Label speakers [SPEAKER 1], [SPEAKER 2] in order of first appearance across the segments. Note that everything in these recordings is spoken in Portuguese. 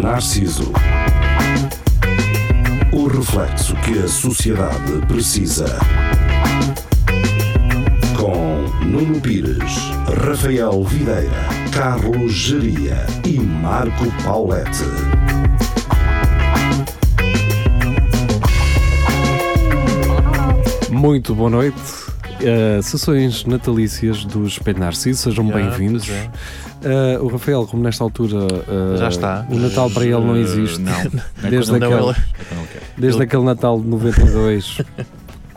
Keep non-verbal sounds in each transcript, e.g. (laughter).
[SPEAKER 1] preciso. O reflexo que a sociedade precisa. Com Nuno Pires, Rafael Videira, Carlos Geria e Marco Paulette.
[SPEAKER 2] Muito boa noite. Uh, sessões natalícias do Espelho Narciso, sejam
[SPEAKER 3] Yeah,
[SPEAKER 2] bem-vindos.
[SPEAKER 3] Ah, pois é.
[SPEAKER 2] Uh, o Rafael, como nesta altura uh,
[SPEAKER 3] Já está. Eh,
[SPEAKER 2] o Natal para ele não existe, (laughs)
[SPEAKER 4] Não.
[SPEAKER 2] Desde
[SPEAKER 4] É quando
[SPEAKER 2] aquela-
[SPEAKER 4] não, é quando não quer.
[SPEAKER 2] desde aquele Natal de
[SPEAKER 3] (laughs)
[SPEAKER 2] 92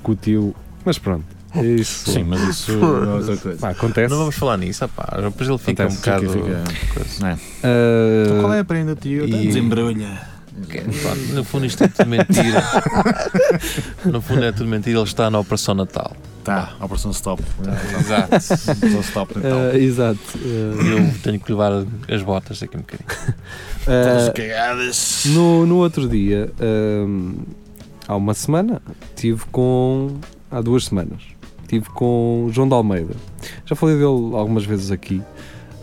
[SPEAKER 2] que o tio. Mas pronto, é isso
[SPEAKER 4] Sim, mas isso (laughs) é outra coisa.
[SPEAKER 2] Pá, acontece.
[SPEAKER 3] Não vamos falar nisso, ah pá, depois ele fica
[SPEAKER 2] Acontece,
[SPEAKER 3] um bocado.
[SPEAKER 4] fica- Não é?
[SPEAKER 2] Uh,
[SPEAKER 3] Qual é
[SPEAKER 4] a prenda, tio?
[SPEAKER 3] E-
[SPEAKER 4] Desembrulha.
[SPEAKER 3] Pá, No fundo, isto é tudo mentira. (laughs) no fundo, é tudo mentira. Ele está na Operação Natal.
[SPEAKER 4] Tá, Operação Stop.
[SPEAKER 3] Exato.
[SPEAKER 4] Operação Stop então. Natal.
[SPEAKER 2] uh, exato. Uh,
[SPEAKER 3] Eu tenho que levar as botas daqui um bocadinho. Então,
[SPEAKER 2] uh,
[SPEAKER 4] cagadas.
[SPEAKER 2] No, no outro dia, hum, há uma semana, tive com. Há duas semanas, tive com João de Almeida. Já falei dele algumas vezes aqui.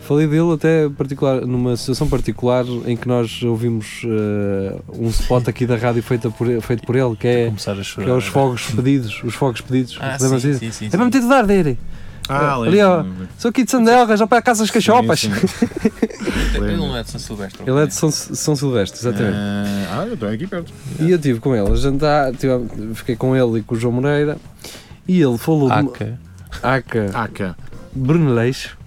[SPEAKER 2] Falei dele até particular, numa situação particular em que nós ouvimos eh, um spot aqui da rádio feito por, ele- feito por ele, que é,
[SPEAKER 3] Começar a
[SPEAKER 2] que
[SPEAKER 3] chorar.
[SPEAKER 2] é os fogos pedidos. Os fogos pedidos.
[SPEAKER 3] Ah, sim,
[SPEAKER 2] lembram-se disso?
[SPEAKER 3] sim, sim, sim.
[SPEAKER 2] É para meter tudo a arder.
[SPEAKER 4] Ah,
[SPEAKER 2] Ali, ó. Sou aqui de Sandelga, já para casa das cachopas.
[SPEAKER 4] Sim,
[SPEAKER 3] Ele não é de São Silvestre.
[SPEAKER 2] Ele é de São, São Silvestre, exatamente.
[SPEAKER 4] Ah, ah, eu estou aqui perto.
[SPEAKER 2] E eu estive com ele a jantar, tive- fiquei com ele e com o João Moreira e ele falou
[SPEAKER 3] Aca.
[SPEAKER 2] de Aca,
[SPEAKER 4] Ah, cá.
[SPEAKER 2] Bruno Leixo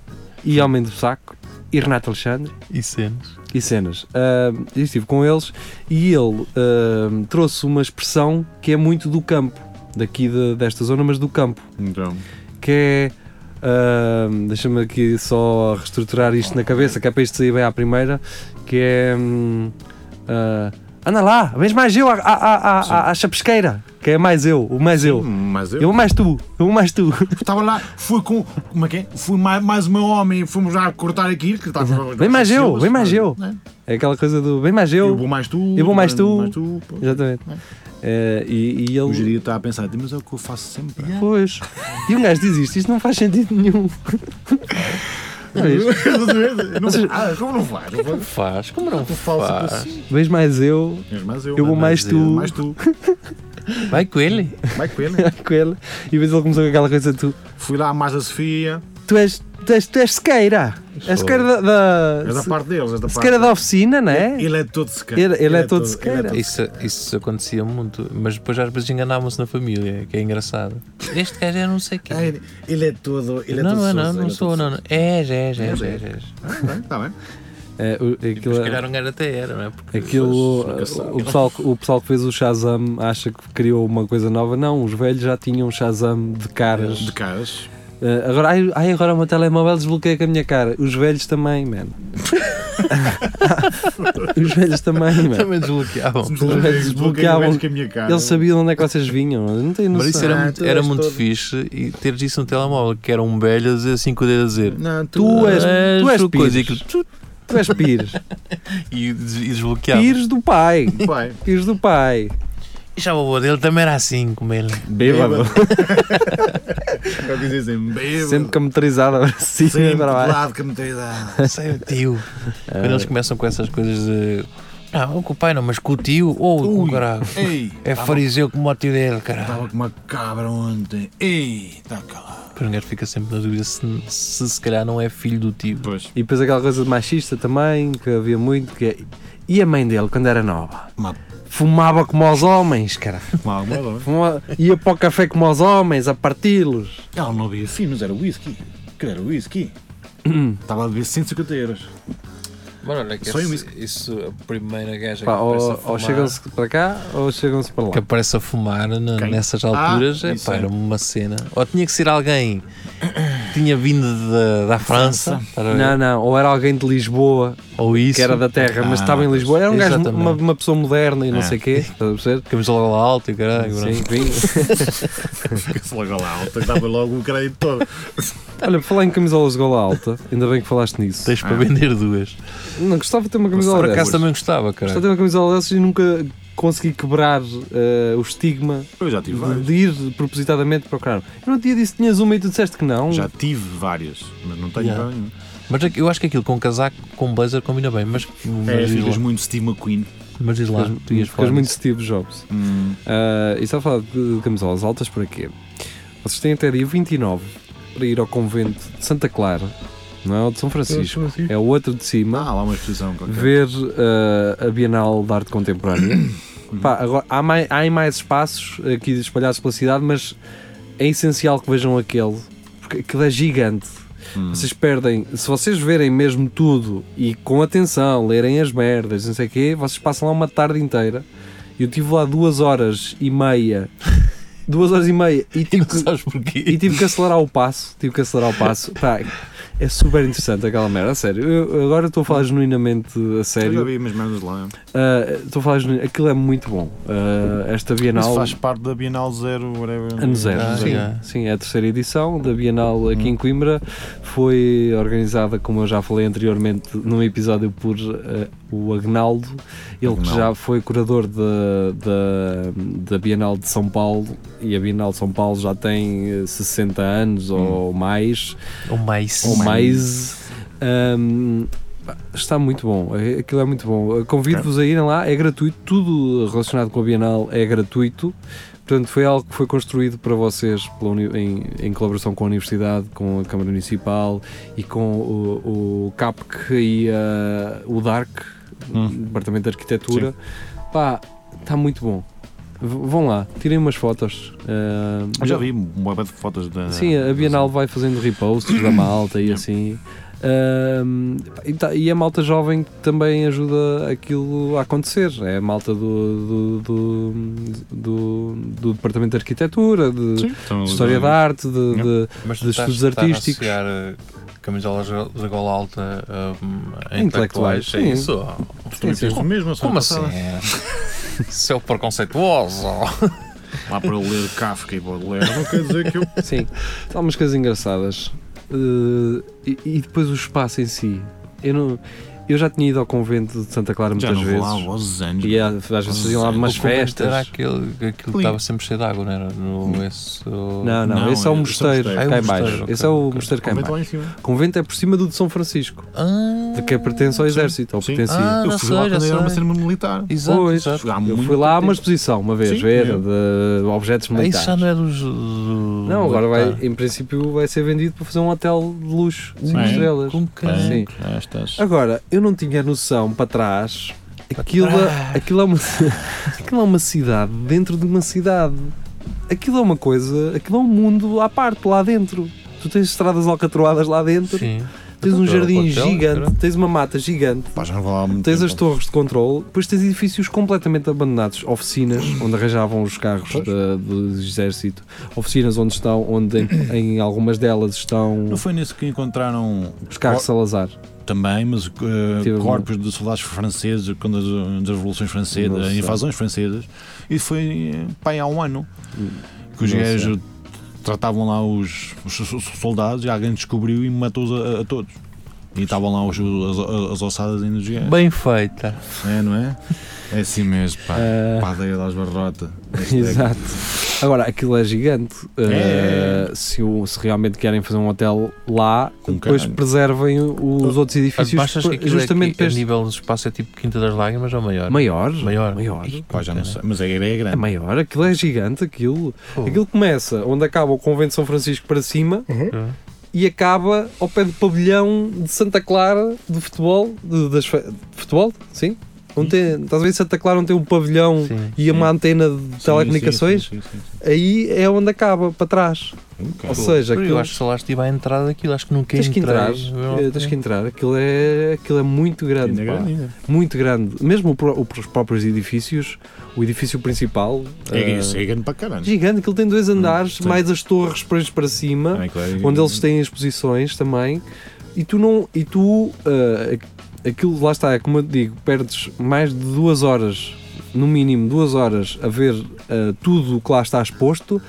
[SPEAKER 2] e Homem do Saco e Renato Alexandre
[SPEAKER 3] E cenas.
[SPEAKER 2] e cenas. Ahm, e estive com eles e ele ahm, trouxe uma expressão que é muito do campo, daqui de- desta zona, mas do campo,
[SPEAKER 4] Então,
[SPEAKER 2] que é. ahm, Deixa-me aqui só reestruturar isto na cabeça, que é para isto sair bem à primeira, que é. hum, ah, anda lá, vens mais eu à, à, à, à, à chapisqueira, que é mais eu, o mais eu.
[SPEAKER 4] mas eu
[SPEAKER 2] Eu mais tu, eu mais tu. (laughs)
[SPEAKER 4] estava lá, fui com. Como é que é? Fui mais, mais o meu homem, fomos já cortar aqui. Que estava,
[SPEAKER 2] Uhum. Vem mais eu, vem mais eu.
[SPEAKER 4] Né?
[SPEAKER 2] É aquela coisa do bem mais
[SPEAKER 4] Eu
[SPEAKER 2] eu.
[SPEAKER 4] vou mais tu.
[SPEAKER 2] eu vou mais tu.
[SPEAKER 4] Mais tu pô.
[SPEAKER 2] Exatamente. Eh, e, e
[SPEAKER 4] o
[SPEAKER 2] ele.
[SPEAKER 4] geria está a pensar, mas é o que eu faço sempre. (laughs)
[SPEAKER 2] Pois. E um gajo diz isto, isto não faz sentido nenhum. Não é isto?
[SPEAKER 4] não, ah, como não vai? Não vai.
[SPEAKER 3] Faz? Como não?
[SPEAKER 4] Tu falas
[SPEAKER 3] faz?
[SPEAKER 4] assim.
[SPEAKER 2] Vens mais eu,
[SPEAKER 4] Mas
[SPEAKER 2] eu vou mais
[SPEAKER 3] mais
[SPEAKER 2] tu,
[SPEAKER 4] né? Mais tu.
[SPEAKER 3] Vai com ele.
[SPEAKER 4] Vai com ele.
[SPEAKER 2] (laughs) com ele. E depois ele começou com aquela coisa: tu,
[SPEAKER 4] Fui lá mais a Sofia.
[SPEAKER 2] tu és. Tu és, tu és sequeira. É sequeira da.
[SPEAKER 4] És
[SPEAKER 2] da
[SPEAKER 4] da parte deles. És da parte
[SPEAKER 2] sequeira da oficina, não é?
[SPEAKER 4] Ele é todo sequeira.
[SPEAKER 2] Ele- ele é todo sequeira.
[SPEAKER 4] ele é todo
[SPEAKER 3] Isso, isso acontecia muito, mas depois às vezes enganavam-se na família, que é engraçado. Este gajo é não sei quem.
[SPEAKER 4] Ai, Ele é todo. Ele é
[SPEAKER 3] não,
[SPEAKER 4] todo
[SPEAKER 3] não, não,
[SPEAKER 4] Sousa,
[SPEAKER 3] não
[SPEAKER 4] ele é
[SPEAKER 3] sou,
[SPEAKER 4] todo
[SPEAKER 3] não, não. És, és, és,
[SPEAKER 4] É,
[SPEAKER 3] és. és.
[SPEAKER 4] Sousa. Ah, bem, Está bem.
[SPEAKER 2] É, o-
[SPEAKER 3] Mas
[SPEAKER 2] aquilo-
[SPEAKER 3] se calhar um gajo até era, não é? Porque
[SPEAKER 2] Aquilo,
[SPEAKER 4] Nunca se sabe.
[SPEAKER 2] o pessoal, que- o pessoal que fez o Shazam acha que criou uma coisa nova. Não, os velhos já tinham Shazam de caras.
[SPEAKER 4] De caras.
[SPEAKER 2] Ah, agora, ai, ai, agora o meu telemóvel desbloqueia com a minha cara. Os velhos também,
[SPEAKER 3] (laughs)
[SPEAKER 2] man. os velhos também, man.
[SPEAKER 3] também desbloqueavam.
[SPEAKER 2] desbloqueavam-
[SPEAKER 4] Desbloqueavam. com a minha cara.
[SPEAKER 2] Eles sabiam de onde é que vocês vinham. eu Não tenho
[SPEAKER 3] Mas
[SPEAKER 2] noção.
[SPEAKER 3] isso é era
[SPEAKER 4] Ah,
[SPEAKER 3] muito,
[SPEAKER 4] tu
[SPEAKER 3] era
[SPEAKER 4] és
[SPEAKER 3] muito
[SPEAKER 4] todo-
[SPEAKER 3] fixe e teres isso no telemóvel, que era um velho a dizer assim com o dedo a dizer.
[SPEAKER 4] Não, é
[SPEAKER 2] Tu és- tu és
[SPEAKER 3] o coisa e
[SPEAKER 2] pires.
[SPEAKER 3] aquilo, tchut,
[SPEAKER 2] Tu és
[SPEAKER 3] (laughs)
[SPEAKER 2] Pires.
[SPEAKER 3] E, des- e desbloqueava.
[SPEAKER 2] Pires do pai.
[SPEAKER 4] (laughs) Pai, é
[SPEAKER 2] Pires do pai.
[SPEAKER 3] E Já o avô dele também era assim, como ele.
[SPEAKER 4] Bêbado. é o que dizem. Bêbado.
[SPEAKER 2] Sempre camotarizado para cima e
[SPEAKER 4] Sempre
[SPEAKER 2] assim, para baixo.
[SPEAKER 4] pelado que me tem dado.
[SPEAKER 3] Sei o tio. (laughs) Quando eles começam com essas coisas de. Não, com o pai não, mas com o tio. Ou com o
[SPEAKER 4] Ui,
[SPEAKER 3] caralho.
[SPEAKER 4] Ei,
[SPEAKER 3] É fariseu como o tio dele, caralho.
[SPEAKER 4] estava com uma cabra ontem. Ei, está calado.
[SPEAKER 3] Depois um gajo fica sempre na dúvida se se, se calhar não é filho do tio.
[SPEAKER 4] Pois,
[SPEAKER 2] E depois aquela coisa machista também, que havia muito, que é... E a mãe dele, quando era nova?
[SPEAKER 4] uma
[SPEAKER 2] Fumava como aos homens, cara.
[SPEAKER 4] Mal, mal, mal.
[SPEAKER 2] Fuma- Ia para o café como aos homens, a parti-los.
[SPEAKER 4] Ela Ah, não havia finos, era whisky. Que era whisky.
[SPEAKER 5] Hum.
[SPEAKER 4] Estava a beber 150 euros.
[SPEAKER 3] Mano, olha que
[SPEAKER 4] Só eu
[SPEAKER 3] isso, isso, a primeira gaja
[SPEAKER 2] Pá,
[SPEAKER 3] que aparece a
[SPEAKER 2] ou
[SPEAKER 3] fumar,
[SPEAKER 2] ou chegam-se para cá ou chegam-se para lá.
[SPEAKER 3] que aparece a fumar na-
[SPEAKER 4] Quem?
[SPEAKER 3] nessas
[SPEAKER 4] Ah,
[SPEAKER 3] alturas, é,
[SPEAKER 4] isso
[SPEAKER 3] pá,
[SPEAKER 4] é.
[SPEAKER 3] era uma cena. Ou tinha que ser alguém que tinha vindo da, da França, estás a ver?
[SPEAKER 2] Não, não, ou era alguém de Lisboa,
[SPEAKER 3] ou é? isso,
[SPEAKER 2] que era da terra, mas
[SPEAKER 4] Ah,
[SPEAKER 2] estava em Lisboa. Era um gajo,
[SPEAKER 3] exatamente. É.
[SPEAKER 2] uma, uma pessoa moderna e não
[SPEAKER 4] Ah.
[SPEAKER 2] sei o quê, estás a perceber?
[SPEAKER 3] camisola alta e caralho.
[SPEAKER 2] Sim,
[SPEAKER 3] não.
[SPEAKER 2] vim.
[SPEAKER 4] Fica-se logo lá alta, dava logo o crédito todo.
[SPEAKER 2] Olha, por falar em camisolas de gola alta, ainda bem que falaste nisso.
[SPEAKER 3] Tens
[SPEAKER 4] Ah.
[SPEAKER 3] para vender duas.
[SPEAKER 2] Não gostava de ter uma
[SPEAKER 3] Por
[SPEAKER 2] camisola
[SPEAKER 3] acaso
[SPEAKER 2] dessas.
[SPEAKER 3] também gostava,
[SPEAKER 2] É Gostava de
[SPEAKER 3] caralho.
[SPEAKER 2] ter uma camisola dessas e nunca consegui quebrar eh, o estigma
[SPEAKER 4] Eu já tive
[SPEAKER 2] de,
[SPEAKER 4] várias.
[SPEAKER 2] de ir propositadamente procurar. Eu não tinha disse que tinhas uma e tu disseste que não.
[SPEAKER 4] Já tive várias, mas não tenho
[SPEAKER 3] Yeah.
[SPEAKER 4] yeah. nenhum.
[SPEAKER 3] Mas é que eu acho que aquilo com casaco, com blazer combina bem, mas, mas,
[SPEAKER 5] É,
[SPEAKER 3] diz,
[SPEAKER 5] ficas
[SPEAKER 3] lá,
[SPEAKER 5] muito Steve McQueen.
[SPEAKER 3] mas diz lá,
[SPEAKER 2] Ficas-
[SPEAKER 3] tu ias
[SPEAKER 2] Ficas
[SPEAKER 3] falar
[SPEAKER 2] muito
[SPEAKER 3] disso.
[SPEAKER 2] Steve Jobs.
[SPEAKER 5] Hum.
[SPEAKER 2] Ah, e está a falar de camisolas altas para quê? Vocês têm até dia 29 para ir ao convento de Santa Clara, não é o de São Francisco, é o outro de cima,
[SPEAKER 5] Ah, lá uma exposição qualquer.
[SPEAKER 2] ver ah, a Bienal de Arte Contemporânea. Pá, agora, há, mais, há aí mais espaços aqui espalhados pela cidade, mas é essencial que vejam aquele, porque aquilo é gigante.
[SPEAKER 5] Hum.
[SPEAKER 2] Vocês perdem, se vocês verem mesmo tudo e com atenção, lerem as merdas, não sei o quê, vocês passam lá uma tarde inteira. Eu tive lá duas horas e meia, duas horas e meia,
[SPEAKER 3] (laughs)
[SPEAKER 2] e tipo- tive que,
[SPEAKER 3] Sabes
[SPEAKER 2] e
[SPEAKER 3] porquê?
[SPEAKER 2] tive que acelerar o passo, tive que acelerar o passo. Pá, é super interessante aquela merda, a sério. Eu- agora estou a falar genuinamente a
[SPEAKER 5] Eu já
[SPEAKER 2] sério.
[SPEAKER 5] vi umas merdas lá.
[SPEAKER 2] Ah, Estou a falar genuin- aquilo é muito bom. Ah, esta
[SPEAKER 4] Isso
[SPEAKER 2] Bienal.
[SPEAKER 4] faz parte da Bienal Zero, whatever.
[SPEAKER 2] Ano zero.
[SPEAKER 3] Ah,
[SPEAKER 2] sim,
[SPEAKER 3] já.
[SPEAKER 2] sim, é a terceira edição da Bienal aqui em Coimbra. Foi organizada, como eu já falei anteriormente num episódio, por eh, o Agnaldo, ele que
[SPEAKER 5] Agnaldo.
[SPEAKER 2] já foi curador da, da, da Bienal de São Paulo. E a Bienal de São Paulo já tem eh, 60 anos ou mais,
[SPEAKER 3] Ou mais.
[SPEAKER 2] ou mais. Ahm, pá, Está muito bom, é- aquilo é muito bom. Eh, Convido-vos a irem lá, é gratuito, tudo relacionado com a Bienal é gratuito. Portanto, foi algo que foi construído para vocês pela uni- em, em colaboração com a Universidade, com a Câmara Municipal e com o, o CAPC e ah, o DARC, Departamento de Arquitetura. Pá, está muito bom. V- vão lá, tirem umas fotos. ah,
[SPEAKER 5] Já
[SPEAKER 4] Eu já
[SPEAKER 5] vi um uma
[SPEAKER 4] de fotos da.
[SPEAKER 2] É, Sim, a Bienal vai fazendo reposts da malta e assim. Ahm, e, tá- e a malta jovem também ajuda aquilo a acontecer. É a malta do, do, do, do- do Departamento de Arquitetura, de,
[SPEAKER 4] Sim.
[SPEAKER 2] de História da Arte, de, de-
[SPEAKER 3] Mas tu
[SPEAKER 2] de
[SPEAKER 3] estás-
[SPEAKER 2] estudos
[SPEAKER 3] estás a
[SPEAKER 2] artísticos.
[SPEAKER 3] associar, eh, Camisolas de gola alta hum, a
[SPEAKER 2] Intelectuais,
[SPEAKER 3] intelectuais, é
[SPEAKER 2] sim.
[SPEAKER 3] isso?
[SPEAKER 2] Sim, sim.
[SPEAKER 4] Isso mesmo, a
[SPEAKER 3] Como
[SPEAKER 4] semana
[SPEAKER 3] assim?
[SPEAKER 4] passada.
[SPEAKER 3] (laughs) Isso é o preconceituoso.
[SPEAKER 5] Lá para eu ler Kafka e vou ler. Não quer dizer
[SPEAKER 4] (laughs)
[SPEAKER 5] que eu.
[SPEAKER 2] Sim, há umas coisas engraçadas. Uh, e, e depois o espaço em si. Eu, não- eu já tinha ido ao convento de Santa Clara
[SPEAKER 5] Já
[SPEAKER 2] muitas
[SPEAKER 5] não vou lá
[SPEAKER 2] vezes.
[SPEAKER 5] há uns anos.
[SPEAKER 2] E ah, às vezes faziam lá umas
[SPEAKER 3] O convento
[SPEAKER 2] festas.
[SPEAKER 3] Era aquele, aquele que
[SPEAKER 5] Ui.
[SPEAKER 3] estava sempre cheio de água, não era? No, esse, o-
[SPEAKER 2] Não, não,
[SPEAKER 5] Não,
[SPEAKER 2] esse é o
[SPEAKER 5] esse é o
[SPEAKER 2] mosteiro,
[SPEAKER 5] mosteiro.
[SPEAKER 3] Ah, é o
[SPEAKER 2] cá em
[SPEAKER 3] mosteiro,
[SPEAKER 2] baixo.
[SPEAKER 3] ok,
[SPEAKER 2] Esse é o
[SPEAKER 3] ok.
[SPEAKER 2] mosteiro cá em
[SPEAKER 5] Convento
[SPEAKER 2] baixo.
[SPEAKER 5] lá em cima.
[SPEAKER 2] O convento é por cima do de São Francisco,
[SPEAKER 3] Ah,
[SPEAKER 2] de que pertence ao exército, ou pertencia.
[SPEAKER 3] Ah,
[SPEAKER 5] Eu
[SPEAKER 3] não
[SPEAKER 5] fui
[SPEAKER 3] sei,
[SPEAKER 5] lá
[SPEAKER 3] já
[SPEAKER 5] quando era uma
[SPEAKER 3] sei.
[SPEAKER 5] cinema militar.
[SPEAKER 3] Exato,
[SPEAKER 2] Pois.
[SPEAKER 3] exato.
[SPEAKER 5] Há
[SPEAKER 2] Eu
[SPEAKER 5] muito
[SPEAKER 2] fui lá a uma
[SPEAKER 5] tempo.
[SPEAKER 2] exposição uma vez,
[SPEAKER 5] Sim,
[SPEAKER 2] ver,
[SPEAKER 5] eu.
[SPEAKER 2] de objetos
[SPEAKER 3] Ah, Isso já
[SPEAKER 2] militares.
[SPEAKER 3] não é dos. do-
[SPEAKER 2] Não, agora
[SPEAKER 3] tá.
[SPEAKER 2] vai, em princípio, vai ser vendido para fazer um hotel de luxo, 5
[SPEAKER 4] é?
[SPEAKER 2] estrelas.
[SPEAKER 3] Como caralho.
[SPEAKER 2] Sim.
[SPEAKER 4] Ah, estás.
[SPEAKER 2] Agora, eu não tinha noção para trás. Aquilo, aquilo, é uma, (laughs) aquilo é uma cidade dentro de uma cidade. Aquilo é uma coisa, aquilo é um mundo à parte lá dentro. Tu tens estradas alcatroadas lá dentro,
[SPEAKER 3] Sim.
[SPEAKER 2] tens um
[SPEAKER 3] Então,
[SPEAKER 2] jardim
[SPEAKER 3] hotel,
[SPEAKER 2] gigante,
[SPEAKER 3] caralho. Então.
[SPEAKER 2] tens uma mata gigante.
[SPEAKER 4] Pá, já não vou lá há muito
[SPEAKER 2] Tens as
[SPEAKER 4] tempo.
[SPEAKER 2] torres de controle, depois tens edifícios completamente abandonados, oficinas onde arranjavam os carros da- do exército, oficinas onde estão, onde em, em algumas delas estão
[SPEAKER 4] Não foi nisso que encontraram
[SPEAKER 2] os carros
[SPEAKER 3] Oh.
[SPEAKER 2] Salazar.
[SPEAKER 4] também, mas uh,
[SPEAKER 2] Tive-
[SPEAKER 4] corpos de soldados franceses, quando as, das revoluções
[SPEAKER 2] Não
[SPEAKER 4] francesas,
[SPEAKER 2] sei.
[SPEAKER 4] invasões francesas, e foi eh, pá, há um ano que os
[SPEAKER 2] Não
[SPEAKER 4] gajos tratavam lá os, os so- so- soldados e alguém descobriu e matou-os a, a todos. E estavam lá os, as, as ossadas ainda dos gajos.
[SPEAKER 3] Bem feita.
[SPEAKER 4] É, não é? É assim mesmo, pá.
[SPEAKER 2] (laughs) Ah.
[SPEAKER 4] Padeira das barrotas.
[SPEAKER 2] Exato. Agora, aquilo é gigante. Uh,
[SPEAKER 3] É.
[SPEAKER 2] se, o- se realmente querem fazer um hotel lá,
[SPEAKER 4] Com
[SPEAKER 2] depois
[SPEAKER 4] caralho.
[SPEAKER 2] preservem os outros edifícios
[SPEAKER 3] Então, Achas que aquilo
[SPEAKER 2] justamente
[SPEAKER 3] justamente é,
[SPEAKER 2] para
[SPEAKER 3] que, a
[SPEAKER 2] este-
[SPEAKER 3] nível do espaço é tipo Quinta das Lágrimas ou maior?
[SPEAKER 2] maior.
[SPEAKER 3] Maior.
[SPEAKER 2] Maior.
[SPEAKER 4] Pá, já não sei. Mas a igreja é
[SPEAKER 2] É
[SPEAKER 4] grande.
[SPEAKER 2] maior, aquilo é gigante, aquilo.
[SPEAKER 3] Pô.
[SPEAKER 2] Aquilo começa onde acaba o convento de São Francisco para cima
[SPEAKER 3] Uhum.
[SPEAKER 2] e acaba ao pé do pavilhão de Santa Clara de futebol, de, das fe- de futebol, sim. Onde tem, estás a ver Santa Clara onde tem um pavilhão
[SPEAKER 3] Sim,
[SPEAKER 2] e uma antena de telecomunicações?
[SPEAKER 4] Sim, sim, sim, sim, Um
[SPEAKER 2] Aí é onde acaba, para trás.
[SPEAKER 4] sim. Ok.
[SPEAKER 2] Ou seja,
[SPEAKER 3] Pô,
[SPEAKER 2] aquilo,
[SPEAKER 3] eu acho que se lá estive à entrada daquilo, acho que nunca
[SPEAKER 2] tens que entrar,
[SPEAKER 3] entrei.
[SPEAKER 2] eh, tens que entrar, aquilo é, aquilo é muito grande,
[SPEAKER 4] Ainda
[SPEAKER 2] pá.
[SPEAKER 4] grande, ainda.
[SPEAKER 2] muito grande. Mesmo o pró- o- os próprios edifícios, o edifício principal, eh,
[SPEAKER 4] É, isso, é grande para caralho.
[SPEAKER 2] gigante, aquilo tem dois andares,
[SPEAKER 4] sim.
[SPEAKER 2] mais as torres para para cima,
[SPEAKER 4] É, claro,
[SPEAKER 2] onde eles têm exposições também, e tu não, e tu, ah, aquilo lá está, é como eu te digo, perdes mais de duas horas, no mínimo duas horas, a ver ah, tudo o que lá está exposto,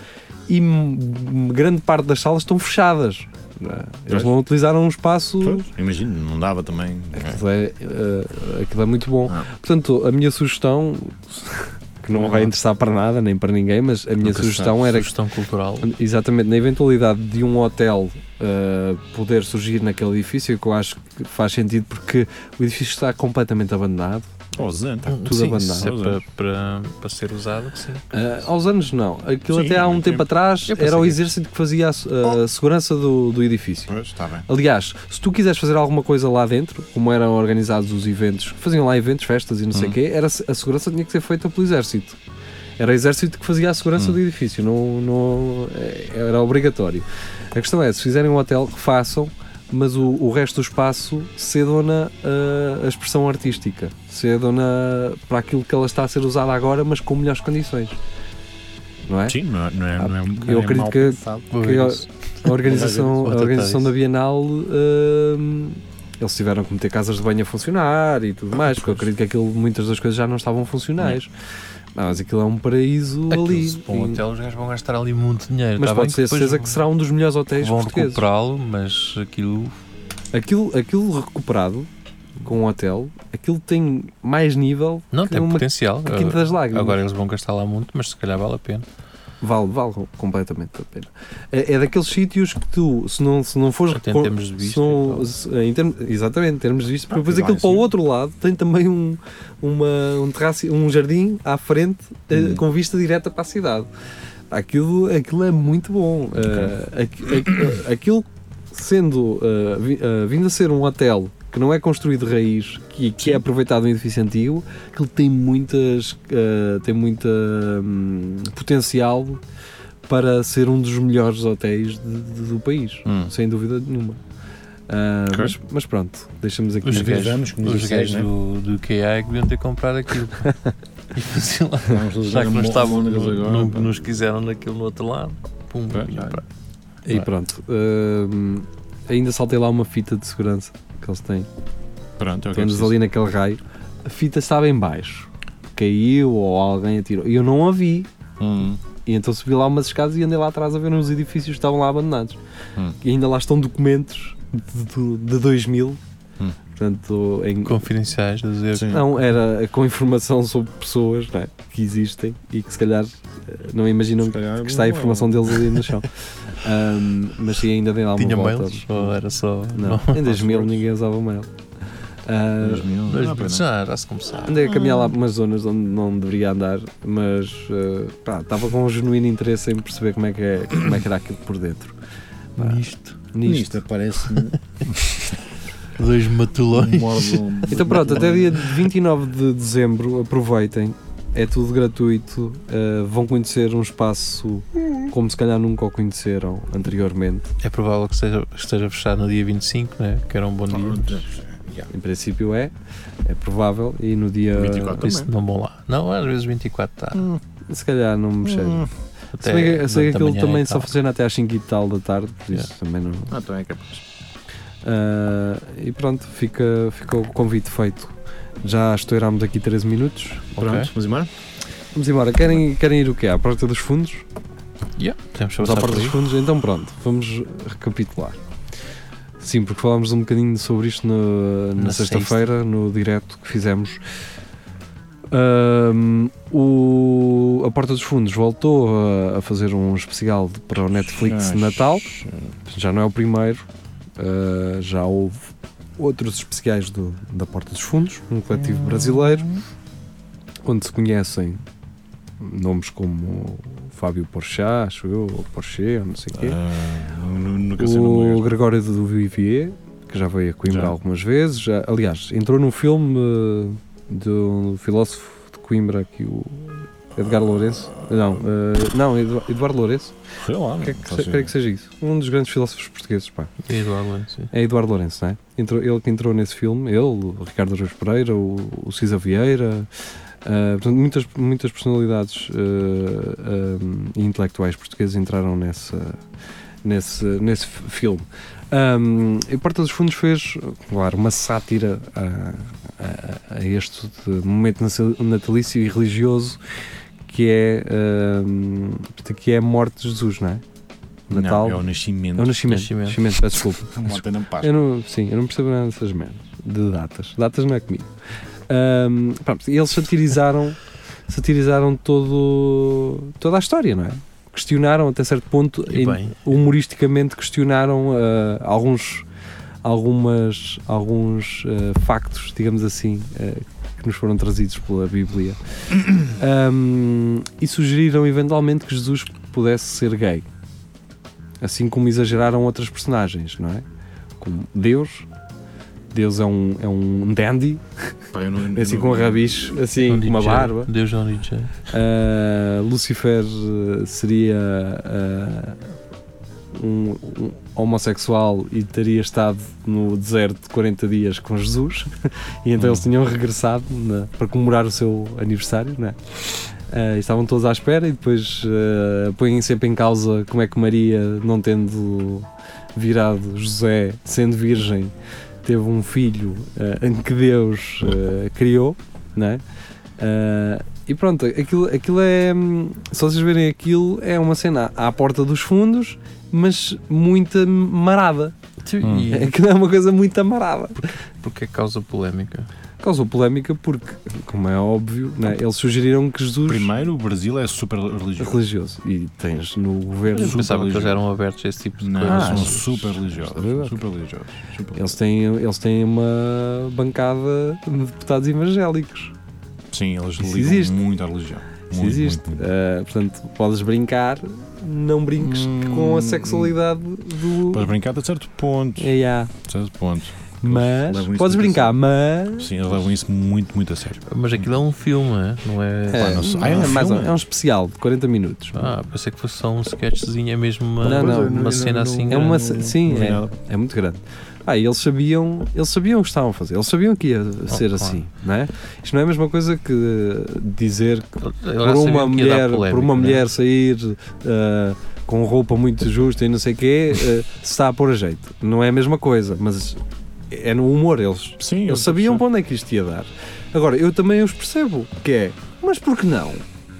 [SPEAKER 2] e m- m- grande parte das salas estão fechadas. não é? Eles
[SPEAKER 4] Pois.
[SPEAKER 2] não utilizaram um espaço
[SPEAKER 4] Pois, imagino, não dava também.
[SPEAKER 2] Aquilo é, eh, aquilo é muito bom.
[SPEAKER 4] Ah.
[SPEAKER 2] Portanto, a minha sugestão, (laughs) que não vai interessar para nada, nem para ninguém, mas a minha
[SPEAKER 3] Nunca se
[SPEAKER 2] sugestão
[SPEAKER 3] sabe.
[SPEAKER 2] era que
[SPEAKER 3] Sugestão cultural.
[SPEAKER 2] Exatamente, na eventualidade de um hotel uh, poder surgir naquele edifício, que eu acho que faz sentido porque o edifício está completamente abandonado.
[SPEAKER 4] Oh, Zen, tá.
[SPEAKER 2] tudo
[SPEAKER 3] sim,
[SPEAKER 2] abandonado.
[SPEAKER 3] se é para, para, para ser usado, que sim.
[SPEAKER 2] Uh, aos anos não. Aquilo
[SPEAKER 4] Sim,
[SPEAKER 2] até há um
[SPEAKER 4] muito
[SPEAKER 2] tempo
[SPEAKER 4] tempo.
[SPEAKER 2] atrás
[SPEAKER 3] Eu pensei
[SPEAKER 2] era o
[SPEAKER 3] que-
[SPEAKER 2] exército que fazia a, su- a segurança do, do edifício.
[SPEAKER 4] Pois, está bem.
[SPEAKER 2] Aliás, se tu quiseres fazer alguma coisa lá dentro, como eram organizados os eventos, faziam lá eventos, festas e não sei o quê, era, a segurança tinha que ser feita pelo exército. Era o exército que fazia a segurança do edifício, não, não, é- era obrigatório. A questão é, se fizerem um hotel, que façam, mas o, o resto do espaço cedam-na ah, a expressão artística, cedam-na para aquilo que ela está a ser usada agora, mas com melhores condições. Não é?
[SPEAKER 4] Sim, não é, não é, não é, não
[SPEAKER 2] eu
[SPEAKER 4] é
[SPEAKER 2] acredito
[SPEAKER 4] mal
[SPEAKER 2] que-
[SPEAKER 4] pensado.
[SPEAKER 3] Vou
[SPEAKER 2] Que
[SPEAKER 3] ver
[SPEAKER 2] eu-
[SPEAKER 3] isso.
[SPEAKER 2] A organização,
[SPEAKER 3] (laughs) Vou
[SPEAKER 2] a
[SPEAKER 3] tratar
[SPEAKER 2] organização
[SPEAKER 3] disso.
[SPEAKER 2] da Bienal, hum, eles tiveram que meter casas de banho a funcionar e tudo mais, porque eu acredito que aquilo, muitas das coisas já não estavam funcionais. Não, mas aquilo é um paraíso ali.
[SPEAKER 3] Aquilo, se para um
[SPEAKER 2] E-
[SPEAKER 3] hotel, os gajos vão gastar ali muito dinheiro.
[SPEAKER 2] mas
[SPEAKER 3] tá
[SPEAKER 2] pode
[SPEAKER 3] bem
[SPEAKER 2] ser
[SPEAKER 3] que depois
[SPEAKER 2] certeza que será um dos melhores hotéis
[SPEAKER 3] Vão
[SPEAKER 2] portugueses.
[SPEAKER 3] recuperá-lo, mas aquilo.
[SPEAKER 2] Aquilo, aquilo recuperado com um hotel, aquilo tem mais nível
[SPEAKER 3] Não,
[SPEAKER 2] que
[SPEAKER 3] tem
[SPEAKER 2] uma
[SPEAKER 3] potencial.
[SPEAKER 2] quinta das lágrimas.
[SPEAKER 3] Agora eles vão gastar lá muito, mas se calhar vale a pena.
[SPEAKER 2] Vale, vale completamente a pena. É, é daqueles sítios que tu, se não, se não fores.
[SPEAKER 3] Até em
[SPEAKER 2] recor-
[SPEAKER 3] termos de vista
[SPEAKER 2] se não-
[SPEAKER 3] e tal.
[SPEAKER 2] se- em termos- exatamente, em termos de vista, porque
[SPEAKER 4] Ah,
[SPEAKER 2] depois
[SPEAKER 4] e lá
[SPEAKER 2] aquilo
[SPEAKER 4] em
[SPEAKER 2] para o
[SPEAKER 4] cima.
[SPEAKER 2] outro lado tem também um, uma, um terraço, um jardim à frente eh, com vista direta para a cidade. Aquilo, aquilo é muito bom. Eh, aqu- aqu- aquilo sendo eh, vi- eh, vindo a ser um hotel que não é construído de raiz e que é aproveitado um edifício antigo, que ele tem muitas eh, tem muita hum, potencial para ser um dos melhores hotéis de- de- do país,
[SPEAKER 3] Hum.
[SPEAKER 2] sem dúvida nenhuma. Ah,
[SPEAKER 4] Ok.
[SPEAKER 2] mas, mas pronto, deixamos aqui.
[SPEAKER 3] Os
[SPEAKER 4] nos anos,
[SPEAKER 3] gajos,
[SPEAKER 4] nos
[SPEAKER 3] os
[SPEAKER 4] 16,
[SPEAKER 3] gajos
[SPEAKER 4] né?
[SPEAKER 3] do, do QI é que deviam ter comprado
[SPEAKER 2] (laughs)
[SPEAKER 3] aquilo. e fazer lá.
[SPEAKER 4] Vamos todos
[SPEAKER 3] Já que não
[SPEAKER 4] jogar
[SPEAKER 3] estavam,
[SPEAKER 4] Mônagas
[SPEAKER 3] no-
[SPEAKER 4] agora,
[SPEAKER 3] no-
[SPEAKER 4] pá.
[SPEAKER 3] nos quiseram naquilo no outro lado. Pum,
[SPEAKER 4] Pois,
[SPEAKER 3] vinha
[SPEAKER 4] já.
[SPEAKER 3] para-
[SPEAKER 2] E pronto, hum, ainda saltei lá uma fita de segurança que eles têm.
[SPEAKER 4] Pronto, é o que é
[SPEAKER 2] Estamos
[SPEAKER 4] preciso.
[SPEAKER 2] ali naquele raio. A fita estava em baixo, caiu ou alguém atirou. E eu não a vi.
[SPEAKER 4] Hum.
[SPEAKER 2] E então subi lá umas escadas e andei lá atrás a ver uns edifícios que estavam lá abandonados.
[SPEAKER 4] Hum.
[SPEAKER 2] E ainda lá estão documentos de, de, de 2000.
[SPEAKER 4] Hum.
[SPEAKER 2] Portanto, em,
[SPEAKER 3] Confidenciais, a dizer.
[SPEAKER 4] Sim.
[SPEAKER 2] Não, era com informação sobre pessoas não é? que existem e que se calhar eh, não imaginam
[SPEAKER 4] Se calhar
[SPEAKER 2] que está a
[SPEAKER 4] não é.
[SPEAKER 2] informação deles ali no
[SPEAKER 4] (laughs)
[SPEAKER 2] chão. Ahm, mas sim, ainda dei lá uma
[SPEAKER 3] Tinha
[SPEAKER 2] volta.
[SPEAKER 3] mails? Ou era só.
[SPEAKER 2] Não, em 2000 ninguém usava mail. Ah,
[SPEAKER 4] 2000, não
[SPEAKER 3] Dois
[SPEAKER 4] dá né? pena.
[SPEAKER 3] minutos, já, já se começaram.
[SPEAKER 2] andei a caminhar lá por umas zonas onde não deveria andar, mas eh, pá, estava com um genuíno interesse em perceber como é que, é, como é que era aquilo por dentro. Pá,
[SPEAKER 3] Nisto.
[SPEAKER 2] nisto.
[SPEAKER 4] aparece-me
[SPEAKER 3] Dois matulões.
[SPEAKER 4] modo.
[SPEAKER 2] Então pronto, até dia 29 de dezembro, aproveitem. É tudo gratuito. uh, vão conhecer um espaço como se calhar nunca o conheceram anteriormente.
[SPEAKER 3] É provável que esteja, que esteja fechado no dia 25, né? que era um bom
[SPEAKER 4] Ah, Tá,
[SPEAKER 3] dia. mas
[SPEAKER 2] Em princípio é. É provável. E no dia.
[SPEAKER 5] 24
[SPEAKER 3] Ah, Isso não vão lá. Não, às vezes 24 está.
[SPEAKER 2] Se calhar não me chega.
[SPEAKER 3] tá. Até
[SPEAKER 2] Hum. Se bem que, se bem que
[SPEAKER 3] durante
[SPEAKER 2] aquilo
[SPEAKER 3] a manhã
[SPEAKER 2] também
[SPEAKER 3] e
[SPEAKER 2] só
[SPEAKER 3] tal.
[SPEAKER 2] funciona até às 5 e tal da tarde, por isso
[SPEAKER 3] Yeah.
[SPEAKER 2] também não.
[SPEAKER 5] Ah, então é capaz.
[SPEAKER 2] Uh, e pronto, fica, fica o convite feito. Já estourámos aqui 13 minutos.
[SPEAKER 3] Ok.
[SPEAKER 5] Pronto, vamos embora?
[SPEAKER 2] Vamos embora. Querem, querem ir o quê? À porta dos fundos?
[SPEAKER 3] Yeah, podemos
[SPEAKER 2] Vamos à
[SPEAKER 3] passar
[SPEAKER 2] parte
[SPEAKER 3] por
[SPEAKER 2] dos
[SPEAKER 3] aí.
[SPEAKER 2] fundos, então pronto, vamos recapitular. Sim, porque falámos um bocadinho sobre isto na, na
[SPEAKER 3] Na
[SPEAKER 2] sexta-feira, no direto que fizemos. Ahm, o- a Porta dos Fundos voltou a, a fazer um especial de- para o
[SPEAKER 4] Ah,
[SPEAKER 2] Netflix de Natal, já não é o primeiro, ah, já houve outros especiais do- da Porta dos Fundos, um coletivo brasileiro, onde se conhecem nomes como Fábio Porchat, acho eu, ou Porchet, ou não sei o quê.
[SPEAKER 4] Ah, nu- nunca sei
[SPEAKER 2] o
[SPEAKER 4] o nome
[SPEAKER 2] Gregório do Vivier, que já veio a Coimbra
[SPEAKER 4] Já.
[SPEAKER 2] algumas vezes. já- aliás, entrou num filme eh, do filósofo de Coimbra, que o Edgar Lourenço. Não, eh, não Edu- Eduardo Lourenço.
[SPEAKER 4] Sei lá, não
[SPEAKER 2] Que é que se-
[SPEAKER 4] faço
[SPEAKER 2] creio que seja isso. Um dos grandes filósofos portugueses, pá.
[SPEAKER 3] E do Orlando, sim.
[SPEAKER 2] É Eduardo Lourenço, não é? Entrou, ele que entrou nesse filme, ele, o Ricardo Araújo Pereira, o, o Cisa Vieira, ah, portanto, muitas, muitas personalidades ah, ah, e intelectuais portugueses entraram nessa, nesse, nesse f- filme. Ahm, e Porta dos Fundos fez, claro, uma sátira a, a- a este de momento natal- natalício e religioso que é, ahm, portanto, que é a morte de Jesus, não é?
[SPEAKER 4] Não,
[SPEAKER 2] Natal.
[SPEAKER 4] é o nascimento.
[SPEAKER 2] É o nascimento.
[SPEAKER 3] Nascimento.
[SPEAKER 2] Nascimento, peço desculpa.
[SPEAKER 4] Morta na Páscoa.
[SPEAKER 2] Eu não, sim, eu não percebo nada dessas merdas. De datas. Datas não é comigo. Ahm, pronto, e eles satirizaram satirizaram todo, toda a história, não é? Questionaram até certo ponto,
[SPEAKER 3] E
[SPEAKER 2] em-
[SPEAKER 3] bem,
[SPEAKER 2] humoristicamente questionaram ah, alguns, algumas, alguns ah, factos, digamos assim, ah, que nos foram trazidos pela Bíblia Ahm, e sugeriram eventualmente que Jesus pudesse ser gay, assim como exageraram outras personagens, não é? Como Deus. Deus é um, é um dandy,
[SPEAKER 5] Pá, eu não- eu
[SPEAKER 2] assim
[SPEAKER 5] não-
[SPEAKER 2] com um rabicho, assim
[SPEAKER 3] Johnny
[SPEAKER 2] com uma
[SPEAKER 3] Jay.
[SPEAKER 2] barba.
[SPEAKER 3] Deus Johnny Jay.
[SPEAKER 2] Uh, Lucifer uh, seria uh, um, um homossexual e teria estado no deserto de 40 dias com Jesus (laughs) e então eles tinham regressado na- para comemorar o seu aniversário né? Uh, e estavam todos à espera e depois uh, põem sempre em causa como é que Maria não tendo virado José sendo virgem teve um filho uh, em que Deus uh, criou né? Uh, e pronto, aquilo, aquilo é. hum, Se vocês verem aquilo, é uma cena à à porta dos fundos, mas muita marada.
[SPEAKER 4] Hum.
[SPEAKER 3] E
[SPEAKER 2] (laughs) Aquilo é uma coisa muito amarada.
[SPEAKER 3] porque é que causa polémica?
[SPEAKER 2] Causou polémica porque, como é óbvio, né, eles sugeriram que Jesus
[SPEAKER 4] Primeiro, o Brasil é super
[SPEAKER 2] é
[SPEAKER 4] religioso.
[SPEAKER 2] religioso. E tens no governo.
[SPEAKER 3] Eu pensava que eles
[SPEAKER 4] religioso.
[SPEAKER 3] eram abertos a esse tipo de
[SPEAKER 4] Não,
[SPEAKER 3] coisas.
[SPEAKER 4] são
[SPEAKER 2] mas-
[SPEAKER 4] super religiosos.
[SPEAKER 2] Estás a ver?
[SPEAKER 4] são Super religiosos. super
[SPEAKER 2] Ah, Eles têm, eles têm uma bancada de deputados evangélicos.
[SPEAKER 4] religiosos. Sim, eles
[SPEAKER 2] Isso
[SPEAKER 4] ligam
[SPEAKER 2] existe.
[SPEAKER 4] muito à religião.
[SPEAKER 2] Isso
[SPEAKER 4] Muito,
[SPEAKER 2] existe.
[SPEAKER 4] muito, muito.
[SPEAKER 2] Uh, portanto, podes brincar, não brinques
[SPEAKER 4] Hum,
[SPEAKER 2] com a sexualidade do.
[SPEAKER 4] Podes brincar até certo ponto.
[SPEAKER 2] É, é.
[SPEAKER 4] Até certo ponto.
[SPEAKER 2] Mas.
[SPEAKER 5] levam isso muito
[SPEAKER 2] Podes
[SPEAKER 5] a
[SPEAKER 2] brincar, mas.
[SPEAKER 4] Sim, eles levam isso muito, muito a sério.
[SPEAKER 3] Mas aquilo é um filme, é? não é?
[SPEAKER 4] Pá, não sei. Ah, é um
[SPEAKER 2] mais
[SPEAKER 4] filme?
[SPEAKER 2] um- é um especial de 40 minutos.
[SPEAKER 3] Ah, pensei que fosse só um sketchzinho, é mesmo uma,
[SPEAKER 2] Não, não,
[SPEAKER 3] uma
[SPEAKER 2] não,
[SPEAKER 3] cena assim.
[SPEAKER 2] é uma,
[SPEAKER 3] grande.
[SPEAKER 2] sim,
[SPEAKER 4] Não vi nada.
[SPEAKER 2] é, é muito grande. Ah, e eles sabiam, eles sabiam o que estavam a fazer, eles sabiam que ia ser
[SPEAKER 3] Oh, claro.
[SPEAKER 2] assim, não é? Isto não é a mesma coisa que dizer que
[SPEAKER 3] Eu já
[SPEAKER 2] por
[SPEAKER 3] sabia
[SPEAKER 2] uma,
[SPEAKER 3] que ia dar
[SPEAKER 2] mulher,
[SPEAKER 3] polémica,
[SPEAKER 2] por uma
[SPEAKER 3] né?
[SPEAKER 2] mulher sair ah, com roupa muito justa e não sei o quê, ah, se está a pôr a jeito. Não é a mesma coisa, mas é no humor, eles
[SPEAKER 4] Sim,
[SPEAKER 2] Eles sabiam para onde é que isto ia dar. Agora, eu também os percebo, que é, mas por que não?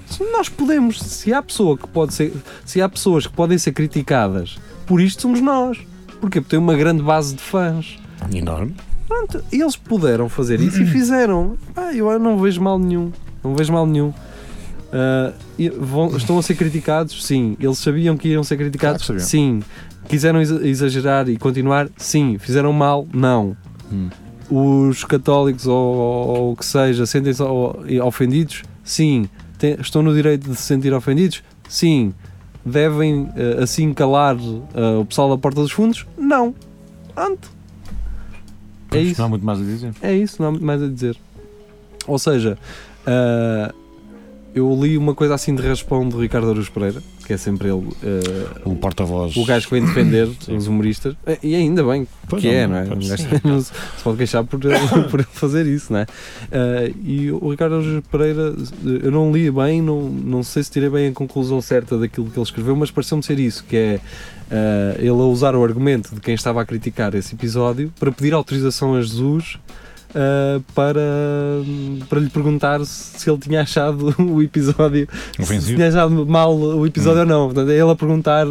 [SPEAKER 2] Se nós podemos, se há pessoa que pode ser, se há pessoas que podem ser criticadas, por isto somos nós. Porquê? Porque tem uma grande base de fãs.
[SPEAKER 4] Enorme.
[SPEAKER 2] Pronto, eles puderam fazer isso e fizeram. Ah, eu não vejo mal nenhum. Não vejo mal nenhum. Ah, e vão- estão a ser criticados? Sim. Eles sabiam que iam ser criticados?
[SPEAKER 4] Claro que
[SPEAKER 2] Sim. Quiseram exa- exagerar e continuar? Sim. Fizeram mal? Não
[SPEAKER 4] Hum.
[SPEAKER 2] os católicos ou, ou o que seja sentem-se o- ofendidos? Sim. Tem- estão no direito de se sentir ofendidos? Sim. Devem eh, assim calar eh, o pessoal da Porta dos Fundos? Não. Anto. É
[SPEAKER 4] Pois,
[SPEAKER 2] isso.
[SPEAKER 4] Não há muito mais a dizer.
[SPEAKER 2] É isso, não há muito mais a dizer. Ou seja, ah, eu li uma coisa assim de raspão do Ricardo Aruz Pereira, que é sempre ele, ah,
[SPEAKER 4] O um porta-voz.
[SPEAKER 2] o gajo que vem defender
[SPEAKER 4] Sim.
[SPEAKER 2] os humoristas, Eh, e ainda bem
[SPEAKER 4] Pois
[SPEAKER 2] que é, não é? Um
[SPEAKER 4] pois.
[SPEAKER 2] gajo não se se pode queixar por, eh,
[SPEAKER 4] (laughs)
[SPEAKER 2] por ele fazer isso, não é? Ah, e o Ricardo Araújo Pereira, eu não li bem, não, não sei se tirei bem a conclusão certa daquilo que ele escreveu, mas pareceu-me ser isso, que é ah, ele a usar o argumento de quem estava a criticar esse episódio para pedir autorização a Jesus ah, para, para lhe perguntar se, se ele tinha achado (laughs) o episódio, se
[SPEAKER 4] Ofensivo. Hum.
[SPEAKER 2] tinha achado mal o episódio ou não. Portanto, é ele a perguntar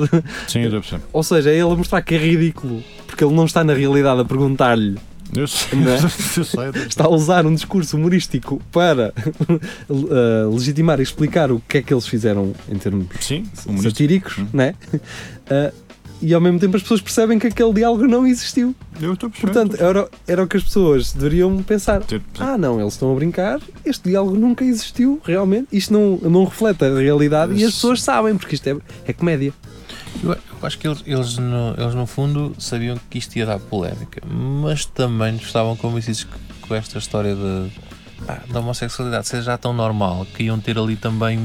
[SPEAKER 4] Sim, eu percebo.
[SPEAKER 2] ou seja, é ele a mostrar que é ridículo, porque ele não está na realidade a perguntar-lhe,
[SPEAKER 4] Eu sei.
[SPEAKER 2] Não é?
[SPEAKER 4] (laughs) Eu sei. eu
[SPEAKER 2] está a usar um discurso humorístico para (laughs) uh, legitimar e explicar o que é que eles fizeram em termos
[SPEAKER 4] sei. Sim, um humorista.
[SPEAKER 2] satíricos,
[SPEAKER 4] Hum.
[SPEAKER 2] né? Uh, e ao mesmo tempo as pessoas percebem que aquele diálogo não existiu.
[SPEAKER 4] Eu estou a perceber.
[SPEAKER 2] Portanto, era, era o que as pessoas deveriam pensar.
[SPEAKER 4] Estou a perceber.
[SPEAKER 2] Ah, não, eles estão a brincar, este diálogo nunca existiu, realmente. Isto não, não reflete a realidade e as pessoas sabem, porque isto é, é comédia.
[SPEAKER 3] Eu, eu acho que eles, eles, no, eles, no fundo, sabiam que isto ia dar polémica, mas também estavam convencidos que, com esta história de, ah, da homossexualidade seja já tão normal que iam ter ali também.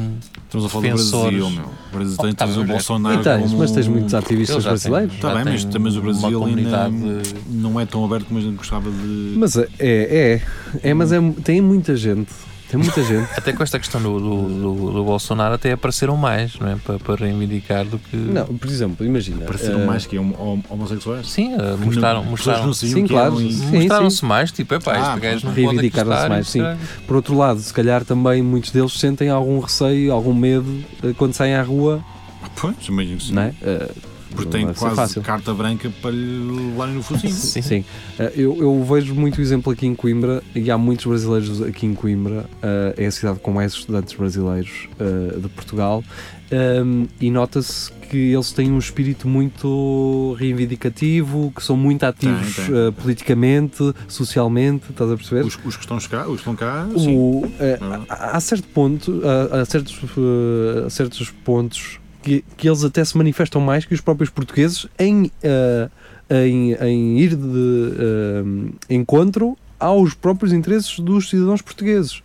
[SPEAKER 4] Estamos a falar
[SPEAKER 3] defensores.
[SPEAKER 4] do Brasil, meu. O Brasil
[SPEAKER 3] Oh,
[SPEAKER 4] tem
[SPEAKER 3] tá
[SPEAKER 4] tens o
[SPEAKER 3] bem,
[SPEAKER 4] Bolsonaro.
[SPEAKER 2] e é tens,
[SPEAKER 4] como
[SPEAKER 2] mas tens
[SPEAKER 4] um-
[SPEAKER 2] muitos
[SPEAKER 3] Eles
[SPEAKER 2] ativistas
[SPEAKER 3] já têm-
[SPEAKER 2] brasileiros.
[SPEAKER 4] Tá
[SPEAKER 3] já
[SPEAKER 4] bem, mas
[SPEAKER 3] têm
[SPEAKER 4] também o Brasil
[SPEAKER 3] uma
[SPEAKER 4] ainda-
[SPEAKER 3] comunidade-
[SPEAKER 4] Não é tão aberto como a gente gostava de.
[SPEAKER 2] Mas é, é, é, é, mas é, tem muita gente. Tem muita gente.
[SPEAKER 3] Até com esta questão do, do, do- do Bolsonaro, até apareceram mais, não é? Para, para reivindicar do
[SPEAKER 2] (laughs)
[SPEAKER 3] que.
[SPEAKER 2] Não, por exemplo, imagina.
[SPEAKER 4] Pareceram
[SPEAKER 2] eh,
[SPEAKER 4] mais que hom- hom- homossexuais.
[SPEAKER 3] Sim, eh, mostraram.
[SPEAKER 4] Não-
[SPEAKER 3] mostraram
[SPEAKER 4] pessoas não sabiam
[SPEAKER 2] Sim,
[SPEAKER 4] que eram
[SPEAKER 2] claro.
[SPEAKER 4] e-
[SPEAKER 2] Sim,
[SPEAKER 3] Mostraram-se mais, tipo, epá,
[SPEAKER 4] Ah,
[SPEAKER 3] este gajo não pode aqui
[SPEAKER 2] reivindicaram-se
[SPEAKER 3] estar,
[SPEAKER 2] mais,
[SPEAKER 3] isto
[SPEAKER 2] sim.
[SPEAKER 3] é-
[SPEAKER 2] Por outro lado, se calhar também muitos deles sentem algum receio, algum medo eh, quando saem à rua,
[SPEAKER 4] Pois, imagino que sim.
[SPEAKER 2] não é? Eh,
[SPEAKER 4] Porque
[SPEAKER 2] Não
[SPEAKER 4] tem
[SPEAKER 2] deve ser
[SPEAKER 4] quase
[SPEAKER 2] fácil.
[SPEAKER 4] carta branca para lhe levarem no
[SPEAKER 2] (laughs)
[SPEAKER 4] focinho.
[SPEAKER 2] Sim. Eh, Eu, eu vejo muito exemplo aqui em Coimbra e há muitos brasileiros aqui em Coimbra. eh, é a cidade com mais estudantes brasileiros eh, de Portugal. ehm, e nota-se que eles têm um espírito muito reivindicativo, que são muito ativos
[SPEAKER 4] Tem, tem.
[SPEAKER 2] eh, politicamente, socialmente. Estás a perceber?
[SPEAKER 4] Os, os que estão cá, os que estão cá, sim. Hum.
[SPEAKER 2] O, eh,
[SPEAKER 4] Não.
[SPEAKER 2] há, há certo ponto, há, há certos, eh, há certos pontos que, que eles até se manifestam mais que os próprios portugueses em, eh, em, em ir de eh, encontro aos próprios interesses dos cidadãos portugueses.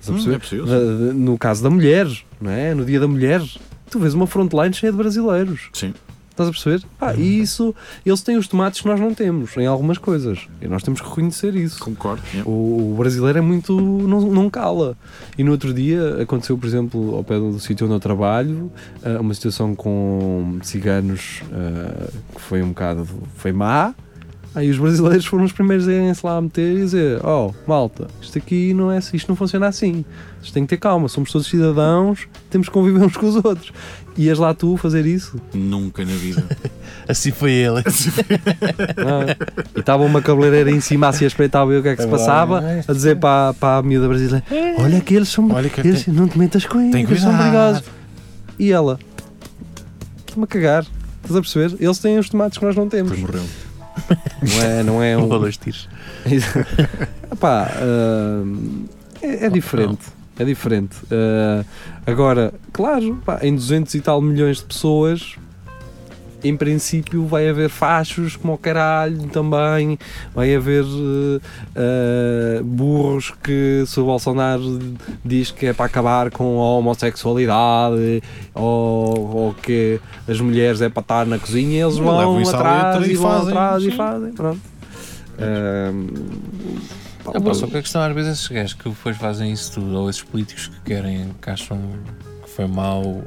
[SPEAKER 2] Estás a
[SPEAKER 4] Hum,
[SPEAKER 2] perceber?
[SPEAKER 4] é possível.
[SPEAKER 2] Da- da- no caso da mulher, não é? no dia da mulher, tu vês uma frontline cheia de brasileiros.
[SPEAKER 4] Sim.
[SPEAKER 2] Estás a perceber?
[SPEAKER 4] Hum.
[SPEAKER 2] Ah, e isso, eles têm os tomates que nós não temos em algumas coisas. E nós temos que reconhecer isso.
[SPEAKER 4] Concordo. yeah.
[SPEAKER 2] O, o brasileiro é muito. Não, não cala. E no outro dia aconteceu, por exemplo, ao pé do sítio onde eu trabalho, ah, uma situação com ciganos ah, que foi um bocado. foi má. Aí os brasileiros foram os primeiros a irem-se lá meter e dizer: Oh, malta, isto aqui não é assim, isto não funciona assim. Vocês têm que ter calma, somos todos cidadãos, temos que conviver uns com os outros. Ias lá tu fazer isso?
[SPEAKER 4] Nunca na vida.
[SPEAKER 3] Assim foi ele.
[SPEAKER 2] Não é? E estava uma cabeleireira em cima assim a espreitar a ver o que é que se passava,
[SPEAKER 4] Ah,
[SPEAKER 2] a dizer para, para a miúda brasileira: Olha que eles são.
[SPEAKER 4] É. Olha que
[SPEAKER 2] eles não te metas com eles,
[SPEAKER 4] tem
[SPEAKER 2] eles são
[SPEAKER 4] cuidado."
[SPEAKER 2] perigosos. E ela: Estou-me a cagar. Estás a perceber? Eles têm os tomates que nós não temos.
[SPEAKER 4] Depois morreu.
[SPEAKER 2] Não é, não é
[SPEAKER 3] Um ou
[SPEAKER 2] um.
[SPEAKER 3] dois tiros.
[SPEAKER 2] Epá, hum, é, é diferente. É diferente. Uh, agora, claro, pá, em 200 e tal milhões de pessoas, em princípio, vai haver fachos como o caralho também, vai haver uh, uh, burros que, se o Bolsonaro diz que é para acabar com a homossexualidade ou, ou que as mulheres é para estar na cozinha, eles
[SPEAKER 4] Não,
[SPEAKER 2] vão
[SPEAKER 4] levam isso à
[SPEAKER 2] atrás
[SPEAKER 4] letra
[SPEAKER 2] e,
[SPEAKER 4] e
[SPEAKER 2] vão
[SPEAKER 4] fazem,
[SPEAKER 2] atrás e
[SPEAKER 4] sim.
[SPEAKER 2] fazem. Pronto. Um,
[SPEAKER 3] Ah, pá, só que a questão às vezes esses gajos que depois fazem isso tudo, ou esses políticos que querem, que acham que foi mau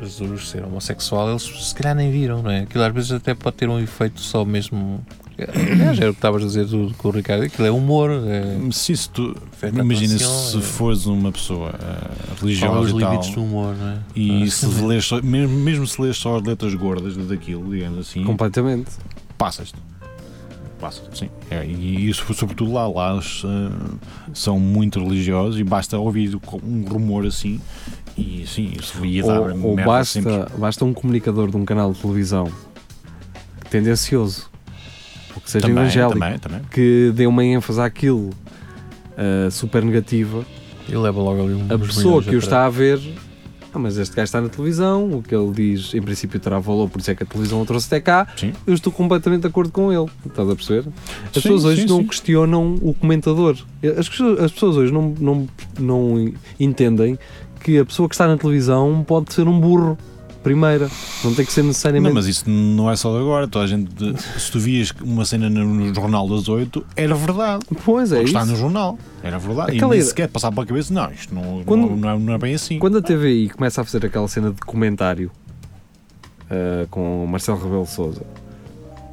[SPEAKER 3] Jesus ser homossexual, eles se calhar nem viram, não é? Aquilo às vezes até pode ter um efeito só mesmo. é, Aliás, era o que estavas a dizer do, com o Ricardo, aquilo é humor, é
[SPEAKER 4] Se isso tu,
[SPEAKER 3] efeito
[SPEAKER 4] imagina se
[SPEAKER 3] atração, é-
[SPEAKER 4] fores uma pessoa eh,
[SPEAKER 3] Fala os
[SPEAKER 4] religiosa e tal,
[SPEAKER 3] limites do humor, não é?
[SPEAKER 4] e se lês só, mesmo, mesmo se lês só as letras gordas daquilo, digamos assim,
[SPEAKER 2] completamente.
[SPEAKER 4] passas-te. Passas-te, sim. É, e isso foi sobretudo lá. Lá eles eh, são muito religiosos e basta ouvir co- um rumor assim e sim, isso ia dar
[SPEAKER 2] ou, ou
[SPEAKER 4] merda sempre.
[SPEAKER 2] basta, basta um comunicador de um canal de televisão tendencioso, ou que seja
[SPEAKER 4] Também,
[SPEAKER 2] evangélico,
[SPEAKER 4] também, também.
[SPEAKER 2] que dê uma ênfase àquilo ah, super negativa,
[SPEAKER 3] E leva logo ali um
[SPEAKER 2] a pessoa que o está a ver. Ah, mas este gajo está na televisão, o que ele diz em princípio terá valor, por isso é que a televisão o trouxe até cá.
[SPEAKER 4] Sim.
[SPEAKER 2] Eu estou completamente de acordo com ele, estás a perceber? As
[SPEAKER 4] Sim,
[SPEAKER 2] pessoas hoje
[SPEAKER 4] sim,
[SPEAKER 2] não
[SPEAKER 4] sim.
[SPEAKER 2] questionam o comentador. As, pessoas- as pessoas hoje não, não, não entendem que a pessoa que está na televisão pode ser um burro, primeira. Não tem que ser
[SPEAKER 4] Não,
[SPEAKER 2] necessariamente.
[SPEAKER 4] mas isso não é só de agora. Toda a gente, se tu vias uma cena no jornal das oito, era verdade.
[SPEAKER 2] Pois é
[SPEAKER 4] Porque
[SPEAKER 2] isso.
[SPEAKER 4] está no jornal. Era verdade.
[SPEAKER 2] Aquela
[SPEAKER 4] e nem
[SPEAKER 2] ideia-
[SPEAKER 4] sequer passava pela cabeça, não, isto não,
[SPEAKER 2] Quando-
[SPEAKER 4] não, é, não é bem assim.
[SPEAKER 2] Quando a TVI começa a fazer aquela cena de comentário ah, com o Marcelo Rebelo de Sousa,
[SPEAKER 4] Ah.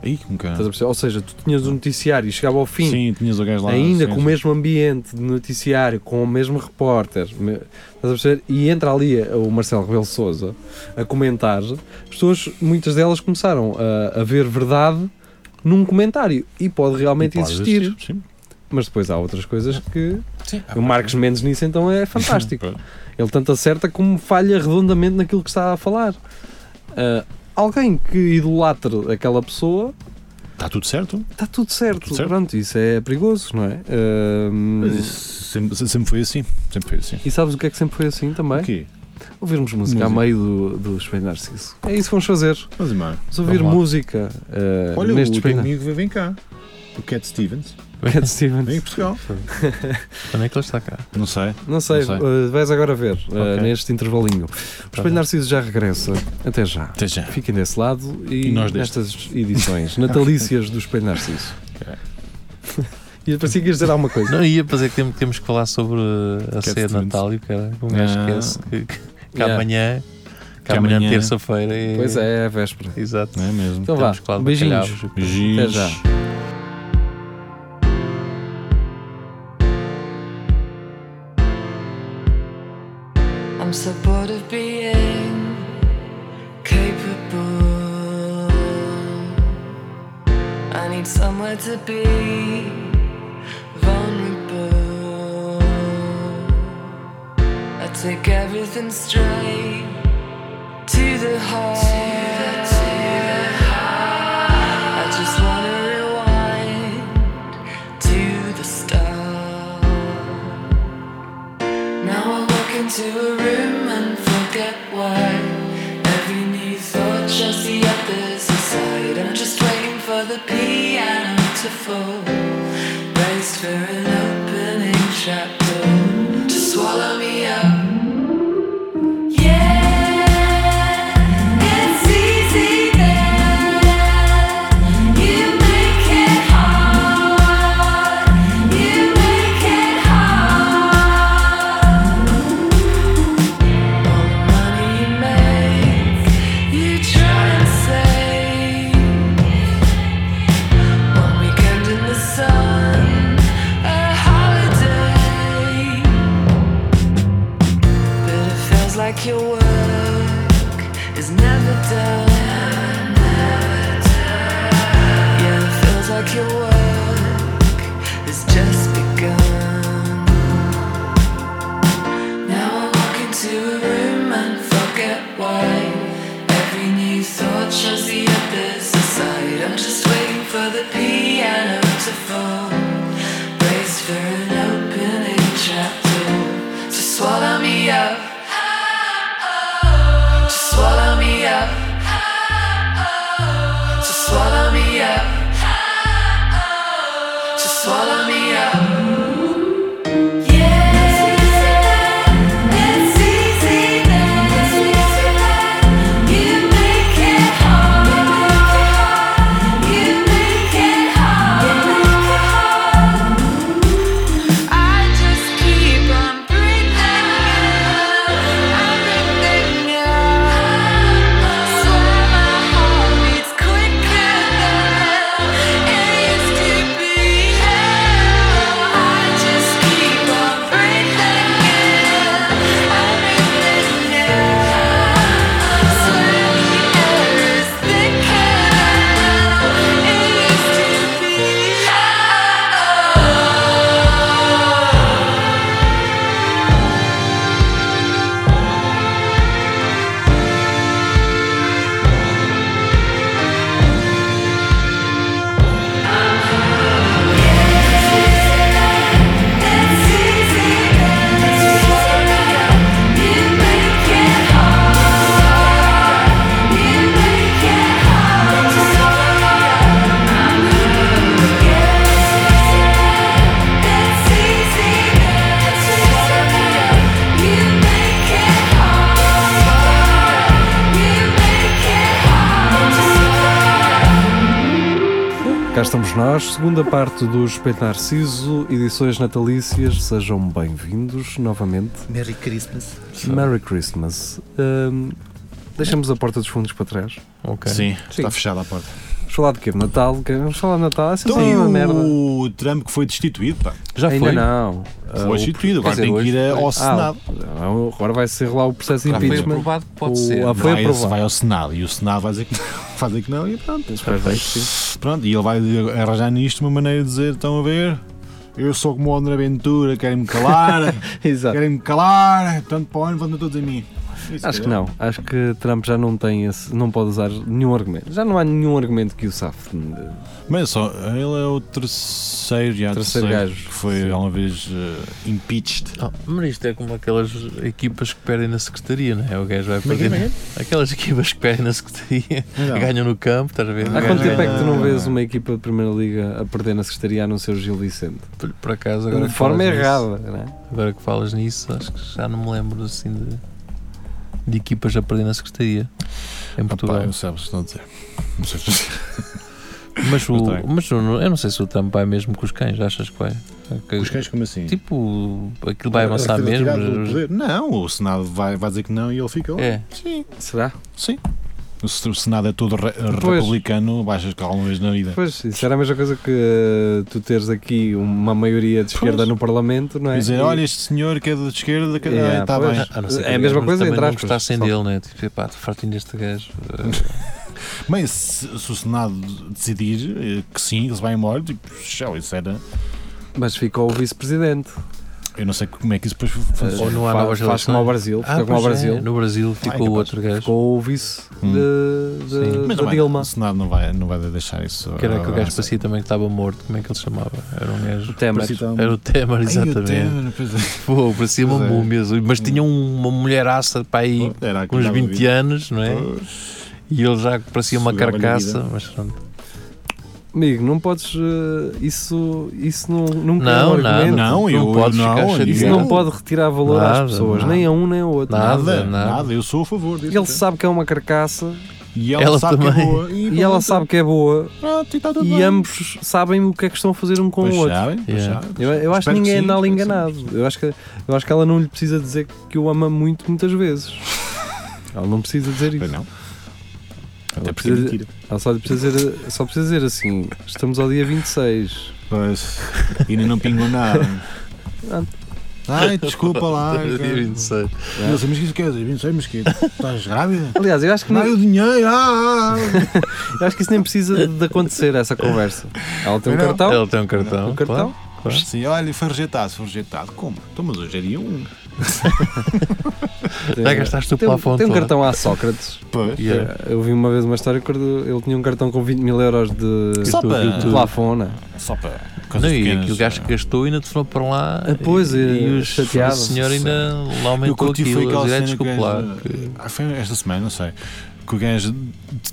[SPEAKER 4] Aí, como que é?
[SPEAKER 2] estás a perceber? ou seja, tu tinhas um noticiário e chegava ao fim.
[SPEAKER 4] Sim, tinhas o gajo lá.
[SPEAKER 2] ainda
[SPEAKER 4] sim,
[SPEAKER 2] com o mesmo ambiente de noticiário, com o mesmo repórter, me- estás a perceber? E entra ali eh, o Marcelo Rebelo Souza a comentar, as pessoas, muitas delas começaram a, a ver verdade num comentário e pode realmente
[SPEAKER 4] Pode
[SPEAKER 2] existir.
[SPEAKER 4] Sim.
[SPEAKER 2] Mas depois há outras coisas que.
[SPEAKER 3] Sim,
[SPEAKER 4] É
[SPEAKER 2] O Marcos Mendes nisso então
[SPEAKER 4] (laughs)
[SPEAKER 2] é fantástico.
[SPEAKER 4] Pronto.
[SPEAKER 2] Ele tanto acerta como falha redondamente naquilo que está a falar. Ah, alguém que idolatre aquela pessoa.
[SPEAKER 4] Está tá tudo certo?
[SPEAKER 2] Está tudo certo.
[SPEAKER 4] Tudo certo.
[SPEAKER 2] Pronto, isso é perigoso, não é? Ah,
[SPEAKER 4] Mas isso sempre, sempre foi assim. Sempre foi assim.
[SPEAKER 2] E sabes o que é que sempre foi assim também?
[SPEAKER 4] O quê?
[SPEAKER 2] Ouvirmos música a
[SPEAKER 4] Música.
[SPEAKER 2] meio do, do Espelho Narciso. É isso que vamos fazer.
[SPEAKER 4] Mas, mano,
[SPEAKER 2] Vamos ouvir
[SPEAKER 4] Vamos lá.
[SPEAKER 2] música eh,
[SPEAKER 4] olha,
[SPEAKER 2] neste
[SPEAKER 4] o teu
[SPEAKER 2] Espelho Narciso.
[SPEAKER 4] amigo vem cá. O Cat Stevens.
[SPEAKER 3] um
[SPEAKER 4] (laughs)
[SPEAKER 2] Cat
[SPEAKER 4] Vem a
[SPEAKER 2] Stevens.
[SPEAKER 4] Portugal.
[SPEAKER 3] Quando é que ele está cá?
[SPEAKER 4] Não sei.
[SPEAKER 2] Não sei,
[SPEAKER 4] Não sei.
[SPEAKER 2] eh, vais agora ver eh,
[SPEAKER 4] Ok. Tá
[SPEAKER 2] neste intervalinho. O Espelho
[SPEAKER 3] bem.
[SPEAKER 2] Narciso já regressa. Até já.
[SPEAKER 4] Até já.
[SPEAKER 2] Fiquem desse lado e,
[SPEAKER 4] E nós deste.
[SPEAKER 2] nestas edições
[SPEAKER 4] (laughs)
[SPEAKER 2] natalícias do Espelho Narciso. (laughs) E parecia que ias dizer alguma coisa.
[SPEAKER 3] Não ia, pois é que temos, temos que falar sobre a
[SPEAKER 4] Esquece
[SPEAKER 3] ceia de
[SPEAKER 4] de menos.
[SPEAKER 3] Natal e o cara, um gajo
[SPEAKER 4] Ah.
[SPEAKER 3] esquece que, que, que
[SPEAKER 2] Yeah.
[SPEAKER 3] amanhã, que,
[SPEAKER 4] Que
[SPEAKER 3] amanhã,
[SPEAKER 4] amanhã.
[SPEAKER 3] terça-feira é.
[SPEAKER 2] Pois é, é a véspera.
[SPEAKER 3] Exato.
[SPEAKER 4] Não é mesmo?
[SPEAKER 2] Então vá,
[SPEAKER 3] Temos que falar de
[SPEAKER 2] beijinhos.
[SPEAKER 3] bacalhau.
[SPEAKER 2] Até
[SPEAKER 4] Beijinhos.
[SPEAKER 2] já.
[SPEAKER 6] I'm so bored of being capable. need somewhere to be vulnerable. I take everything straight to the heart. I just wanna rewind to the start. Now I walk into a room and forget why. Every new thought shows the others aside. I'm just waiting for the piano to fall. Braced for an opening chapter to swallow me up. Yeah, it's easy there. You make it hard. You make it hard. All the money you make, you try and save. One weekend in the sun, a holiday. But it feels like your work is never done. Yeah, it feels like your work has just begun. Now I walk into a room and forget why. Every new thought shows the others aside. I'm just waiting for the piano to fall. Brace for an opening chapter to swallow me up. To swallow me up. To swallow me up. To swallow me up. It's easy then. You make it hard. You make it hard. I just keep on breathing I'm breathing out. Swear my heart beats quicker than it used to be. I just keep on breathing I'm breathing out. Swear the air is thicker than it used to be. It's easy You make it hard. You make it hard. I'm It's easy You make it hard. You make it hard.
[SPEAKER 2] Cá estamos nós, segunda parte do Espeto Narciso, edições natalícias, sejam bem-vindos novamente.
[SPEAKER 7] Merry Christmas.
[SPEAKER 2] Merry Christmas. Hum, deixamos a porta dos fundos para trás.
[SPEAKER 3] Ok.
[SPEAKER 4] Sim,
[SPEAKER 2] Sim.
[SPEAKER 4] está fechada a porta.
[SPEAKER 2] Vamos falar de quê? De Natal? Que- Vamos falar de Natal? É sempre
[SPEAKER 4] Então,
[SPEAKER 2] uma merda.
[SPEAKER 4] o Trump que foi destituído, pá.
[SPEAKER 3] Já
[SPEAKER 2] Ainda
[SPEAKER 3] foi?
[SPEAKER 2] não. Ah,
[SPEAKER 4] Foi
[SPEAKER 2] o-
[SPEAKER 4] destituído, agora
[SPEAKER 3] dizer,
[SPEAKER 4] tem que
[SPEAKER 3] hoje
[SPEAKER 4] ir a-
[SPEAKER 3] foi.
[SPEAKER 4] ao Senado.
[SPEAKER 2] Ah, não, Agora vai ser lá o processo de
[SPEAKER 3] Já foi
[SPEAKER 2] impeachment.
[SPEAKER 3] aprovado, pode
[SPEAKER 2] O-
[SPEAKER 3] ser.
[SPEAKER 2] a- Ah, Foi
[SPEAKER 4] vai,
[SPEAKER 2] aprovado.
[SPEAKER 4] vai ao Senado e o Senado vai dizer que (laughs) não, vai dizer que não e pronto.
[SPEAKER 2] Espero bem que sim.
[SPEAKER 4] Pronto, e ele vai arranjar nisto uma maneira de dizer: estão a ver? Eu sou como o André Ventura, querem-me calar,
[SPEAKER 2] (laughs) Exato.
[SPEAKER 4] querem-me calar, portanto, para o ano vão todos a mim. Isso, é.
[SPEAKER 2] Acho que
[SPEAKER 4] calhar.
[SPEAKER 2] não. Acho que Trump já não tem esse. Não pode usar nenhum argumento. Já não há nenhum argumento que o safe.
[SPEAKER 4] Mas só, ele é o terceiro, já
[SPEAKER 2] Terceiro
[SPEAKER 4] terceiro,
[SPEAKER 2] gajo.
[SPEAKER 4] gajo que foi alguma vez eh, impeached.
[SPEAKER 3] Ah, mas isto é como aquelas equipas que perdem na secretaria, não é? O gajo vai perder. Aquelas equipas que perdem na secretaria
[SPEAKER 4] (laughs) Não.
[SPEAKER 3] ganham no campo, estás a ver? O
[SPEAKER 2] Há
[SPEAKER 3] gajo
[SPEAKER 2] quanto tempo é que tu
[SPEAKER 3] ganha-
[SPEAKER 2] não vês uma equipa de Primeira Liga a perder na secretaria a não ser o Gil Vicente?
[SPEAKER 3] Por, por acaso, agora.
[SPEAKER 2] De
[SPEAKER 3] que
[SPEAKER 2] Um forma
[SPEAKER 3] falas nisso-
[SPEAKER 2] errada, não é?
[SPEAKER 3] agora que falas nisso, acho que já não me lembro assim de, de equipas a perder na secretaria em Portugal.
[SPEAKER 4] Opa, eu sei o que estão a dizer. Não sei o que estão a dizer.
[SPEAKER 3] Mas, o,
[SPEAKER 4] Mas tem.
[SPEAKER 3] mas eu não- eu não sei se o Trump vai mesmo com os cães, achas que vai? Que-
[SPEAKER 4] Os cães, como assim?
[SPEAKER 3] Tipo, aquilo vai avançar mesmo.
[SPEAKER 4] Retirado é do
[SPEAKER 3] os-
[SPEAKER 4] poder? Não, o Senado vai, vai dizer que não e ele fica lá.
[SPEAKER 3] É,
[SPEAKER 4] Sim,
[SPEAKER 2] Será?
[SPEAKER 4] sim. O Se- o Senado é todo re-
[SPEAKER 2] Pois.
[SPEAKER 4] republicano, baixas que alguma vez na vida.
[SPEAKER 2] Pois, isso era a mesma coisa que eh, tu teres aqui uma maioria de esquerda
[SPEAKER 4] Pois.
[SPEAKER 2] no Parlamento, não é?
[SPEAKER 4] E dizer,
[SPEAKER 2] E-
[SPEAKER 4] olha, este senhor que é da esquerda, que
[SPEAKER 2] Yeah,
[SPEAKER 4] está
[SPEAKER 2] pois.
[SPEAKER 4] bem.
[SPEAKER 3] a- a não ser que
[SPEAKER 2] É a
[SPEAKER 3] o
[SPEAKER 2] mesma
[SPEAKER 3] gajo
[SPEAKER 2] coisa,
[SPEAKER 3] também
[SPEAKER 2] entre
[SPEAKER 3] não
[SPEAKER 2] aspas,
[SPEAKER 3] gostassem
[SPEAKER 2] só.
[SPEAKER 3] dele, né? Tipo, pá, fartinho deste gajo.
[SPEAKER 4] Bem, se, se o Senado decidir eh, que sim, ele se vai embora, tipo, shell, isso era.
[SPEAKER 2] Mas ficou o vice-presidente.
[SPEAKER 4] Eu não sei como é que isso depois funciona.
[SPEAKER 3] Ou não há
[SPEAKER 2] Fa-
[SPEAKER 3] novas
[SPEAKER 2] Faz como ao Brasil.
[SPEAKER 3] Ah,
[SPEAKER 2] fica como ao
[SPEAKER 3] pois é,
[SPEAKER 2] Brasil.
[SPEAKER 3] No Brasil ficou
[SPEAKER 4] capaz.
[SPEAKER 3] o outro gajo.
[SPEAKER 2] Ficou o vice
[SPEAKER 4] Hum.
[SPEAKER 2] de, de-
[SPEAKER 3] Sim.
[SPEAKER 4] Mas
[SPEAKER 2] Eh, da
[SPEAKER 4] não vai-
[SPEAKER 2] Dilma.
[SPEAKER 4] o Senado não vai, não vai deixar isso.
[SPEAKER 3] Que era
[SPEAKER 2] Ah,
[SPEAKER 3] aquele gajo
[SPEAKER 4] avançar.
[SPEAKER 3] parecia também que estava morto. Como é que ele se chamava? Era um gajo.
[SPEAKER 2] Temer.
[SPEAKER 4] Parecia tão-
[SPEAKER 3] Era o Temer,
[SPEAKER 4] Ai, eu
[SPEAKER 3] exatamente.
[SPEAKER 4] tenho, pois é.
[SPEAKER 3] Pô, parecia uma
[SPEAKER 4] Pois é.
[SPEAKER 3] múmia, mas tinha um- uma mulheraça para aí
[SPEAKER 4] Era
[SPEAKER 3] com uns 20 anos, não é? E ele já parecia uma
[SPEAKER 4] Sugava-lhe a
[SPEAKER 3] carcaça, mas pronto.
[SPEAKER 2] Amigo, não podes. eh, isso isso não, nunca é
[SPEAKER 3] Não,
[SPEAKER 2] um
[SPEAKER 3] não,
[SPEAKER 2] argumento.
[SPEAKER 4] Não, eu
[SPEAKER 3] não podes
[SPEAKER 4] não,
[SPEAKER 3] ficar
[SPEAKER 4] eu
[SPEAKER 2] Isso
[SPEAKER 3] chateado.
[SPEAKER 4] digo-
[SPEAKER 2] não pode retirar valor
[SPEAKER 3] Nada,
[SPEAKER 2] às pessoas,
[SPEAKER 3] nada.
[SPEAKER 2] nem a um nem ao outro.
[SPEAKER 3] Nada,
[SPEAKER 4] Nada,
[SPEAKER 3] nada.
[SPEAKER 4] nada, eu sou a favor disso.
[SPEAKER 2] Ele sabe que é uma carcaça
[SPEAKER 4] E ela,
[SPEAKER 3] Ela
[SPEAKER 4] sabe que
[SPEAKER 3] também.
[SPEAKER 4] é boa.
[SPEAKER 2] e ela sabe que é boa
[SPEAKER 4] Pronto, e
[SPEAKER 3] Tá
[SPEAKER 4] está tudo
[SPEAKER 2] e
[SPEAKER 4] bem.
[SPEAKER 2] ambos sabem o que é que estão a fazer um com
[SPEAKER 4] Pois
[SPEAKER 2] o outro.
[SPEAKER 4] sabem, pois
[SPEAKER 3] Yeah.
[SPEAKER 4] sabem.
[SPEAKER 2] Eu, eu acho que
[SPEAKER 4] Espero que
[SPEAKER 2] ninguém
[SPEAKER 4] sim,
[SPEAKER 2] anda ali
[SPEAKER 4] espero que
[SPEAKER 2] enganado. Eu acho, que, eu acho que ela não lhe precisa dizer que o ama muito, muitas vezes. Ela não precisa dizer
[SPEAKER 4] Pois
[SPEAKER 2] isso.
[SPEAKER 4] não. Até
[SPEAKER 2] Ela
[SPEAKER 4] porque é
[SPEAKER 2] precisa-
[SPEAKER 4] mentira.
[SPEAKER 2] Ela só, lhe precisa dizer, só precisa dizer assim: estamos ao dia 26.
[SPEAKER 4] Pois, ainda não pingou nada.
[SPEAKER 2] Pronto.
[SPEAKER 4] Ai, desculpa
[SPEAKER 3] (laughs)
[SPEAKER 4] lá.
[SPEAKER 3] Dia
[SPEAKER 4] cara.
[SPEAKER 3] 26.
[SPEAKER 4] Não sei, mas o que isso quer dizer? 26, é mas que estás
[SPEAKER 3] (laughs)
[SPEAKER 4] grávida?
[SPEAKER 2] Aliás, eu acho que,
[SPEAKER 4] Não,
[SPEAKER 2] nem,
[SPEAKER 4] o dinheiro, ah, ah,
[SPEAKER 2] eu acho que isso nem precisa de acontecer, essa conversa. Ela tem um
[SPEAKER 4] Não.
[SPEAKER 2] cartão.
[SPEAKER 3] Ele tem um cartão.
[SPEAKER 2] Um cartão?
[SPEAKER 3] claro.
[SPEAKER 4] ah. Sim, olha, foi rejeitado, foi rejeitado. Como? Então, mas hoje é dia 1.
[SPEAKER 3] Já gastaste o
[SPEAKER 2] Tem, um-
[SPEAKER 3] plafond
[SPEAKER 2] tem um
[SPEAKER 4] é?
[SPEAKER 3] todo. é.
[SPEAKER 2] cartão à Sócrates.
[SPEAKER 4] Pois.
[SPEAKER 3] Yeah.
[SPEAKER 2] Eu vi uma vez uma história que ele tinha um cartão com 20 mil euros de,
[SPEAKER 4] Só para-
[SPEAKER 2] de plafona.
[SPEAKER 4] Só para
[SPEAKER 3] Não,
[SPEAKER 4] coisas
[SPEAKER 3] e
[SPEAKER 4] pequenas.
[SPEAKER 3] aquele gajo é que gastou ainda te foram para lá.
[SPEAKER 2] Ah, pois,
[SPEAKER 3] e,
[SPEAKER 2] é,
[SPEAKER 3] e os,
[SPEAKER 2] chateado.
[SPEAKER 3] o senhor ainda lá
[SPEAKER 4] Eu
[SPEAKER 3] aumentou
[SPEAKER 4] curti foi
[SPEAKER 3] aquilo, os
[SPEAKER 4] aquela
[SPEAKER 3] direitos
[SPEAKER 4] cena que o gajo,
[SPEAKER 3] populares. que-
[SPEAKER 4] ah, Foi esta semana, não sei. Que o gajo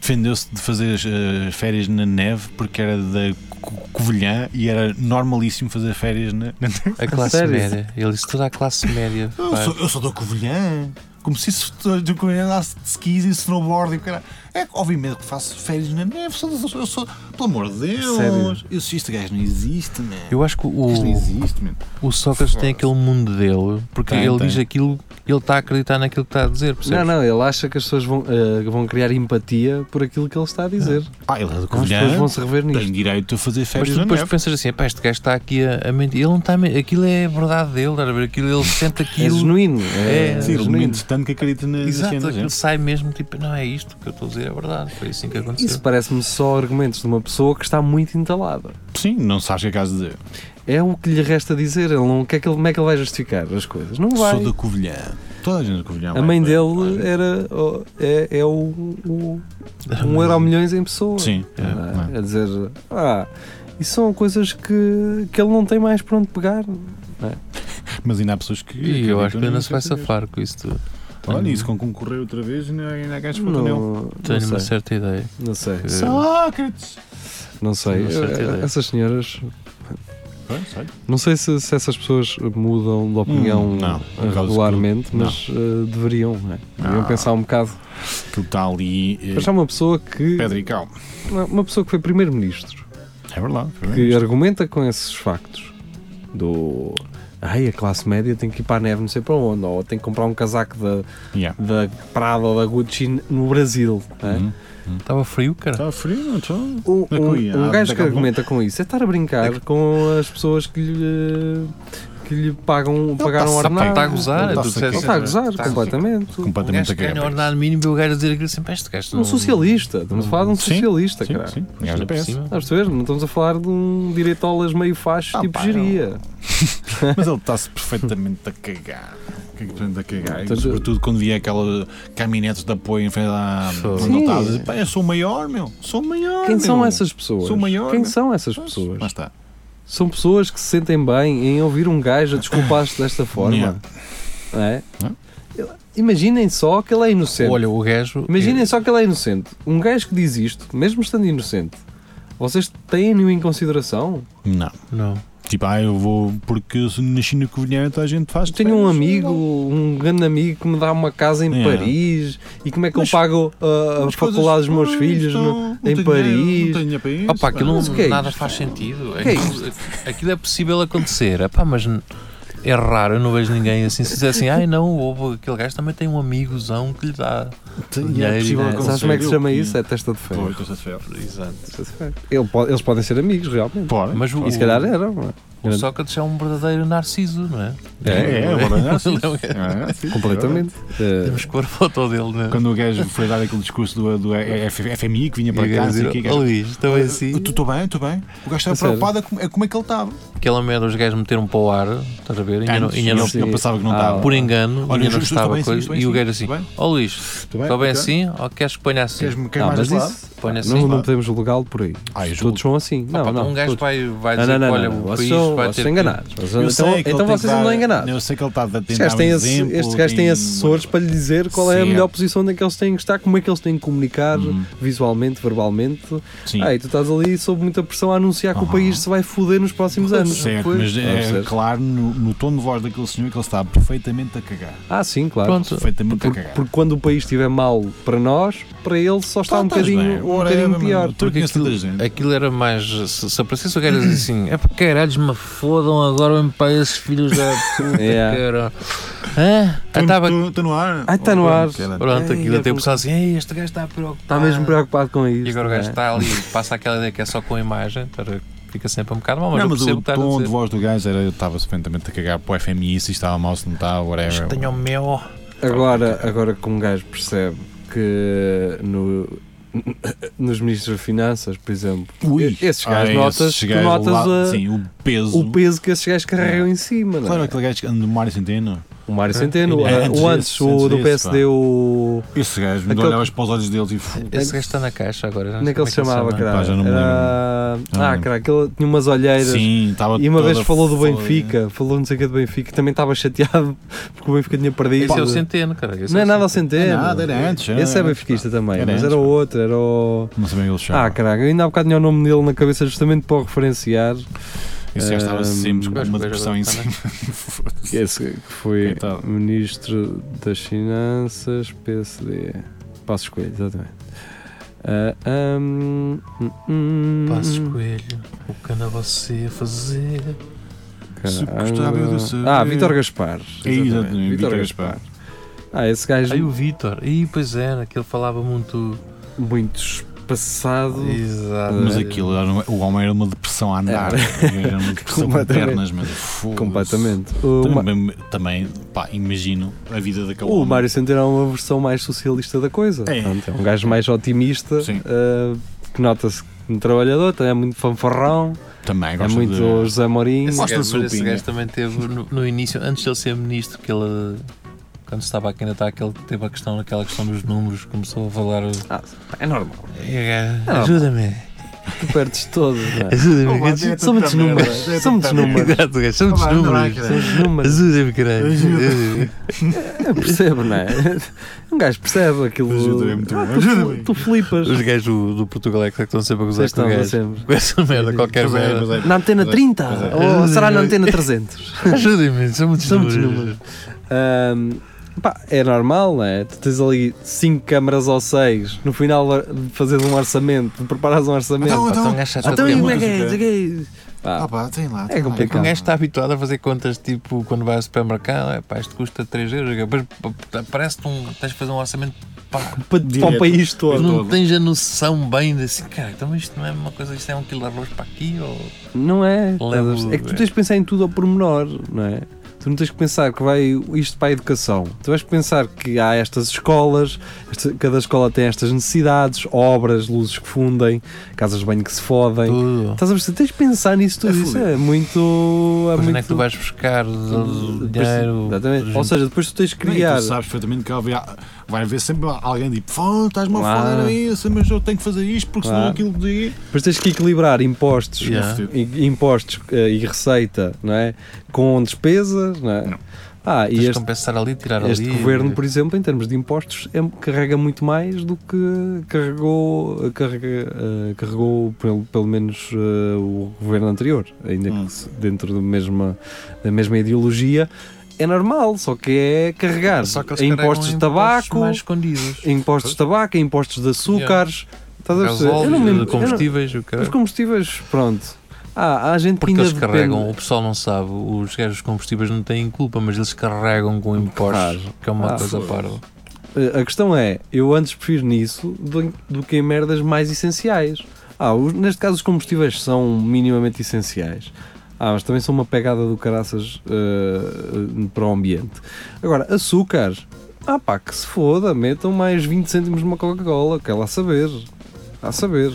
[SPEAKER 4] defendeu-se de fazer as eh, férias na neve porque era da Co- Covilhã e era normalíssimo fazer férias na, na neve.
[SPEAKER 3] A classe
[SPEAKER 2] Sério?
[SPEAKER 3] média. Ele disse toda a classe média.
[SPEAKER 4] Eu
[SPEAKER 3] faz.
[SPEAKER 4] sou, eu sou da Covilhã. Como se isso de Covilhã andasse de skis e snowboard e o caralho. É que, obviamente que faço férias na neve. Sou, sou, sou, sou- pelo amor de Deus.
[SPEAKER 2] Sério?
[SPEAKER 4] Eu sou este gajo não existe, man.
[SPEAKER 3] Eu acho que
[SPEAKER 4] Isto não
[SPEAKER 3] o,
[SPEAKER 4] existe, man.
[SPEAKER 3] o Sócrates tem aquele mundo dele, porque
[SPEAKER 4] Tem,
[SPEAKER 3] ele
[SPEAKER 4] tem.
[SPEAKER 3] diz aquilo, ele está a acreditar naquilo que está a dizer,
[SPEAKER 2] Não,
[SPEAKER 3] percebes?
[SPEAKER 2] não, ele acha que as pessoas vão, eh, vão criar empatia por aquilo que ele está a dizer.
[SPEAKER 4] Ah, ele é da
[SPEAKER 2] Então as pessoas
[SPEAKER 4] Covilhã.
[SPEAKER 2] vão se rever
[SPEAKER 4] Tem
[SPEAKER 2] nisto.
[SPEAKER 4] direito a fazer
[SPEAKER 3] Mas
[SPEAKER 4] férias
[SPEAKER 3] tu
[SPEAKER 4] na
[SPEAKER 3] depois
[SPEAKER 4] neve.
[SPEAKER 3] pensas assim, pá, este gajo está aqui a, a mentir. Ele não está a mentir. Aquilo é a verdade dele, estás a ver? Aquilo, ele sente
[SPEAKER 2] É
[SPEAKER 3] aquilo.
[SPEAKER 2] genuíno. É,
[SPEAKER 3] É,
[SPEAKER 4] Sim, ele
[SPEAKER 2] genuíno.
[SPEAKER 4] mente tanto que acredita na nas
[SPEAKER 3] Exato,
[SPEAKER 4] cenas, é?
[SPEAKER 3] aquilo sai mesmo, tipo, não é isto que eu estou a dizer, é verdade. Foi assim que aconteceu.
[SPEAKER 2] Isso parece-me só argumentos de uma pessoa que está muito entalada.
[SPEAKER 4] Sim, não sabes o que é caso de dizer.
[SPEAKER 2] É o que lhe resta dizer. Ele não, o que é que ele, como é que ele vai justificar as coisas? Não vai.
[SPEAKER 4] Sou da Covilhã. Toda a gente da Covilhã.
[SPEAKER 2] A
[SPEAKER 4] vai,
[SPEAKER 2] mãe
[SPEAKER 4] vai,
[SPEAKER 2] dele
[SPEAKER 4] vai.
[SPEAKER 2] era, o- é, é o, o- um euro milhões em pessoa.
[SPEAKER 4] Sim. é,
[SPEAKER 2] Ah,
[SPEAKER 4] é.
[SPEAKER 2] é dizer, ah, isso são coisas que, que ele não tem mais para onde pegar.
[SPEAKER 4] Mas ainda há pessoas que.
[SPEAKER 3] E eu acho que
[SPEAKER 4] acreditam
[SPEAKER 3] ainda
[SPEAKER 4] no
[SPEAKER 3] se vai
[SPEAKER 4] que é que
[SPEAKER 3] safar com isso tudo.
[SPEAKER 4] é. Olha, isso com concorrer outra vez ainda ainda há gajos para
[SPEAKER 2] Não,
[SPEAKER 4] nele.
[SPEAKER 2] não
[SPEAKER 3] Tenho uma
[SPEAKER 2] sei,
[SPEAKER 3] certa ideia.
[SPEAKER 2] não sei,
[SPEAKER 3] que-
[SPEAKER 4] Sócrates!
[SPEAKER 2] não sei.
[SPEAKER 3] Não certa ideia.
[SPEAKER 2] Essas senhoras,
[SPEAKER 4] Pois, sei.
[SPEAKER 2] não sei se, se essas pessoas mudam de opinião
[SPEAKER 4] Hum, não, por causa
[SPEAKER 2] regularmente,
[SPEAKER 4] daquilo,
[SPEAKER 2] mas eh, deveriam, não é? Deveriam
[SPEAKER 4] Ah.
[SPEAKER 2] pensar um bocado.
[SPEAKER 4] Aquilo está ali. eh,
[SPEAKER 2] Mas um há uma pessoa que,
[SPEAKER 4] Pedra e cal.
[SPEAKER 2] não, uma pessoa que foi primeiro-ministro,
[SPEAKER 4] É verdade.
[SPEAKER 2] que
[SPEAKER 4] é verdade.
[SPEAKER 2] argumenta com esses factos do. Ai, a classe média tem que ir para a neve, não sei para onde, ou tem que comprar um casaco da,
[SPEAKER 4] Yeah.
[SPEAKER 2] da Prada ou da Gucci no Brasil. não é?
[SPEAKER 4] Uhum.
[SPEAKER 3] Estava frio, cara.
[SPEAKER 4] Está Tá frio, não está?
[SPEAKER 2] Um,
[SPEAKER 4] Da
[SPEAKER 2] um-
[SPEAKER 4] Cunha,
[SPEAKER 2] um
[SPEAKER 4] ah,
[SPEAKER 2] gajo
[SPEAKER 4] da
[SPEAKER 2] que
[SPEAKER 4] Gabon.
[SPEAKER 2] argumenta com isso é estar a brincar com as pessoas que lhe, que lhe pagam, pagaram
[SPEAKER 4] está-se a
[SPEAKER 2] ordenado.
[SPEAKER 3] Está a gozar,
[SPEAKER 4] tá Ele
[SPEAKER 3] é
[SPEAKER 4] está
[SPEAKER 3] tu
[SPEAKER 4] a
[SPEAKER 2] Ele
[SPEAKER 3] disseste.
[SPEAKER 2] está a gozar
[SPEAKER 3] Está
[SPEAKER 2] completamente.
[SPEAKER 3] Um gajo
[SPEAKER 4] Completamente a
[SPEAKER 3] que ganha
[SPEAKER 4] cagar.
[SPEAKER 3] ordenado mínimo e o gajo a dizer aquilo sempre, este gajo.
[SPEAKER 2] Um socialista, estamos a falar de um
[SPEAKER 4] Sim,
[SPEAKER 2] socialista,
[SPEAKER 4] Sim,
[SPEAKER 2] caralho.
[SPEAKER 4] sim. Um gajo da PS.
[SPEAKER 2] Estás a perceber? Não estamos a falar de um direitolas meio facho
[SPEAKER 4] Ah,
[SPEAKER 2] tipo
[SPEAKER 4] pá,
[SPEAKER 2] geria.
[SPEAKER 4] Mas ele está-se perfeitamente a cagar. é Perfeitamente a cagar. E
[SPEAKER 2] Então,
[SPEAKER 4] sobretudo quando via aquela caminhonetes de apoio em frente à
[SPEAKER 3] Sim.
[SPEAKER 4] montada. dizer, Pá, eu sou o maior, meu. Sou o maior.
[SPEAKER 2] Quem
[SPEAKER 4] meu."
[SPEAKER 2] são essas pessoas?
[SPEAKER 4] Ah, Sou maior, né?
[SPEAKER 2] Quem
[SPEAKER 4] meu.
[SPEAKER 2] são essas
[SPEAKER 4] Pois,
[SPEAKER 2] pessoas?
[SPEAKER 4] Lá está.
[SPEAKER 2] São pessoas que se sentem bem em ouvir um gajo a desculpar-se desta forma.
[SPEAKER 4] Yeah.
[SPEAKER 2] Não é?
[SPEAKER 4] Não.
[SPEAKER 2] Imaginem só que ele é inocente.
[SPEAKER 3] Olha, o gajo.
[SPEAKER 2] Imaginem só que ele é inocente. Um gajo que diz isto, mesmo estando inocente, vocês têm-no em consideração?
[SPEAKER 4] Não.
[SPEAKER 3] Não.
[SPEAKER 4] Tipo, ah, eu vou porque se na China conveniente a gente faz.
[SPEAKER 2] Eu tenho um
[SPEAKER 4] férias,
[SPEAKER 2] amigo,
[SPEAKER 4] não.
[SPEAKER 2] um grande amigo, que me dá uma casa em
[SPEAKER 4] É.
[SPEAKER 2] Paris e como é que
[SPEAKER 4] Mas-
[SPEAKER 2] eu pago ah, a
[SPEAKER 4] As coisas-
[SPEAKER 2] faculdade dos meus
[SPEAKER 4] Pois,
[SPEAKER 2] filhos no-
[SPEAKER 4] não, não
[SPEAKER 2] em
[SPEAKER 4] tenho
[SPEAKER 2] Paris?
[SPEAKER 4] dinheiro, não tenho dinheiro para isso,
[SPEAKER 3] Opa, aquilo
[SPEAKER 4] pá.
[SPEAKER 3] não,
[SPEAKER 2] Mas o que é
[SPEAKER 3] nada faz sentido.
[SPEAKER 2] que é
[SPEAKER 3] aquilo, aquilo é possível acontecer. Epá, mas n- é raro, eu não vejo ninguém assim. Se disser assim, ai não, houve aquele gajo também tem um amigozão que lhe dá.
[SPEAKER 4] E é possível
[SPEAKER 3] Não,
[SPEAKER 4] acontecer.
[SPEAKER 2] Sabes como é que se
[SPEAKER 4] Eu
[SPEAKER 2] chama
[SPEAKER 4] que-
[SPEAKER 2] isso? É testa de ferro.
[SPEAKER 4] Pois, com essa fé.
[SPEAKER 3] Exato.
[SPEAKER 2] Testa de ferro. Ele po- eles podem ser amigos, realmente.
[SPEAKER 4] Pode.
[SPEAKER 3] Mas o,
[SPEAKER 2] E se calhar eram. não é?
[SPEAKER 3] O
[SPEAKER 2] Grande-
[SPEAKER 3] Sócrates é um verdadeiro narciso, não é?
[SPEAKER 4] É, é, agora
[SPEAKER 3] Ah,
[SPEAKER 4] não é assim.
[SPEAKER 3] Não
[SPEAKER 4] É, sim,
[SPEAKER 2] Completamente. Eh,
[SPEAKER 3] Temos que pôr a foto dele, não é?
[SPEAKER 4] agora. Quando o gajo foi dar aquele discurso do, do F- FMI que vinha para
[SPEAKER 3] E o
[SPEAKER 4] cá,
[SPEAKER 3] gajo
[SPEAKER 4] não sei o
[SPEAKER 3] dizer,
[SPEAKER 4] quê, que
[SPEAKER 3] "Ó,
[SPEAKER 4] gajo-
[SPEAKER 3] Luís, estou assim.
[SPEAKER 4] Estou bem, estou bem. O gajo
[SPEAKER 2] A
[SPEAKER 4] estava
[SPEAKER 2] sério?
[SPEAKER 4] preocupado a como, a como é que ele estava.
[SPEAKER 3] Aquela merda, os gajos meteram para o ar, estás a ver? Ainha não,
[SPEAKER 4] Antes,
[SPEAKER 3] inha
[SPEAKER 4] eu-
[SPEAKER 3] não,
[SPEAKER 2] sim.
[SPEAKER 4] eu pensava que não
[SPEAKER 2] Ah,
[SPEAKER 4] estava.
[SPEAKER 3] por engano,
[SPEAKER 4] Olha,
[SPEAKER 3] inha não
[SPEAKER 4] estou- estou
[SPEAKER 3] estava
[SPEAKER 4] bem, sim,
[SPEAKER 3] coisa.
[SPEAKER 4] estou
[SPEAKER 3] e
[SPEAKER 4] bem,
[SPEAKER 3] o
[SPEAKER 4] sim,
[SPEAKER 3] gajo assim,
[SPEAKER 4] estou bem.
[SPEAKER 3] ó Luís,
[SPEAKER 4] Estou
[SPEAKER 3] estou bem
[SPEAKER 4] ok.
[SPEAKER 3] assim? Ou queres que ponha assim?
[SPEAKER 4] Queres-me
[SPEAKER 2] não,
[SPEAKER 4] queres mais
[SPEAKER 2] Ah, mas
[SPEAKER 4] gelado?
[SPEAKER 2] isso.
[SPEAKER 3] Põe assim.
[SPEAKER 2] Não, não podemos julgá-lo por aí.
[SPEAKER 4] Ah, eu julgo.
[SPEAKER 2] todos são assim. Não,
[SPEAKER 3] Opa,
[SPEAKER 2] não.
[SPEAKER 3] um gajo
[SPEAKER 2] todos.
[SPEAKER 3] vai, vai
[SPEAKER 2] Não,
[SPEAKER 3] dizer
[SPEAKER 2] não,
[SPEAKER 3] que,
[SPEAKER 2] não,
[SPEAKER 3] olha,
[SPEAKER 2] não.
[SPEAKER 3] o
[SPEAKER 2] Vocês
[SPEAKER 3] país
[SPEAKER 2] são-
[SPEAKER 3] vai
[SPEAKER 2] vocês
[SPEAKER 3] ter...
[SPEAKER 2] são enganados. Vocês-
[SPEAKER 4] Eu sei
[SPEAKER 2] Então,
[SPEAKER 4] que ele
[SPEAKER 2] então
[SPEAKER 4] tem
[SPEAKER 2] vocês
[SPEAKER 4] que
[SPEAKER 2] andam
[SPEAKER 4] dar-
[SPEAKER 2] enganados.
[SPEAKER 4] Eu sei que ele está a tentar
[SPEAKER 2] Este gajo, tem
[SPEAKER 4] um
[SPEAKER 2] asse-
[SPEAKER 4] exemplo,
[SPEAKER 2] este gajo tem assessores para lhe dizer qual é a
[SPEAKER 4] Sim.
[SPEAKER 2] melhor posição onde é que eles têm que estar, como é que eles têm que comunicar
[SPEAKER 4] Uhum.
[SPEAKER 2] visualmente, verbalmente.
[SPEAKER 4] Sim.
[SPEAKER 2] Ah, e tu estás ali sob muita pressão a anunciar que o
[SPEAKER 4] Aham.
[SPEAKER 2] país se vai foder nos próximos anos.
[SPEAKER 4] Certo,
[SPEAKER 2] Pois.
[SPEAKER 4] mas
[SPEAKER 2] Ah,
[SPEAKER 4] é
[SPEAKER 2] percebes?
[SPEAKER 4] claro no, no tom de voz daquele senhor é que ele está perfeitamente a cagar.
[SPEAKER 2] Ah, sim, claro.
[SPEAKER 3] Pronto,
[SPEAKER 4] Perfeitamente a
[SPEAKER 2] Por-
[SPEAKER 4] cagar.
[SPEAKER 2] porque quando o país estiver mal para nós, para ele só está
[SPEAKER 4] Tá,
[SPEAKER 2] um
[SPEAKER 4] estás bem.
[SPEAKER 2] bocadinho, um
[SPEAKER 4] Ora,
[SPEAKER 2] bocadinho
[SPEAKER 4] é,
[SPEAKER 2] pior.
[SPEAKER 4] mano, tu
[SPEAKER 2] Porque
[SPEAKER 4] conheces
[SPEAKER 2] aquilo-
[SPEAKER 4] tanta gente.
[SPEAKER 3] Aquilo era mais. Se, se aparecesse o (clears throat) gajo a dizer assim, é para caralhos me fodam agora mesmo para esses filhos da puta
[SPEAKER 2] (laughs) Yeah.
[SPEAKER 3] que era. Hã? Ah,
[SPEAKER 4] Tu-
[SPEAKER 3] tava-
[SPEAKER 4] tu- tu tá no ar?
[SPEAKER 2] Ah, está no
[SPEAKER 4] Oh,
[SPEAKER 2] ar.
[SPEAKER 4] caralho.
[SPEAKER 3] Pronto,
[SPEAKER 2] Ei,
[SPEAKER 3] aquilo até
[SPEAKER 2] é
[SPEAKER 3] o pessoal assim, Ei, este gajo está preocupado.
[SPEAKER 2] Está tá mesmo preocupado com isso.
[SPEAKER 3] E agora o gajo
[SPEAKER 2] não é?
[SPEAKER 4] tá
[SPEAKER 3] está ali, passa aquela ideia que é só com a imagem, tá, fica sempre um bocado mal, mas
[SPEAKER 4] Não,
[SPEAKER 3] eu
[SPEAKER 4] mas
[SPEAKER 3] percebo
[SPEAKER 4] o
[SPEAKER 3] o que estás a
[SPEAKER 4] tom de
[SPEAKER 3] dizer.
[SPEAKER 4] voz do gajo era eu estava perfeitamente a cagar para o FMI, se estava mal, se não estava,
[SPEAKER 3] Mas
[SPEAKER 4] whatever.
[SPEAKER 3] Tenho o meu.
[SPEAKER 2] Agora, agora que um gajo percebe que no- (laughs) nos ministros de Finanças, por exemplo, esses gajos
[SPEAKER 4] Ah,
[SPEAKER 2] notas,
[SPEAKER 4] esses
[SPEAKER 2] tu
[SPEAKER 4] gajos
[SPEAKER 2] notas
[SPEAKER 4] lá-
[SPEAKER 2] a-
[SPEAKER 4] sim, o peso.
[SPEAKER 2] o peso que esses gajos carregam em cima. não é?
[SPEAKER 4] Claro, aquele gajo que anda no Mário Centeno.
[SPEAKER 2] O Mário Centeno,
[SPEAKER 4] É,
[SPEAKER 2] a-
[SPEAKER 4] antes
[SPEAKER 2] o antes,
[SPEAKER 4] desse,
[SPEAKER 2] o
[SPEAKER 4] antes
[SPEAKER 2] do
[SPEAKER 4] desse,
[SPEAKER 2] PSD, o.
[SPEAKER 4] Esse gajo, me
[SPEAKER 2] Aquele-
[SPEAKER 4] olhavas para os olhos deles e. fu-
[SPEAKER 3] Esse gajo está na caixa agora. já não
[SPEAKER 2] Como é que ele se
[SPEAKER 3] sei
[SPEAKER 2] chamava,
[SPEAKER 3] chama.
[SPEAKER 4] Pá,
[SPEAKER 2] caralho?
[SPEAKER 4] já não me
[SPEAKER 2] Era-
[SPEAKER 4] Já não
[SPEAKER 2] Ah,
[SPEAKER 4] lembro.
[SPEAKER 2] caralho, que ele tinha umas olheiras.
[SPEAKER 4] Sim, estava
[SPEAKER 2] E uma vez
[SPEAKER 4] toda
[SPEAKER 2] falou do
[SPEAKER 4] foda.
[SPEAKER 2] Benfica, falou não sei o que do Benfica, também estava chateado (laughs) porque o Benfica tinha perdido.
[SPEAKER 3] Esse é o centeno, cara. esse
[SPEAKER 2] Não
[SPEAKER 3] é
[SPEAKER 2] é
[SPEAKER 3] o
[SPEAKER 2] nada ao
[SPEAKER 3] Centeno.
[SPEAKER 2] centeno.
[SPEAKER 4] É nada, era antes, era
[SPEAKER 2] Esse é
[SPEAKER 4] antes,
[SPEAKER 2] benfiquista também,
[SPEAKER 4] Era
[SPEAKER 2] mas
[SPEAKER 4] antes,
[SPEAKER 2] era o
[SPEAKER 4] pá.
[SPEAKER 2] outro, era o.
[SPEAKER 4] Não sei bem o que ele se chama.
[SPEAKER 2] Ah, caralho, ainda há bocado tinha o nome dele na cabeça justamente para o referenciar.
[SPEAKER 4] Esse gajo estava
[SPEAKER 2] Ahm,
[SPEAKER 4] sempre com
[SPEAKER 3] Pois,
[SPEAKER 4] uma
[SPEAKER 3] pois,
[SPEAKER 4] depressão
[SPEAKER 3] agora
[SPEAKER 4] em
[SPEAKER 3] está
[SPEAKER 4] cima.
[SPEAKER 2] Esse que foi
[SPEAKER 4] Coitado.
[SPEAKER 2] Ministro das Finanças, PSD. Passos Coelho, exatamente. Ah, hum, hum, hum,
[SPEAKER 3] Passos Coelho, o que anda você a fazer?
[SPEAKER 4] Se
[SPEAKER 2] caramba.
[SPEAKER 4] gostava eu de saber.
[SPEAKER 2] Ah, Vitor Gaspar.
[SPEAKER 4] É, exatamente, Vítor
[SPEAKER 2] Vítor
[SPEAKER 4] Gaspar.
[SPEAKER 2] Ah, esse gajo
[SPEAKER 3] Aí o Vitor, e pois era, que ele falava muito.
[SPEAKER 2] muito espaçado.
[SPEAKER 3] Exato.
[SPEAKER 4] Mas
[SPEAKER 2] É.
[SPEAKER 4] aquilo, era um- o homem era uma depressão a andar. Era uma
[SPEAKER 2] (laughs)
[SPEAKER 4] depressão com
[SPEAKER 2] Completamente.
[SPEAKER 4] pernas, mas é foda-se.
[SPEAKER 2] Completamente. O, Ma-
[SPEAKER 4] Também, também, pá, imagino a vida daquele
[SPEAKER 2] o
[SPEAKER 4] homem.
[SPEAKER 2] Mário Centeno é uma versão mais socialista da coisa.
[SPEAKER 4] É.
[SPEAKER 2] Portanto, É, um gajo mais otimista,
[SPEAKER 4] Sim.
[SPEAKER 2] ah, que nota-se um trabalhador, também é muito fanfarrão,
[SPEAKER 4] Também,
[SPEAKER 2] é
[SPEAKER 4] gosta
[SPEAKER 2] muito
[SPEAKER 4] de...
[SPEAKER 2] José Mourinho.
[SPEAKER 3] Esse
[SPEAKER 4] Mostra
[SPEAKER 3] gajo,
[SPEAKER 4] a
[SPEAKER 3] mas esse
[SPEAKER 4] sopinha.
[SPEAKER 3] gajo também teve no, no início, antes de ele ser ministro, que ele quando estava aqui ainda está aquele teve a questão aquela questão dos números, começou a falar o-
[SPEAKER 2] Ah, é normal.
[SPEAKER 3] E o
[SPEAKER 4] é.
[SPEAKER 3] gajo,
[SPEAKER 2] Ah,
[SPEAKER 3] ajuda-me,
[SPEAKER 2] Tu perdes todo, não (laughs) é?
[SPEAKER 3] ajuda-me,
[SPEAKER 4] Olá,
[SPEAKER 3] gajo,
[SPEAKER 4] direto
[SPEAKER 3] são muitos
[SPEAKER 4] da merda,
[SPEAKER 3] números,
[SPEAKER 2] tipo
[SPEAKER 4] direto
[SPEAKER 3] são muitos
[SPEAKER 4] da
[SPEAKER 3] números, exato, gajo, são muitos
[SPEAKER 5] Olá, anda lá,
[SPEAKER 3] números,
[SPEAKER 5] caralho.
[SPEAKER 2] Números,
[SPEAKER 3] ajuda-me, caralho, ajuda-me.
[SPEAKER 2] eu percebo, não é? (laughs) Um gajo percebe aquilo.
[SPEAKER 4] Ajuda-me, muito
[SPEAKER 2] Ah,
[SPEAKER 4] bom.
[SPEAKER 2] tu,
[SPEAKER 4] Ajuda-me.
[SPEAKER 2] tu flipas.
[SPEAKER 3] Os gajos do, do Portugal é que estão sempre a gozar
[SPEAKER 2] Vocês
[SPEAKER 3] com o
[SPEAKER 2] estão lá
[SPEAKER 3] gajo.
[SPEAKER 2] sempre.
[SPEAKER 3] Com essa merda, qualquer
[SPEAKER 4] Pois é,
[SPEAKER 3] merda.
[SPEAKER 4] pois é.
[SPEAKER 2] Na antena
[SPEAKER 4] Pois é.
[SPEAKER 2] 30?
[SPEAKER 4] Pois é.
[SPEAKER 2] Ou será na antena 300?
[SPEAKER 3] Ajudem-me, é- são muitos
[SPEAKER 2] São muitos
[SPEAKER 3] números.
[SPEAKER 2] Ahm, pá, é normal, não é? Tu tens ali 5 câmaras ou 6, no final fazes um orçamento, preparas um orçamento.
[SPEAKER 4] Então,
[SPEAKER 3] Então,
[SPEAKER 4] então,
[SPEAKER 3] um gajo está
[SPEAKER 2] Ah, então,
[SPEAKER 3] todo
[SPEAKER 2] e
[SPEAKER 3] tempo-
[SPEAKER 2] como é que é? isso? O que é isso?
[SPEAKER 4] ah,
[SPEAKER 2] Pá,
[SPEAKER 4] pá, tem lá.
[SPEAKER 2] É
[SPEAKER 3] É que um
[SPEAKER 2] complicado.
[SPEAKER 3] gajo está habituado a fazer contas tipo quando vai ao supermercado, é pá, isto custa 3 euros, depois p- p- parece-te um. tens de fazer um orçamento, pá,
[SPEAKER 2] para, para o
[SPEAKER 4] Direto.
[SPEAKER 2] país todo.
[SPEAKER 3] não
[SPEAKER 4] todo.
[SPEAKER 3] tens a noção bem de assim, cara, então isto não é uma coisa, isto é um quilo de arroz para aqui ou.
[SPEAKER 2] Não é?
[SPEAKER 3] Levo-
[SPEAKER 2] é que tu tens de pensar em tudo ao pormenor, não é? Tu não tens que pensar que vai isto para a educação. Tu vais pensar que há estas escolas, esta- cada escola tem estas necessidades, obras, luzes que fundem, casas de banho que se fodem.
[SPEAKER 3] Tudo.
[SPEAKER 2] Estás a perceber? Tens de pensar nisso tudo.
[SPEAKER 4] É
[SPEAKER 2] Isso
[SPEAKER 4] fodido.
[SPEAKER 2] é muito. É
[SPEAKER 3] Depois
[SPEAKER 2] muito...
[SPEAKER 3] onde é que tu vais buscar o
[SPEAKER 2] Depois-
[SPEAKER 3] dinheiro?
[SPEAKER 2] Exatamente. Ou seja, depois tu tens de
[SPEAKER 4] Criar.
[SPEAKER 2] criar.
[SPEAKER 4] Tu sabes perfeitamente que haverá- vai haver sempre alguém tipo, "Fô, estás-me a
[SPEAKER 2] Claro.
[SPEAKER 4] falar isso, mas eu tenho que fazer isto porque senão
[SPEAKER 2] Claro.
[SPEAKER 4] aquilo de.
[SPEAKER 2] Depois tens que equilibrar impostos,
[SPEAKER 3] Yeah.
[SPEAKER 2] i- impostos eh, e receita, não é? Com despesas, não é?
[SPEAKER 4] Não.
[SPEAKER 2] Ah,
[SPEAKER 3] tens
[SPEAKER 2] e
[SPEAKER 3] de
[SPEAKER 2] este
[SPEAKER 3] compensar ali, eh, tirar
[SPEAKER 2] Este
[SPEAKER 3] ali.
[SPEAKER 2] governo, por exemplo, em termos de impostos, é- carrega muito mais do que carregou, carrega, eh, carregou pelo, pelo menos eh, o governo anterior, ainda
[SPEAKER 4] Hum.
[SPEAKER 2] que se- dentro do mesma, da mesma ideologia. É normal, só que é carregar
[SPEAKER 3] Só que eles
[SPEAKER 2] em
[SPEAKER 3] carregam
[SPEAKER 2] impostos de tabaco,
[SPEAKER 3] mais escondidos.
[SPEAKER 2] em impostos de tabaco, em impostos de açúcares. Estás a perceber? Eu não me
[SPEAKER 3] Gasóleo,
[SPEAKER 2] lembro- eu não-
[SPEAKER 3] combustíveis, o cara.
[SPEAKER 2] Os combustíveis, pronto. Ah, há gente
[SPEAKER 3] Porque
[SPEAKER 2] que
[SPEAKER 3] eles
[SPEAKER 2] ainda
[SPEAKER 3] carregam,
[SPEAKER 2] depende-
[SPEAKER 3] o pessoal não sabe, os gajos dos combustíveis não têm culpa, mas eles carregam com impostos, que é uma
[SPEAKER 2] Ah,
[SPEAKER 3] coisa
[SPEAKER 4] foda-se.
[SPEAKER 3] parva.
[SPEAKER 2] A questão é, eu antes prefiro nisso do, do que em merdas mais essenciais. Ah, os- neste caso os combustíveis são minimamente essenciais. Ah, mas também são uma pegada do caraças eh, para o ambiente. Agora, açúcar. Ah pá, que se foda, metam mais 20 cêntimos numa Coca-Cola, quer lá saber. A saber.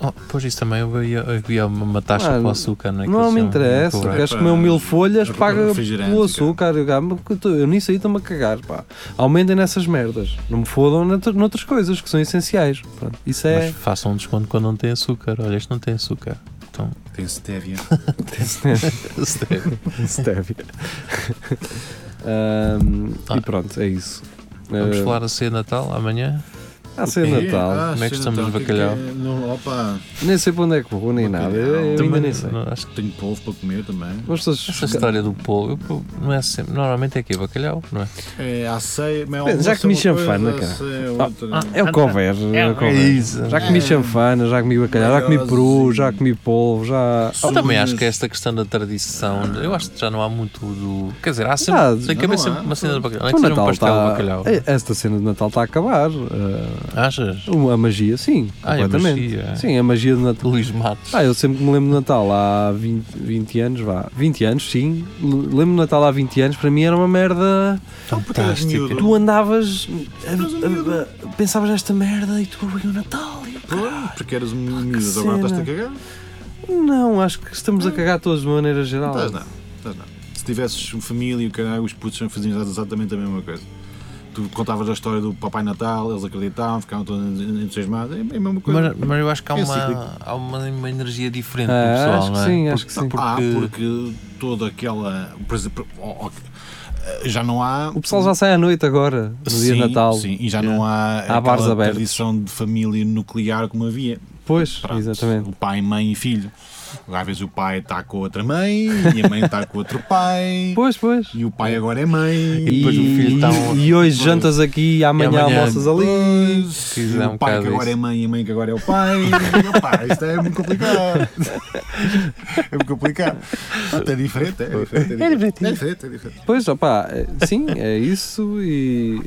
[SPEAKER 3] Oh, pois isso também havia, havia uma taxa
[SPEAKER 2] Mano,
[SPEAKER 3] para o açúcar, não é? Que
[SPEAKER 2] não
[SPEAKER 3] eles
[SPEAKER 2] me
[SPEAKER 3] iam
[SPEAKER 2] interessa.
[SPEAKER 3] cobrar.
[SPEAKER 2] Queres
[SPEAKER 4] pá,
[SPEAKER 2] comer um mil folhas,
[SPEAKER 4] eu
[SPEAKER 2] paga
[SPEAKER 4] compro refrigerante,
[SPEAKER 2] pelo açúcar. Eu, ah, mas eu tô- eu nisso aí estou-me a cagar. Pá. Aumentem nessas merdas. Não me fodam nout- noutras coisas que são essenciais. Pronto, isso é.
[SPEAKER 3] Mas façam um desconto quando não tem açúcar. Olha, este não
[SPEAKER 2] (laughs)
[SPEAKER 3] tem açúcar.
[SPEAKER 4] Tem stevia.
[SPEAKER 2] é Stevia. (laughs) Ahm,
[SPEAKER 3] Ah.
[SPEAKER 2] E pronto, é isso.
[SPEAKER 3] Vamos
[SPEAKER 2] Ah,
[SPEAKER 3] falar a ceia de Natal amanhã?
[SPEAKER 2] À ceia de Natal.
[SPEAKER 4] Ah.
[SPEAKER 3] Como é que estamos
[SPEAKER 4] então,
[SPEAKER 3] de bacalhau?
[SPEAKER 4] Não, opa,
[SPEAKER 2] Nem sei para onde é que vou, nem nada. Eu, eu ainda
[SPEAKER 3] Também
[SPEAKER 2] nem sei.
[SPEAKER 3] não- É acho que
[SPEAKER 4] tenho polvo para comer também.
[SPEAKER 2] Mas todos-
[SPEAKER 3] essa história do polvo eu- não é sempre. Normalmente é aqui, bacalhau, não é?
[SPEAKER 4] É, à ceia, mas
[SPEAKER 2] Bem, já
[SPEAKER 4] almoço
[SPEAKER 2] comi
[SPEAKER 4] é uma coisa,
[SPEAKER 2] chanfana, cara.
[SPEAKER 4] ceia é outra.
[SPEAKER 2] É o cover. É o cover.
[SPEAKER 3] isso.
[SPEAKER 2] Já comi chanfana, já comi bacalhau, já comi peru, já comi polvo, já.
[SPEAKER 3] Eu também
[SPEAKER 4] Sumas.
[SPEAKER 3] acho
[SPEAKER 2] Hum.
[SPEAKER 3] que é esta questão da tradição, eu acho que já não há muito do. Quer dizer, há
[SPEAKER 2] Ah,
[SPEAKER 3] sempre. Tem que haver
[SPEAKER 4] não há.
[SPEAKER 3] sempre uma cena de bacalhau. Não é
[SPEAKER 2] O
[SPEAKER 3] que seja um
[SPEAKER 2] Então, Natal tá- É.
[SPEAKER 3] pastel de
[SPEAKER 2] está.
[SPEAKER 3] bacalhau. né?
[SPEAKER 2] Esta cena de Natal está a acabar. Ah,
[SPEAKER 3] Achas?
[SPEAKER 2] a magia, sim.
[SPEAKER 3] Ah, é
[SPEAKER 2] completamente.
[SPEAKER 3] magia.
[SPEAKER 2] Sim, a magia do Natal.
[SPEAKER 3] Luís Matos.
[SPEAKER 2] Ah, eu sempre que me lembro de Natal há 20, 20 anos, vá. 20 anos, sim. L- Lembro de Natal há 20 anos, para mim era uma merda. é
[SPEAKER 3] Fantástica.
[SPEAKER 2] Tu andavas. a- a- a- pensavas nesta merda e tu "Ui, o Natal. e o
[SPEAKER 4] Pô, Porque eras um miúdo,
[SPEAKER 2] ah, que
[SPEAKER 4] agora estás-te a
[SPEAKER 2] cena. Ah.
[SPEAKER 4] cagar?
[SPEAKER 2] Não, acho que estamos a cagar todos de uma maneira geral.
[SPEAKER 4] Estás não, estás não. Se tivesses uma família e o caralho, os putos faziam exatamente a mesma coisa. Tu contavas a história do Papai Natal, eles acreditavam, ficavam todos entusiasmados, é a mesma coisa.
[SPEAKER 3] Mas, mas eu acho que há
[SPEAKER 4] É
[SPEAKER 3] uma,
[SPEAKER 4] cíclico.
[SPEAKER 3] há uma, uma energia diferente
[SPEAKER 2] Ah,
[SPEAKER 3] do pessoal,
[SPEAKER 2] acho que
[SPEAKER 3] não é?
[SPEAKER 2] sim, acho que sim.
[SPEAKER 4] Ah,
[SPEAKER 3] porque-
[SPEAKER 4] porque toda aquela. por exemplo, ó, ó, Já não há.
[SPEAKER 2] O pessoal já sai à noite agora, no dia de
[SPEAKER 4] Sim,
[SPEAKER 2] Natal.
[SPEAKER 4] Sim, e já não há,
[SPEAKER 2] Há bares
[SPEAKER 4] aquela
[SPEAKER 2] abertos.
[SPEAKER 4] tradição de família nuclear como havia.
[SPEAKER 2] Pois,
[SPEAKER 4] Pronto,
[SPEAKER 2] exatamente.
[SPEAKER 4] O pai, mãe e filho. Às vezes o pai está com outra mãe e a mãe está com outro pai.
[SPEAKER 2] Pois, pois.
[SPEAKER 4] E o pai agora é mãe.
[SPEAKER 3] E depois o filho tá um-
[SPEAKER 2] e hoje jantas aqui e amanhã,
[SPEAKER 3] amanhã-
[SPEAKER 2] almoças ali.
[SPEAKER 4] Pois,
[SPEAKER 3] Pois,
[SPEAKER 4] e
[SPEAKER 3] é um
[SPEAKER 4] o pai
[SPEAKER 3] bocado
[SPEAKER 4] que agora
[SPEAKER 3] isso.
[SPEAKER 4] é mãe e a mãe que agora é o pai. Opa, isto é
[SPEAKER 3] (laughs)
[SPEAKER 4] muito complicado. É muito complicado. Pronto, é diferente, é diferente. É diferente. É diferente, é diferente.
[SPEAKER 2] Pois, opá, é- sim, é isso e.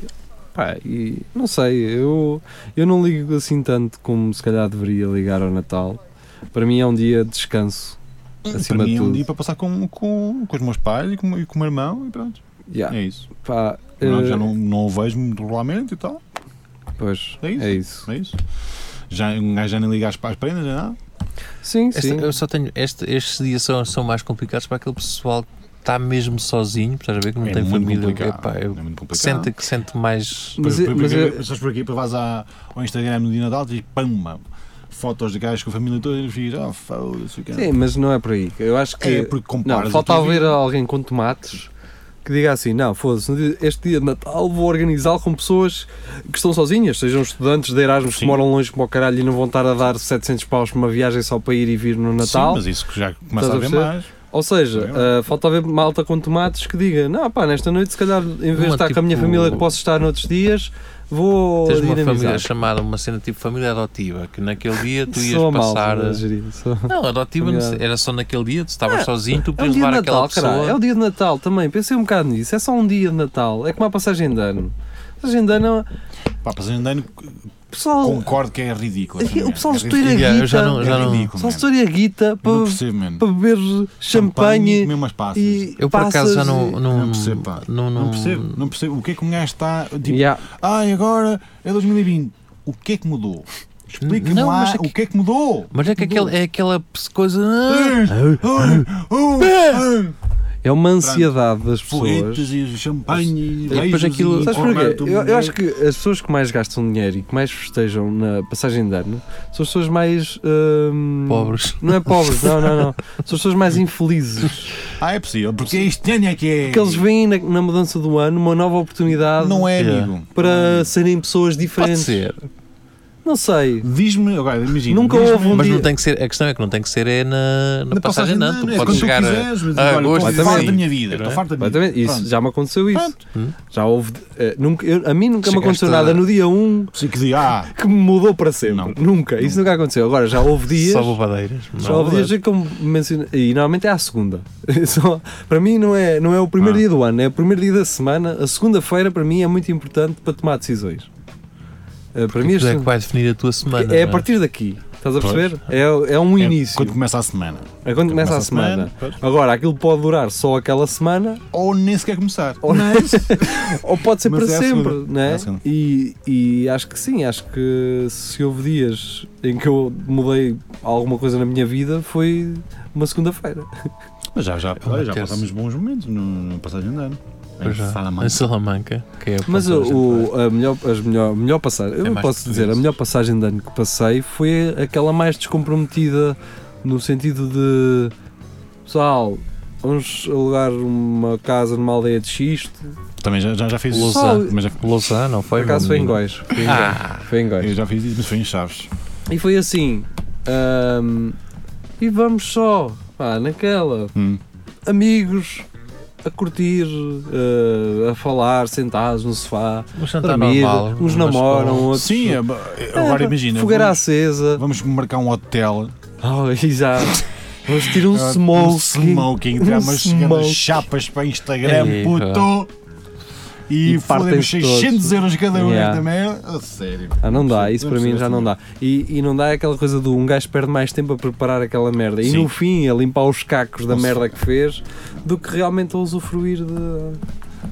[SPEAKER 2] Pá, e não sei, eu, eu não ligo assim tanto como se calhar deveria ligar ao Natal. Para mim é um dia de descanso. Acima
[SPEAKER 4] para mim
[SPEAKER 2] de
[SPEAKER 4] é um
[SPEAKER 2] tudo.
[SPEAKER 4] dia para passar com, com, com os meus pais e com, e com o meu irmão e pronto.
[SPEAKER 2] Yeah,
[SPEAKER 4] É isso.
[SPEAKER 2] pá,
[SPEAKER 3] Ah.
[SPEAKER 4] Não,
[SPEAKER 2] eh,
[SPEAKER 4] já não, não o vejo muito regularmente e tal.
[SPEAKER 2] Pois,
[SPEAKER 4] É isso.
[SPEAKER 2] é isso.
[SPEAKER 4] É isso. Já, um gajo já nem liga às, às prendas, já nada.
[SPEAKER 2] Sim,
[SPEAKER 3] Esta-
[SPEAKER 4] é
[SPEAKER 2] sim.
[SPEAKER 3] eu só tenho. este- estes dias são, são mais complicados para aquele pessoal que está mesmo sozinho, estás a ver? Que não
[SPEAKER 4] é
[SPEAKER 3] tem
[SPEAKER 4] muito
[SPEAKER 3] família.
[SPEAKER 4] complicado.
[SPEAKER 3] Epá, eu-
[SPEAKER 4] É muito
[SPEAKER 3] que
[SPEAKER 4] complicado.
[SPEAKER 3] sente, que sente mais.
[SPEAKER 2] Mas,
[SPEAKER 4] Depois-
[SPEAKER 2] mas
[SPEAKER 4] depois-
[SPEAKER 2] eu-
[SPEAKER 4] Sabes por aqui, depois vais à- ao Instagram no dia de Natal e pamma, fotos de gajos com a família toda e fiz, oh, foda-se o cara.
[SPEAKER 2] sim, mas não é por aí. Eu acho que.
[SPEAKER 4] É porque comparas.
[SPEAKER 2] Não,
[SPEAKER 4] a
[SPEAKER 2] falta
[SPEAKER 4] tua
[SPEAKER 2] haver
[SPEAKER 4] vida.
[SPEAKER 2] alguém com tomates que diga assim: não, foda-se, no dia- este dia de Natal vou organizá-lo com pessoas que estão sozinhas, sejam estudantes de Erasmus que
[SPEAKER 4] Sim.
[SPEAKER 2] moram longe como o caralho e não vão estar a dar 700 paus para uma viagem só para ir e vir no Natal.
[SPEAKER 4] Sim, mas isso que já
[SPEAKER 2] Estás
[SPEAKER 4] começa
[SPEAKER 2] a
[SPEAKER 4] a haver
[SPEAKER 2] perceber?
[SPEAKER 4] mais.
[SPEAKER 2] Ou
[SPEAKER 3] é
[SPEAKER 2] seja,
[SPEAKER 4] Sim.
[SPEAKER 2] ah, falta haver malta com tomates que diga: não, pá, nesta noite, se calhar, em vez de
[SPEAKER 3] Uma
[SPEAKER 2] estar com a minha
[SPEAKER 3] tipo-
[SPEAKER 2] família que posso estar noutros dias, vou
[SPEAKER 3] Tens uma família
[SPEAKER 2] dinamizar.
[SPEAKER 3] chamada, uma cena tipo família adotiva, que naquele dia tu ias
[SPEAKER 2] (laughs) Sou a malta,
[SPEAKER 3] passar.
[SPEAKER 2] a gerir, sou-
[SPEAKER 3] Não, adotiva não sei,
[SPEAKER 2] Obrigado.
[SPEAKER 3] era só naquele dia, tu estavas sozinho, tu
[SPEAKER 2] É um
[SPEAKER 3] podias
[SPEAKER 2] dia de
[SPEAKER 3] levar aquela
[SPEAKER 2] Natal, caralho.
[SPEAKER 3] pessoa.
[SPEAKER 2] É o dia de Natal também. Pensei um bocado nisso. É só um dia de Natal. É como a passagem de ano. A passagem de ano,
[SPEAKER 4] Pá, passando de ano,
[SPEAKER 2] o pessoal.
[SPEAKER 4] concordo que é ridículo.
[SPEAKER 2] Aqui, o pessoal
[SPEAKER 4] É
[SPEAKER 2] estoura
[SPEAKER 4] ridículo.
[SPEAKER 3] Yeah, eu já
[SPEAKER 2] guita.
[SPEAKER 3] não- já
[SPEAKER 4] É
[SPEAKER 3] não-
[SPEAKER 4] ridículo,
[SPEAKER 2] Só
[SPEAKER 4] man.
[SPEAKER 2] se a guita
[SPEAKER 4] Não
[SPEAKER 2] para,
[SPEAKER 4] percebo, mano.
[SPEAKER 2] para beber
[SPEAKER 4] Champanhe e
[SPEAKER 2] champanhe
[SPEAKER 4] comer umas passas.
[SPEAKER 2] e
[SPEAKER 3] Eu por acaso já
[SPEAKER 2] passas
[SPEAKER 3] não.
[SPEAKER 2] e-
[SPEAKER 3] Não,
[SPEAKER 4] Não percebo, pá.
[SPEAKER 3] não- não-
[SPEAKER 4] Não percebo, não percebo. O que é que um gajo está. Tipo,
[SPEAKER 2] Yeah.
[SPEAKER 4] ai, agora é 2020. O que é que mudou? Explica-me
[SPEAKER 3] Não,
[SPEAKER 4] lá
[SPEAKER 3] mas é que-
[SPEAKER 4] o que é que mudou.
[SPEAKER 3] Mas é que aquele, é aquela coisa. ah,
[SPEAKER 2] É uma ansiedade das pessoas.
[SPEAKER 4] Foguetes e champanhe e
[SPEAKER 3] depois
[SPEAKER 4] beijos
[SPEAKER 3] aquilo-
[SPEAKER 4] e um
[SPEAKER 2] Sabes
[SPEAKER 4] formar
[SPEAKER 2] porquê?
[SPEAKER 4] tudo.
[SPEAKER 2] Eu, eu acho que as pessoas que mais gastam dinheiro e que mais festejam na passagem de ano são as pessoas mais. hum,
[SPEAKER 3] Pobres.
[SPEAKER 2] Não é pobres, não, não,
[SPEAKER 3] (laughs)
[SPEAKER 2] não. São as pessoas mais infelizes.
[SPEAKER 4] Ah, é possível, porque este ano é que é.
[SPEAKER 2] Porque eles veem na, na mudança do ano uma nova oportunidade
[SPEAKER 4] Não é,
[SPEAKER 3] Yeah.
[SPEAKER 4] amigo.
[SPEAKER 2] para serem pessoas
[SPEAKER 3] Pode
[SPEAKER 2] diferentes.
[SPEAKER 3] ser.
[SPEAKER 2] Não sei.
[SPEAKER 4] Diz-me, agora imagina.
[SPEAKER 2] Nunca
[SPEAKER 4] diz-me-
[SPEAKER 2] houve um
[SPEAKER 3] Mas
[SPEAKER 2] dia.
[SPEAKER 3] não tem que ser. A questão é que não tem que ser é na, na
[SPEAKER 4] Na
[SPEAKER 3] passagem não. Tu
[SPEAKER 4] é
[SPEAKER 3] podes
[SPEAKER 4] quando tu
[SPEAKER 3] chegar a- Ah,
[SPEAKER 4] quiseres, mas
[SPEAKER 3] a
[SPEAKER 4] olha,
[SPEAKER 3] agosto,
[SPEAKER 4] estou farto
[SPEAKER 3] sim.
[SPEAKER 4] da minha vida. Estou
[SPEAKER 3] Não é?
[SPEAKER 4] farto da minha
[SPEAKER 2] Completamente.
[SPEAKER 4] vida.
[SPEAKER 2] Isso,
[SPEAKER 4] Pronto.
[SPEAKER 2] já me aconteceu isso.
[SPEAKER 3] Hum.
[SPEAKER 2] Já houve. eh, nunca, eu- a mim nunca me
[SPEAKER 3] Chegaste
[SPEAKER 2] aconteceu
[SPEAKER 3] a-
[SPEAKER 2] nada no dia 1
[SPEAKER 4] Sei que digo, ah,
[SPEAKER 2] que me mudou para sempre.
[SPEAKER 4] Não.
[SPEAKER 2] Nunca. Isso nunca aconteceu. Agora já houve dias.
[SPEAKER 3] Só bobadeiras.
[SPEAKER 2] Já houve dias em que eu menciono, e normalmente é à segunda. (laughs) Só- para mim não é, não é o primeiro
[SPEAKER 4] Ah.
[SPEAKER 2] dia do ano, é o primeiro dia da semana. A segunda-feira para mim é muito importante para tomar decisões. Eh, Para mim, a
[SPEAKER 3] Mas é que
[SPEAKER 2] segunda-
[SPEAKER 3] vai definir a tua semana.
[SPEAKER 2] é a
[SPEAKER 3] não
[SPEAKER 2] partir daqui. Estás a
[SPEAKER 4] Pois.
[SPEAKER 2] perceber? É, é um
[SPEAKER 4] É
[SPEAKER 2] início.
[SPEAKER 4] Quando começa a
[SPEAKER 2] (laughs)
[SPEAKER 4] semana.
[SPEAKER 2] É quando começa a semana. Agora, aquilo pode durar só aquela semana
[SPEAKER 4] Ou nem sequer começar.
[SPEAKER 2] Ou- ou pode ser
[SPEAKER 4] Mas
[SPEAKER 2] para
[SPEAKER 4] é a
[SPEAKER 2] sempre,
[SPEAKER 4] segunda.
[SPEAKER 2] né?
[SPEAKER 4] É a segunda.
[SPEAKER 2] e, e acho que sim, acho que se houve dias em que eu mudei alguma coisa na minha vida foi uma segunda-feira.
[SPEAKER 4] Mas já, já,
[SPEAKER 3] uma
[SPEAKER 4] já
[SPEAKER 3] terça.
[SPEAKER 4] passamos bons momentos no, no passagem de ano.
[SPEAKER 3] Pois já.
[SPEAKER 4] Em Salamanca.
[SPEAKER 3] Em Salamanca. Que é a
[SPEAKER 2] Mas
[SPEAKER 3] ponta da gente
[SPEAKER 2] o, a melhor, as melhor, melhor passagem, eu
[SPEAKER 3] mais
[SPEAKER 2] posso dizer, a
[SPEAKER 3] portugueses.
[SPEAKER 2] melhor passagem de ano que passei foi aquela mais descomprometida no sentido de pessoal, vamos alugar uma casa numa aldeia de xisto.
[SPEAKER 4] Também já, já, já fiz isso.
[SPEAKER 2] Só-
[SPEAKER 4] Mas já,
[SPEAKER 3] vai. Lousã, não foi?
[SPEAKER 2] Por acaso foi em
[SPEAKER 3] Menino?
[SPEAKER 2] Góis. Foi em Góis.
[SPEAKER 3] Ah!
[SPEAKER 2] Foi em Góis.
[SPEAKER 4] eu já fiz isso, mas foi em Chaves.
[SPEAKER 2] E foi assim. hum, e vamos só, pá, naquela.
[SPEAKER 4] Hum.
[SPEAKER 2] Amigos a curtir, eh, a falar, sentados no sofá,
[SPEAKER 3] Um
[SPEAKER 4] tá
[SPEAKER 3] jantar
[SPEAKER 2] dormir,
[SPEAKER 3] normal.
[SPEAKER 2] uns
[SPEAKER 3] mas
[SPEAKER 2] namoram,
[SPEAKER 3] com-
[SPEAKER 2] outros. Ah,
[SPEAKER 4] Sim, é- agora imagina.
[SPEAKER 2] Fogueira
[SPEAKER 4] Vamos,
[SPEAKER 2] acesa.
[SPEAKER 4] vamos marcar um hotel.
[SPEAKER 2] Oh, (laughs) exato. Vamos tirar um
[SPEAKER 4] Ah,
[SPEAKER 2] smoke.
[SPEAKER 4] Um smoking. Tirar umas
[SPEAKER 2] smoking.
[SPEAKER 4] smoking. chapas para Instagram,
[SPEAKER 3] Ei,
[SPEAKER 4] puto. E,
[SPEAKER 2] E
[SPEAKER 4] fodemos
[SPEAKER 2] partem-se todos.
[SPEAKER 4] 600 euros cada um
[SPEAKER 2] Yeah.
[SPEAKER 4] da merda. A sério.
[SPEAKER 2] Ah, não dá, isso para mim já não
[SPEAKER 4] percebo
[SPEAKER 2] dá. E, e não dá aquela coisa do um gajo perde mais tempo a preparar aquela merda e
[SPEAKER 4] Sim.
[SPEAKER 2] no fim a limpar os cacos da merda que fez do que realmente a usufruir de,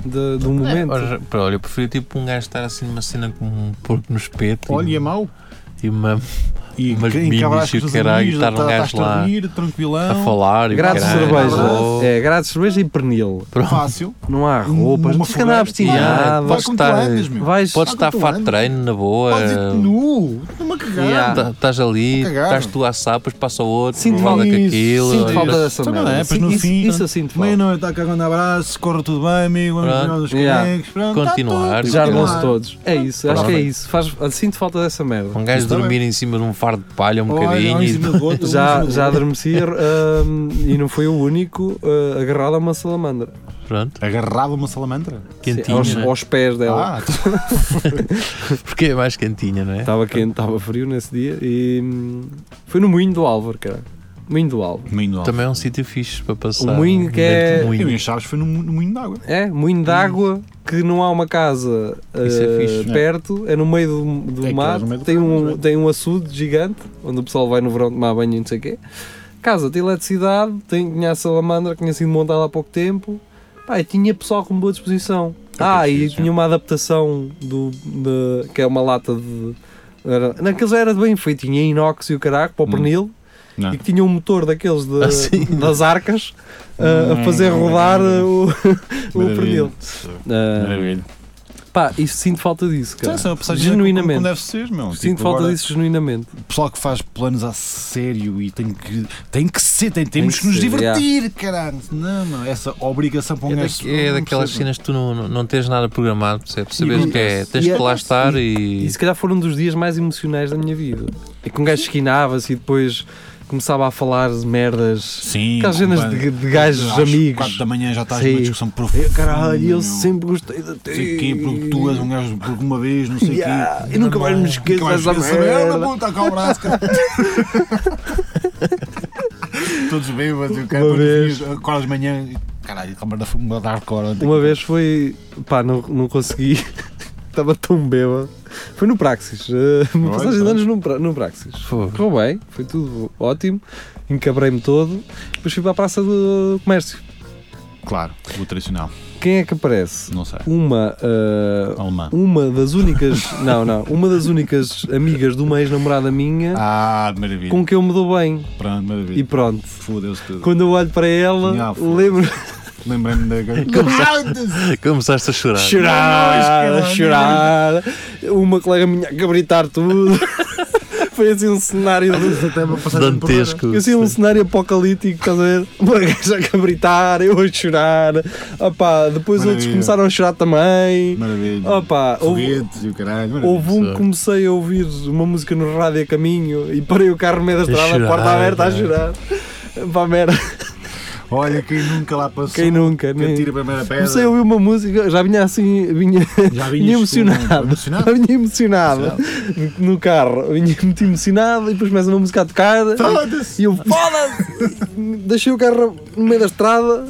[SPEAKER 2] de, de um
[SPEAKER 3] É,
[SPEAKER 2] momento.
[SPEAKER 3] olha, pá, olha, eu preferia tipo um gajo estar assim numa cena com um porco no espeto
[SPEAKER 4] Olha,
[SPEAKER 3] e,
[SPEAKER 4] é mau.
[SPEAKER 3] e uma
[SPEAKER 4] E
[SPEAKER 3] Mas
[SPEAKER 4] quem
[SPEAKER 3] minis
[SPEAKER 4] cabra as
[SPEAKER 3] e o
[SPEAKER 4] tuas
[SPEAKER 3] caralho,
[SPEAKER 4] amigas,
[SPEAKER 3] estar um
[SPEAKER 4] tá-
[SPEAKER 3] gajo
[SPEAKER 4] estás-te
[SPEAKER 3] lá
[SPEAKER 4] a rir, tranquilão.
[SPEAKER 3] a falar e o
[SPEAKER 2] Grátis
[SPEAKER 3] caralho,
[SPEAKER 2] cerveja.
[SPEAKER 3] oh,
[SPEAKER 2] É, grátis cerveja e pernil.
[SPEAKER 3] (laughs)
[SPEAKER 4] Fácil.
[SPEAKER 2] Não há
[SPEAKER 4] Um-
[SPEAKER 2] roupas.
[SPEAKER 4] uma
[SPEAKER 2] Tens que andar
[SPEAKER 4] fogueira.
[SPEAKER 3] Yeah,
[SPEAKER 2] abstinado.
[SPEAKER 4] Vai com
[SPEAKER 3] ah, estar-
[SPEAKER 4] toalhas, meu.
[SPEAKER 2] Vais.
[SPEAKER 3] Podes
[SPEAKER 4] Ah,
[SPEAKER 3] estar a
[SPEAKER 4] tu
[SPEAKER 3] fato
[SPEAKER 4] andas.
[SPEAKER 3] treino na boa.
[SPEAKER 4] Podes ir nu, numa cagada.
[SPEAKER 2] Yeah.
[SPEAKER 3] tá- Estás ali,
[SPEAKER 4] Cagado.
[SPEAKER 3] estás tu a sapas, passa o outro,
[SPEAKER 2] Sinto
[SPEAKER 3] fala
[SPEAKER 2] falta
[SPEAKER 3] com aquilo.
[SPEAKER 2] Sinto falta
[SPEAKER 3] e-
[SPEAKER 2] dessa
[SPEAKER 4] Sabe, não é?
[SPEAKER 2] merda.
[SPEAKER 4] Pois no
[SPEAKER 2] isso,
[SPEAKER 4] fim-
[SPEAKER 2] isso eu sinto falta.
[SPEAKER 4] Meia-noite, está cagando um abraço, corre tudo bem, amigo, vamos
[SPEAKER 3] Pronto.
[SPEAKER 4] melhorar nos
[SPEAKER 2] Yeah.
[SPEAKER 4] canecos, pronto. tá
[SPEAKER 3] Continuar.
[SPEAKER 4] tudo.
[SPEAKER 2] Já
[SPEAKER 3] Continuar.
[SPEAKER 2] armou-se todos. É isso, acho que é
[SPEAKER 3] Pronto.
[SPEAKER 2] isso. Faz, sinto falta dessa merda.
[SPEAKER 3] Um gajo
[SPEAKER 4] Isso também.
[SPEAKER 3] dormir em cima de um fardo de palha um
[SPEAKER 4] Olha,
[SPEAKER 3] bocadinho.
[SPEAKER 4] um em
[SPEAKER 3] e-
[SPEAKER 4] cima do outro, um em
[SPEAKER 2] Já,
[SPEAKER 4] cima do
[SPEAKER 2] já
[SPEAKER 4] outro.
[SPEAKER 2] adormeci (laughs) hum, e não foi o único uh, agarrado a uma salamandra.
[SPEAKER 3] Pronto,
[SPEAKER 4] Agarrado a uma salamandra?
[SPEAKER 2] Sim,
[SPEAKER 3] quentinho.
[SPEAKER 2] aos,
[SPEAKER 3] né?
[SPEAKER 2] aos pés dela.
[SPEAKER 4] Ah, tu-
[SPEAKER 3] Porque é mais quentinha, não é?
[SPEAKER 2] Estava quente, estava frio nesse dia e hum, foi no moinho do Álvaro, cara. Moinho do Álvaro.
[SPEAKER 4] moinho de água.
[SPEAKER 3] Também é um sítio fixe para passar.
[SPEAKER 2] O moinho que
[SPEAKER 3] dentro do
[SPEAKER 2] é-
[SPEAKER 4] Eu
[SPEAKER 3] moinho.
[SPEAKER 4] em Chaves foi no, no moinho de água.
[SPEAKER 2] É, moinho d'água que não há uma casa
[SPEAKER 3] Isso é
[SPEAKER 2] uh,
[SPEAKER 3] fixe,
[SPEAKER 4] não Hum. é?
[SPEAKER 2] perto, é no meio do, do
[SPEAKER 4] É que é
[SPEAKER 2] mato,
[SPEAKER 4] no meio do
[SPEAKER 2] tem,
[SPEAKER 4] mato,
[SPEAKER 2] um,
[SPEAKER 4] mas é.
[SPEAKER 2] tem um açude gigante onde o pessoal vai no verão tomar banho e não sei o quê. Casa tem eletricidade, tem, tinha a salamandra que tinha sido montada há pouco tempo. Pá, e tinha pessoal com boa disposição. ah,
[SPEAKER 4] que
[SPEAKER 2] e
[SPEAKER 4] É fixe,
[SPEAKER 2] tinha uma adaptação do, de- que é uma lata de. Era, naqueles era de bem feito, tinha inox e o caraco para o
[SPEAKER 4] Hum.
[SPEAKER 2] pernil
[SPEAKER 4] Não.
[SPEAKER 2] e que tinha um motor daqueles
[SPEAKER 4] (laughs)
[SPEAKER 2] de-
[SPEAKER 3] Ah, sim.
[SPEAKER 2] das arcas ah, a fazer
[SPEAKER 4] Hum,
[SPEAKER 2] rodar ah, o, o pernil. Ah,
[SPEAKER 4] Maravilha.
[SPEAKER 2] pá, isso sinto falta disso,
[SPEAKER 4] Então,
[SPEAKER 2] cara.
[SPEAKER 4] essa é uma passagem
[SPEAKER 2] Genuinamente.
[SPEAKER 4] Como deve ser, meu.
[SPEAKER 2] sinto
[SPEAKER 4] Tipo,
[SPEAKER 2] falta
[SPEAKER 4] agora,
[SPEAKER 2] disso genuinamente.
[SPEAKER 4] O pessoal que faz planos a sério e tem que, tem que ser, tem, temos
[SPEAKER 2] que
[SPEAKER 4] que, nos
[SPEAKER 2] ser,
[SPEAKER 4] divertir, caralho. Não, não, essa obrigação para um
[SPEAKER 3] É, da-
[SPEAKER 4] gajo.
[SPEAKER 3] é
[SPEAKER 4] não
[SPEAKER 3] daquelas
[SPEAKER 4] percebo.
[SPEAKER 3] cenas que tu não, não, não tens nada programado, percebes? Sabes
[SPEAKER 2] E-
[SPEAKER 3] que é, tens
[SPEAKER 2] e-
[SPEAKER 3] que lá estar e.
[SPEAKER 2] E se calhar foram um dos dias mais emocionais da minha vida. É que um gajo esquinava-se e depois começava a falar de merdas.
[SPEAKER 4] Sim,
[SPEAKER 2] Aquelas
[SPEAKER 4] com
[SPEAKER 2] cenas
[SPEAKER 4] banda.
[SPEAKER 2] de, de gajos
[SPEAKER 4] Às
[SPEAKER 2] amigos.
[SPEAKER 4] 4 da manhã já estás
[SPEAKER 2] Sim.
[SPEAKER 4] numa discussão profunda.
[SPEAKER 2] Eu, É, caralho, eu
[SPEAKER 4] meu.
[SPEAKER 2] sempre gostei de
[SPEAKER 4] Não
[SPEAKER 2] ti.
[SPEAKER 4] sei quê, porque tu és um gajo por uma vez, não sei o
[SPEAKER 2] Yeah,
[SPEAKER 4] quê.
[SPEAKER 2] eu nunca mais me esqueço
[SPEAKER 4] Nunca mais
[SPEAKER 2] dessa
[SPEAKER 4] esqueço essa
[SPEAKER 2] merda.
[SPEAKER 4] puta, com o braço,
[SPEAKER 2] (laughs)
[SPEAKER 4] cara. Todos bêbados, eu quero
[SPEAKER 2] Uma vez.
[SPEAKER 4] acordas de manhã e caralho, a merda foi uma dar cor.
[SPEAKER 2] Uma vez foi. pá, não, não consegui. (laughs) Estava tão bêbado. Foi no Praxis. eh, Uma
[SPEAKER 4] Oi,
[SPEAKER 2] passagem de
[SPEAKER 4] pá.
[SPEAKER 2] anos no, pra- no Praxis.
[SPEAKER 3] Fogo.
[SPEAKER 2] Correu bem, foi tudo ótimo. Encabrei-me todo. Depois fui para a Praça do Comércio.
[SPEAKER 4] Claro, o tradicional,
[SPEAKER 2] Quem é que aparece?
[SPEAKER 4] não sei.
[SPEAKER 2] Uma. eh,
[SPEAKER 4] Alemã.
[SPEAKER 2] uma das únicas. não, não. Uma das únicas amigas de uma ex-namorada minha
[SPEAKER 4] Ah, de maravilha.
[SPEAKER 2] com que eu me dou bem.
[SPEAKER 4] Pronto, maravilha.
[SPEAKER 2] E pronho.
[SPEAKER 4] Fodeu-se tudo.
[SPEAKER 2] Quando eu olho para ela,
[SPEAKER 4] Ah, foda-se.
[SPEAKER 2] lembro.
[SPEAKER 4] Lembrei-me da.
[SPEAKER 3] (laughs) Começaste a chorar.
[SPEAKER 2] chorar, chorar. Uma colega minha a cabritar tudo. Foi assim um cenário. de-
[SPEAKER 3] Dantesco.
[SPEAKER 2] Assim,
[SPEAKER 3] (laughs)
[SPEAKER 2] um cenário apocalíptico, estás a ver? Uma gaja a cabritar, eu a chorar. Opá, depois outros
[SPEAKER 4] Maravilha.
[SPEAKER 2] começaram a chorar também.
[SPEAKER 4] Maravilha.
[SPEAKER 2] Opa, houve,
[SPEAKER 4] Foguetes e o caralho. maravilha.
[SPEAKER 2] houve um que comecei a ouvir uma música no rádio a caminho e parei o carro no meio da estrada, a porta
[SPEAKER 3] chorar,
[SPEAKER 2] aberta a
[SPEAKER 3] cara.
[SPEAKER 2] chorar. Pá, merda,
[SPEAKER 4] Olha, quem nunca lá passou.
[SPEAKER 2] quem nunca,
[SPEAKER 4] Que
[SPEAKER 2] nem-
[SPEAKER 4] atira a primeira pedra.
[SPEAKER 2] Comecei a ouvir uma música, já vinha assim, vinha,
[SPEAKER 4] Já vinhas
[SPEAKER 2] (laughs) vinha
[SPEAKER 4] com-
[SPEAKER 2] emocionado.
[SPEAKER 4] emocionado?
[SPEAKER 2] Já vinha emocionado no carro, vinha muito emocionado e depois começa uma música a tocar
[SPEAKER 4] Foda-se.
[SPEAKER 2] e eu foda deixei o carro no meio da estrada,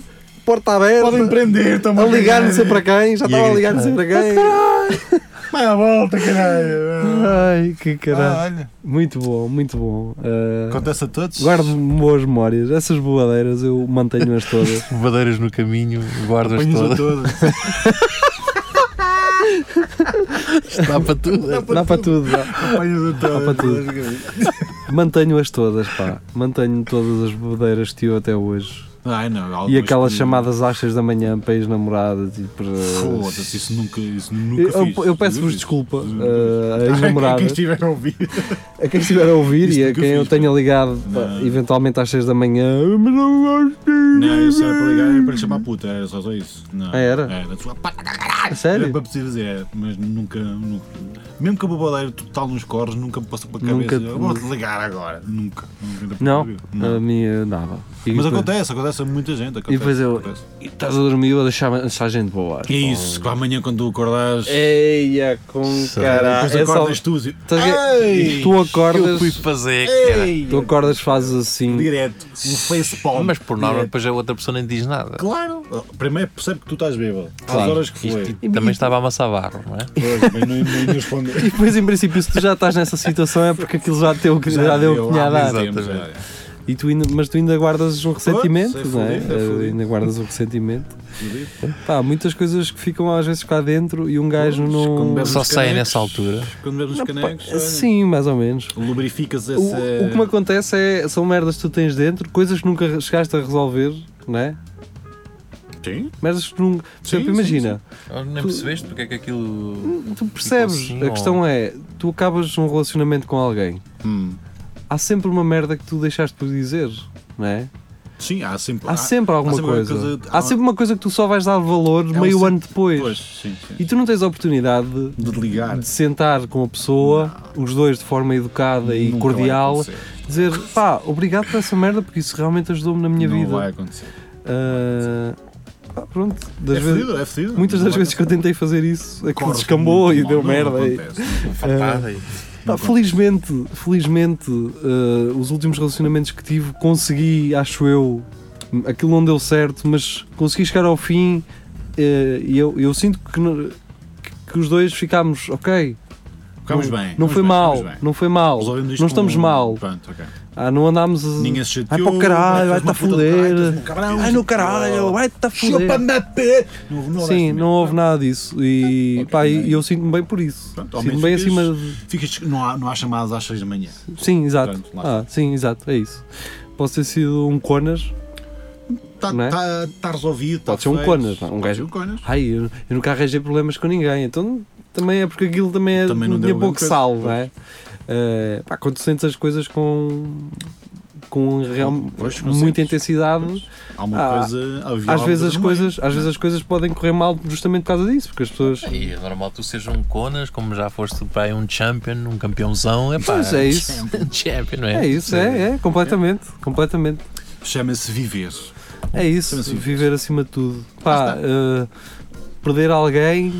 [SPEAKER 2] porta aberta,
[SPEAKER 4] Podem prender, estão
[SPEAKER 2] a ligar não sei para quem, já
[SPEAKER 3] E
[SPEAKER 2] estava
[SPEAKER 3] a
[SPEAKER 2] a ligar não sei para quem.
[SPEAKER 5] Vai à volta, caralho.
[SPEAKER 2] Ai, que (laughs)
[SPEAKER 4] Ah,
[SPEAKER 2] caralho.
[SPEAKER 4] olha,
[SPEAKER 2] Muito bom, muito bom. Ah,
[SPEAKER 4] acontece a todos.
[SPEAKER 2] guardo boas memórias. Essas boadeiras eu mantenho-as (laughs) todas.
[SPEAKER 3] Vadeiras no caminho, guardas
[SPEAKER 4] Apanhos a
[SPEAKER 3] todas.
[SPEAKER 2] (laughs)
[SPEAKER 4] todos.
[SPEAKER 3] Dá (laughs) para tudo.
[SPEAKER 2] Dá para tudo. dá.
[SPEAKER 5] Apanhas a todos.
[SPEAKER 2] Dá para tudo. Mantenho-as todas, pá. Mantenho todas as bobadeiras que eu até hoje.
[SPEAKER 4] Ai, não,
[SPEAKER 2] e
[SPEAKER 4] algumas
[SPEAKER 2] aquelas
[SPEAKER 4] que-
[SPEAKER 2] chamadas às 6 da manhã para ex-namoradas e para.
[SPEAKER 4] Foda-se, isso nunca, isso nunca
[SPEAKER 2] Eu,
[SPEAKER 4] fiz. Hum.
[SPEAKER 2] eu peço-vos
[SPEAKER 4] Nunca
[SPEAKER 2] desculpa
[SPEAKER 4] fiz.
[SPEAKER 2] ah, a
[SPEAKER 5] Quem- Quem
[SPEAKER 2] ex-namoradas,
[SPEAKER 5] estiver a ouvir.
[SPEAKER 2] a quem estiver a ouvir
[SPEAKER 4] Isto
[SPEAKER 2] e a
[SPEAKER 4] nunca
[SPEAKER 2] quem eu
[SPEAKER 4] fiz,
[SPEAKER 2] tenha ligado pá,
[SPEAKER 4] Não.
[SPEAKER 2] eventualmente às 6 da manhã. "Ah, Mas não gosto.
[SPEAKER 4] Não, isso era para ligar, era para lhe chamar puta, era só, só isso. Não,
[SPEAKER 2] Ah, era?
[SPEAKER 4] Era, só, pá, era
[SPEAKER 2] Ah, Sério?
[SPEAKER 4] É para precisar dizer, era, mas nunca, nunca. Mesmo que a bobadeira total nos corres, nunca me passou pela
[SPEAKER 2] Nunca
[SPEAKER 4] cabeça.
[SPEAKER 2] te-
[SPEAKER 4] Eu Vou-te ligar agora. Nunca. nunca
[SPEAKER 2] Não,
[SPEAKER 4] Não.
[SPEAKER 2] a minha nada. E
[SPEAKER 4] Mas
[SPEAKER 2] depois-
[SPEAKER 4] acontece, acontece a muita gente. Acontece,
[SPEAKER 2] E depois eu-
[SPEAKER 4] acontece.
[SPEAKER 2] E estás a dormir ou a deixar mensagem de boa.
[SPEAKER 4] Que é isso, que amanhã quando tu acordares,
[SPEAKER 2] Eia, com caralho.
[SPEAKER 4] depois acordas tu e
[SPEAKER 2] É, Ah, Estás a ver?
[SPEAKER 4] Ei!
[SPEAKER 2] Tu
[SPEAKER 3] Eu
[SPEAKER 2] acordas,
[SPEAKER 3] fui fazer. cara. Oh,
[SPEAKER 2] tu acordas, fazes assim.
[SPEAKER 4] direto, um facepalm.
[SPEAKER 3] Mas por norma,
[SPEAKER 4] Direto.
[SPEAKER 3] depois a outra pessoa nem diz nada.
[SPEAKER 4] Claro! Primeiro percebe que tu estás bêbado, às
[SPEAKER 2] Claro. tipo-
[SPEAKER 4] horas que foi.
[SPEAKER 3] Isto também estava a amassar barro, não é?
[SPEAKER 4] Pois, mas não, não lhe
[SPEAKER 2] (laughs)
[SPEAKER 4] respondo.
[SPEAKER 2] E depois, em princípio, se tu já estás nessa situação é porque aquilo já, teu, já, deu
[SPEAKER 4] há
[SPEAKER 2] cunhada.
[SPEAKER 4] muito tempo,
[SPEAKER 3] Exatamente.
[SPEAKER 4] já.
[SPEAKER 2] E tu ainda, mas tu ainda guardas um ressentimento,
[SPEAKER 4] é
[SPEAKER 2] não é?
[SPEAKER 4] fudido, é fudido.
[SPEAKER 2] Eh, ainda guardas um ressentimento. Pá, há muitas coisas que ficam às vezes cá dentro e um gajo
[SPEAKER 4] Pois, quando
[SPEAKER 2] não.
[SPEAKER 4] bebes
[SPEAKER 3] Só
[SPEAKER 4] Os
[SPEAKER 3] saem
[SPEAKER 4] canecos.
[SPEAKER 3] nessa altura.
[SPEAKER 4] Quando vemos os canecos, olha,
[SPEAKER 2] Sim, mais ou menos.
[SPEAKER 4] lubrificas essa.
[SPEAKER 2] O, o que me acontece é, são merdas que tu tens dentro, coisas que nunca chegaste a resolver, não é?
[SPEAKER 4] Sim,
[SPEAKER 2] Merdas que nunca.
[SPEAKER 4] Sim,
[SPEAKER 2] Tipo,
[SPEAKER 4] sim, Tipo
[SPEAKER 2] imagina,
[SPEAKER 3] Nem percebeste porque é que aquilo.
[SPEAKER 2] tu percebes,
[SPEAKER 3] assim,
[SPEAKER 2] a
[SPEAKER 3] ou-
[SPEAKER 2] questão é, tu acabas um relacionamento com alguém,
[SPEAKER 4] Hum.
[SPEAKER 2] há sempre uma merda que tu deixaste por dizer, não é?
[SPEAKER 4] Sim, há sempre.
[SPEAKER 2] Há sempre alguma
[SPEAKER 4] sempre
[SPEAKER 2] coisa.
[SPEAKER 4] alguma coisa-
[SPEAKER 2] Há sempre uma coisa que tu só vais dar valor
[SPEAKER 4] um
[SPEAKER 2] meio
[SPEAKER 4] sim-
[SPEAKER 2] ano depois.
[SPEAKER 4] Pois, sim, sim.
[SPEAKER 2] E tu não tens a oportunidade de-
[SPEAKER 4] De ligar.
[SPEAKER 2] de sentar com a pessoa, os dois de forma educada e
[SPEAKER 4] Nunca
[SPEAKER 2] cordial,
[SPEAKER 4] vai acontecer.
[SPEAKER 2] dizer pá, obrigado por essa merda porque isso realmente ajudou-me na minha
[SPEAKER 4] não
[SPEAKER 2] vida.
[SPEAKER 4] vai acontecer.
[SPEAKER 2] Ah, pá, pronto, das
[SPEAKER 4] é
[SPEAKER 2] vezes-
[SPEAKER 4] fedido, é fedido.
[SPEAKER 2] muitas das
[SPEAKER 4] Não
[SPEAKER 2] vezes que
[SPEAKER 4] vai
[SPEAKER 2] eu tentei fazer isso, aquilo
[SPEAKER 4] acontecer.
[SPEAKER 2] descambou e
[SPEAKER 4] Não,
[SPEAKER 2] deu
[SPEAKER 4] não
[SPEAKER 2] merda. e-
[SPEAKER 4] acontece, não acontece.
[SPEAKER 3] Fartada e-
[SPEAKER 2] Pá, felizmente, felizmente, eh, os últimos relacionamentos que tive, consegui, acho eu, aquilo não deu certo, mas consegui chegar ao fim eh, e eu, eu sinto que, no- que- que os dois ficámos ok.
[SPEAKER 4] Ficamos
[SPEAKER 2] não,
[SPEAKER 4] bem.
[SPEAKER 2] Não
[SPEAKER 4] ficamos
[SPEAKER 2] foi
[SPEAKER 4] bem,
[SPEAKER 2] mal,
[SPEAKER 4] ficamos bem.
[SPEAKER 2] não foi mal.
[SPEAKER 4] Resolvemos isto
[SPEAKER 2] Não estamos
[SPEAKER 4] com- um
[SPEAKER 2] mal.
[SPEAKER 4] Pronto, ok.
[SPEAKER 2] Ah, não andámos a.
[SPEAKER 4] Ninguém se
[SPEAKER 2] Ai
[SPEAKER 4] chateou.
[SPEAKER 2] para o caralho,
[SPEAKER 4] faz
[SPEAKER 2] vai-te
[SPEAKER 4] uma
[SPEAKER 2] a
[SPEAKER 4] puta de trás,
[SPEAKER 2] foder.
[SPEAKER 4] um cabrão,
[SPEAKER 2] Ai no caralho, vai-te a foder.
[SPEAKER 4] Chupa-me a pé. Não- assim
[SPEAKER 2] Sim,
[SPEAKER 4] não houvesse
[SPEAKER 2] não houve nada disso. E
[SPEAKER 4] Ok,
[SPEAKER 2] pá, e
[SPEAKER 4] bem.
[SPEAKER 2] eu sinto-me bem por isso.
[SPEAKER 4] Pronto, ao
[SPEAKER 2] Sinto-me
[SPEAKER 4] menos
[SPEAKER 2] bem
[SPEAKER 4] ficas-
[SPEAKER 2] acima de.
[SPEAKER 4] Ficas, não, há, não há chamadas às 6 da manhã.
[SPEAKER 2] Sim, exato.
[SPEAKER 4] Portanto, lá
[SPEAKER 2] ah, sim, exato, é isso. Posso ter sido um conas.
[SPEAKER 4] Está
[SPEAKER 2] Não é?
[SPEAKER 4] tá, tá resolvido. Tá
[SPEAKER 2] Pode ser um
[SPEAKER 4] feito.
[SPEAKER 2] conas, não é? Um
[SPEAKER 4] Pode
[SPEAKER 2] gajo-
[SPEAKER 4] ser um conas.
[SPEAKER 2] Ai, eu, eu nunca arranjei problemas com ninguém, então também é porque aquilo também, é,
[SPEAKER 4] Também não
[SPEAKER 2] não tinha
[SPEAKER 4] deu
[SPEAKER 2] pouco
[SPEAKER 4] grande
[SPEAKER 2] sal,
[SPEAKER 4] coisa,
[SPEAKER 2] não é? Eh, pá, quando sentes as coisas com, com real-
[SPEAKER 4] Pois, não
[SPEAKER 2] muita
[SPEAKER 4] sentes.
[SPEAKER 2] intensidade,
[SPEAKER 4] Há uma
[SPEAKER 2] Ah,
[SPEAKER 4] coisa. havia
[SPEAKER 2] às
[SPEAKER 4] lá
[SPEAKER 2] vezes, as
[SPEAKER 4] também.
[SPEAKER 2] coisas, às vezes as coisas podem correr mal justamente por causa disso, porque as pessoas.
[SPEAKER 3] E é normal tu sejas um Conas, como já foste para aí um champion, um campeãozão. É pá,
[SPEAKER 2] Pois é isso.
[SPEAKER 3] Um (laughs) champion, não é?
[SPEAKER 2] É isso, é, é, completamente, completamente.
[SPEAKER 4] Chama-se viver.
[SPEAKER 2] É isso,
[SPEAKER 4] Sim, sim.
[SPEAKER 2] viver acima de tudo. Pá, eh, perder alguém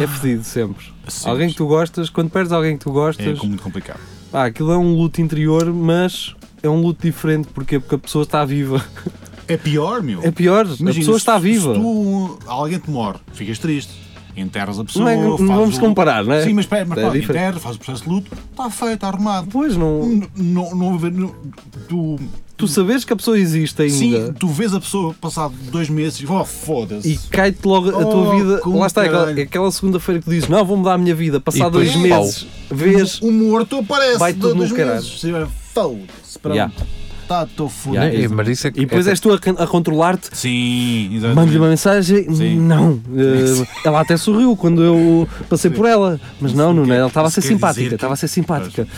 [SPEAKER 2] é fedido sempre.
[SPEAKER 4] Assim,
[SPEAKER 2] alguém que tu gostas, quando perdes alguém que tu
[SPEAKER 4] É
[SPEAKER 2] gostas,
[SPEAKER 4] com- muito complicado.
[SPEAKER 2] pá, aquilo é um luto interior, mas é um luto diferente. Porquê? Porque a pessoa está viva. (laughs)
[SPEAKER 4] É pior, meu.
[SPEAKER 2] É pior, a
[SPEAKER 4] Imagina,
[SPEAKER 2] pessoa
[SPEAKER 4] se-
[SPEAKER 2] está viva.
[SPEAKER 4] Se tu, alguém te morre, ficas triste. Enterras a pessoa.
[SPEAKER 2] Não, é, não
[SPEAKER 4] fazes
[SPEAKER 2] vamos
[SPEAKER 4] o-
[SPEAKER 2] comparar, não é?
[SPEAKER 4] Sim, mas espera, mas
[SPEAKER 2] É
[SPEAKER 4] pá,
[SPEAKER 2] diferente.
[SPEAKER 4] enterras, faz o processo de luto, está feito, está arrumado.
[SPEAKER 2] Pois não.
[SPEAKER 4] N- Não, não, não, tu,
[SPEAKER 2] Tu sabes que a pessoa existe ainda
[SPEAKER 4] sim, tu vês a pessoa passado dois meses e oh, foda-se.
[SPEAKER 2] e cai-te logo a tua
[SPEAKER 4] Oh,
[SPEAKER 2] vida.
[SPEAKER 4] como
[SPEAKER 2] Lá está, é aquela,
[SPEAKER 4] caralho.
[SPEAKER 2] é aquela segunda-feira que tu dizes: Não, vou mudar a minha vida. Passar
[SPEAKER 3] E depois,
[SPEAKER 2] dois meses, vês.
[SPEAKER 4] O morto aparece.
[SPEAKER 2] Vai tudo no
[SPEAKER 4] dois
[SPEAKER 2] caralho.
[SPEAKER 4] meses. Se tiver, é, Foda-se. Pronto.
[SPEAKER 2] Yeah.
[SPEAKER 4] Tá, estou fudido.
[SPEAKER 2] Yeah,
[SPEAKER 3] É, mas isso é
[SPEAKER 2] E depois
[SPEAKER 3] é,
[SPEAKER 2] és tu a, can- a controlar-te.
[SPEAKER 4] Sim, exatamente.
[SPEAKER 2] Mando-lhe uma mensagem,
[SPEAKER 4] Sim.
[SPEAKER 2] não. eh, ela até sorriu quando eu passei por ela, mas não, Nuno,
[SPEAKER 4] quer-
[SPEAKER 2] ela estava a ser
[SPEAKER 4] isso quer dizer
[SPEAKER 2] simpática,
[SPEAKER 4] que-
[SPEAKER 2] estava a ser simpática.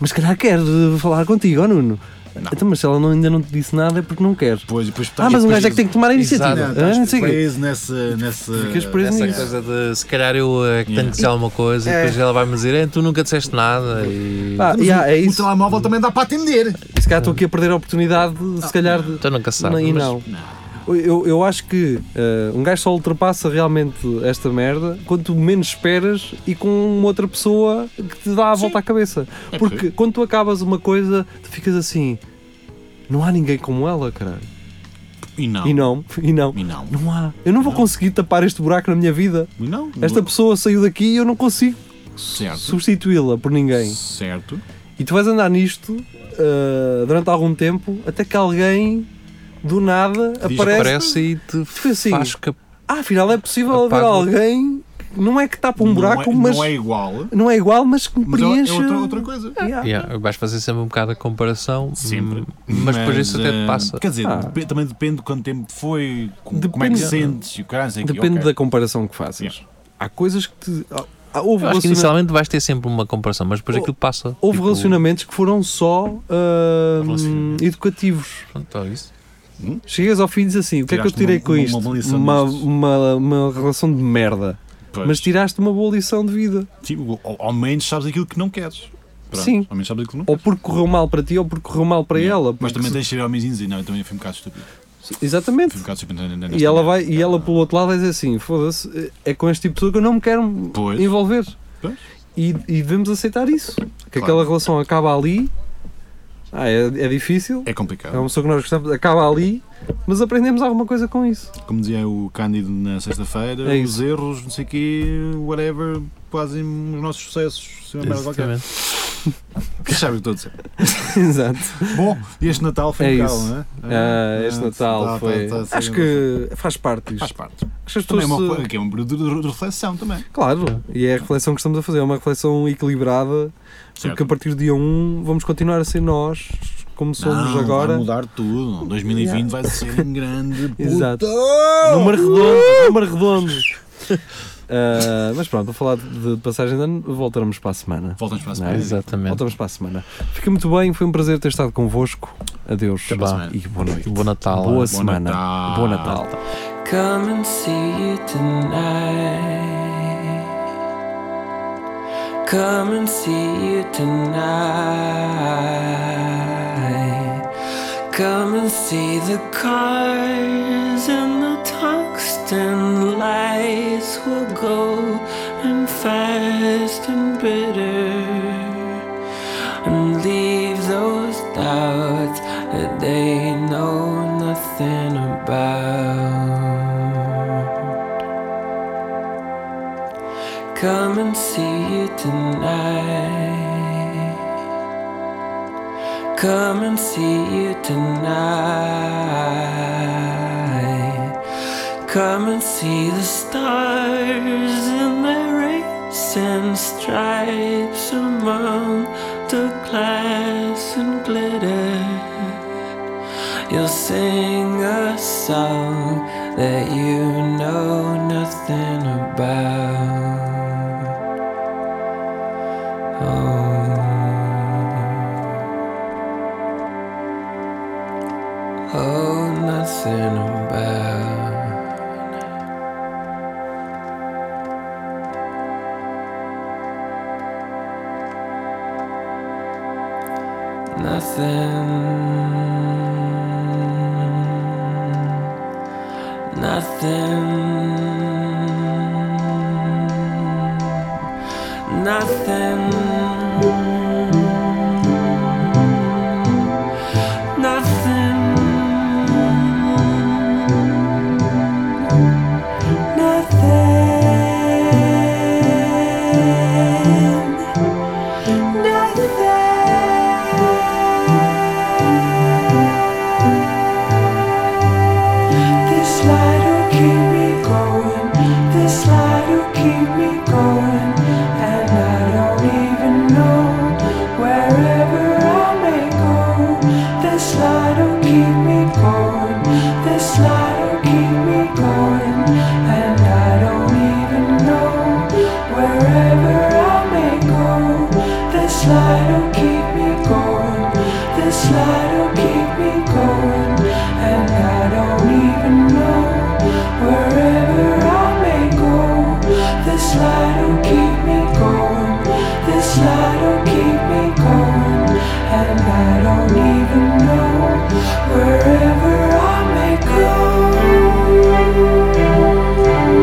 [SPEAKER 2] Mas se calhar quer eh, falar contigo, ó Nuno. Então, mas se ela não- ainda não te disse nada é porque não quer.
[SPEAKER 4] Depois, depois,
[SPEAKER 2] Ah, mas um gajo é que tem que tomar a iniciativa.
[SPEAKER 3] Exato.
[SPEAKER 4] Não, tá,
[SPEAKER 2] Ah, é não
[SPEAKER 4] estás
[SPEAKER 2] sei o quê.
[SPEAKER 4] preso nessa, nessa.
[SPEAKER 2] Ficas preso
[SPEAKER 3] Essa
[SPEAKER 2] nisso. É.
[SPEAKER 3] coisa de se calhar eu eh, que tenho que dizer alguma coisa e depois ela vai-me dizer, eh, tu nunca disseste nada. E...
[SPEAKER 2] Pá, yeah, é
[SPEAKER 4] O
[SPEAKER 2] isso.
[SPEAKER 4] telemóvel também dá para atender.
[SPEAKER 2] Se calhar estou aqui a perder a oportunidade, de,
[SPEAKER 4] Ah.
[SPEAKER 2] se calhar. de-
[SPEAKER 3] Então nunca sabes.
[SPEAKER 2] Não, e
[SPEAKER 3] mas-
[SPEAKER 2] não. Eu, eu acho que eh, um gajo só ultrapassa realmente esta merda quando tu menos esperas e com uma outra pessoa que te dá a volta à cabeça. Porque quando tu acabas uma coisa, tu ficas assim. Não há ninguém como ela, caralho.
[SPEAKER 4] E não.
[SPEAKER 2] E não, (laughs) e não.
[SPEAKER 4] E não.
[SPEAKER 2] Não há. Eu não vou conseguir tapar este buraco na minha vida.
[SPEAKER 4] E não.
[SPEAKER 2] Esta pessoa saiu daqui e eu não consigo
[SPEAKER 4] Certo.
[SPEAKER 2] substituí-la por ninguém.
[SPEAKER 4] Certo.
[SPEAKER 2] E tu vais andar nisto ah, durante algum tempo até que alguém do nada
[SPEAKER 4] Diz-
[SPEAKER 2] aparece.
[SPEAKER 3] Parece e te
[SPEAKER 2] Foi assim.
[SPEAKER 3] faz cap...
[SPEAKER 2] Ah, afinal é possível haver
[SPEAKER 3] Apaga-
[SPEAKER 2] alguém que não é que tapa um buraco,
[SPEAKER 4] não é,
[SPEAKER 2] mas
[SPEAKER 4] Não é igual,
[SPEAKER 2] não é igual, mas que
[SPEAKER 4] mas é-
[SPEAKER 2] preenche. Ah.
[SPEAKER 4] é outra, outra coisa.
[SPEAKER 2] Yeah.
[SPEAKER 3] Yeah, vais fazer sempre um bocado a comparação,
[SPEAKER 4] Sempre.
[SPEAKER 3] hum, mas depois isso até te
[SPEAKER 4] eh,
[SPEAKER 3] passa.
[SPEAKER 4] Quer dizer,
[SPEAKER 2] Ah.
[SPEAKER 4] depe- também depende de quanto tempo foi, com- como é que
[SPEAKER 2] Depende-
[SPEAKER 4] sentes e o caralho, não sei o quê,
[SPEAKER 2] Depende
[SPEAKER 4] ok.
[SPEAKER 2] da comparação que faças.
[SPEAKER 4] Yeah.
[SPEAKER 2] Há coisas que te. há- houve,
[SPEAKER 3] Eu acho que
[SPEAKER 2] relaciona-
[SPEAKER 3] inicialmente vais ter sempre uma comparação, mas depois
[SPEAKER 2] Ou-
[SPEAKER 3] aquilo passa.
[SPEAKER 2] houve
[SPEAKER 3] Tipo,
[SPEAKER 2] relacionamentos que foram só ah,
[SPEAKER 4] Relacionamentos.
[SPEAKER 2] educativos.
[SPEAKER 3] pronto, olha isso.
[SPEAKER 2] Chegas ao fim e dizes assim: o que é que eu
[SPEAKER 4] Tiraste
[SPEAKER 2] tirei
[SPEAKER 4] uma-
[SPEAKER 2] com
[SPEAKER 4] uma-
[SPEAKER 2] isto?
[SPEAKER 4] uma lição
[SPEAKER 2] Uma,
[SPEAKER 4] disto.
[SPEAKER 2] uma, uma relação de merda.
[SPEAKER 4] Pois.
[SPEAKER 2] Mas tiraste uma boa lição de vida.
[SPEAKER 4] Tipo, ao, ao menos sabes aquilo que não queres. Pronto,
[SPEAKER 2] Sim.
[SPEAKER 4] Ao menos sabes aquilo que não
[SPEAKER 2] Ou porque correu mal para ti, ou porque correu mal para
[SPEAKER 4] queres.
[SPEAKER 2] ela.
[SPEAKER 4] Mas
[SPEAKER 2] porque
[SPEAKER 4] também
[SPEAKER 2] se-
[SPEAKER 4] tens de ser homenzinho e dizer, não, eu também fui um bocado estúpido.
[SPEAKER 2] Exatamente.
[SPEAKER 4] Fui um bocado estúpido. n- n- nesta
[SPEAKER 2] E ela, vai,
[SPEAKER 4] merda.
[SPEAKER 2] e ela, pelo outro lado, vai dizer assim: foda-se, é com este tipo de pessoa que eu não me quero
[SPEAKER 4] Pois.
[SPEAKER 2] envolver.
[SPEAKER 4] Pois.
[SPEAKER 2] E, e devemos aceitar isso. Que
[SPEAKER 4] Claro.
[SPEAKER 2] aquela relação acaba ali. Ah, é, é difícil.
[SPEAKER 4] É
[SPEAKER 2] É
[SPEAKER 4] complicado.
[SPEAKER 2] uma pessoa que nós gostamos, acaba ali. Mas aprendemos alguma coisa com
[SPEAKER 4] (laughs)
[SPEAKER 2] isso.
[SPEAKER 4] Como dizia o Cândido na sexta-feira,
[SPEAKER 2] É
[SPEAKER 4] os
[SPEAKER 2] isso.
[SPEAKER 4] erros, não sei o quê, whatever, fazem os nossos sucessos. Se uma
[SPEAKER 2] é
[SPEAKER 4] merda qualquer.
[SPEAKER 3] Exatamente.
[SPEAKER 4] Que sabe o que estou a dizer.
[SPEAKER 2] Exato.
[SPEAKER 4] Bom, este Natal foi
[SPEAKER 2] É
[SPEAKER 4] um
[SPEAKER 2] isso.
[SPEAKER 4] bocado, não
[SPEAKER 2] Ah,
[SPEAKER 4] é?
[SPEAKER 2] este
[SPEAKER 4] Ah,
[SPEAKER 2] Natal
[SPEAKER 4] tá, tá,
[SPEAKER 2] foi.
[SPEAKER 4] tá, tá,
[SPEAKER 2] acho
[SPEAKER 4] sim,
[SPEAKER 2] que faz parte disto.
[SPEAKER 4] Faz parte.
[SPEAKER 2] Acho que as pessoas
[SPEAKER 4] Também é uma,
[SPEAKER 2] se-
[SPEAKER 4] coisa- que é um período de- de reflexão também.
[SPEAKER 2] Claro, e é a reflexão que estamos a fazer, é uma reflexão equilibrada, porque a partir do dia 1 vamos continuar a ser nós, como somos
[SPEAKER 4] Não,
[SPEAKER 2] agora.
[SPEAKER 4] Vai mudar tudo. 2020 vai ser um grande.
[SPEAKER 2] (laughs)
[SPEAKER 4] puta.
[SPEAKER 2] Exato. Número redondo, número redondo. (laughs) Ah, mas pronto, a falar de de passagem de ano, voltaremos para a semana.
[SPEAKER 4] Voltamos para a
[SPEAKER 2] Não, é?
[SPEAKER 4] semana.
[SPEAKER 3] Exatamente.
[SPEAKER 2] Voltamos para a semana. Fica muito bem, foi um prazer ter estado convosco. Adeus
[SPEAKER 3] Até para a
[SPEAKER 4] semana.
[SPEAKER 2] e boa noite.
[SPEAKER 3] Bom Natal.
[SPEAKER 2] Boa
[SPEAKER 4] Bom
[SPEAKER 2] semana.
[SPEAKER 4] Natal.
[SPEAKER 2] Bom Natal.
[SPEAKER 6] Come and see you tonight. Come and see you tonight. Come and see the cars and the tungsten lights will go and fast and bitter and leave those doubts that they know nothing about. Come and see you tonight. Come and see you tonight. Come and see the stars in their race and stripes among the glass and glitter. You'll sing a song that you know nothing about. Oh, oh nothing about. Nothing. Nothing. Nothing. Nothing. Nothing. This light will keep me going. This light will keep me going. And I don't even know wherever I may go. This light will keep me going. This light will keep me going. And I don't even know wherever I may go. This light will keep me going. This light will keep me going. And I don't even know wherever I may go. This light will keep me going. This light will keep me going. And I don't even know wherever I may go.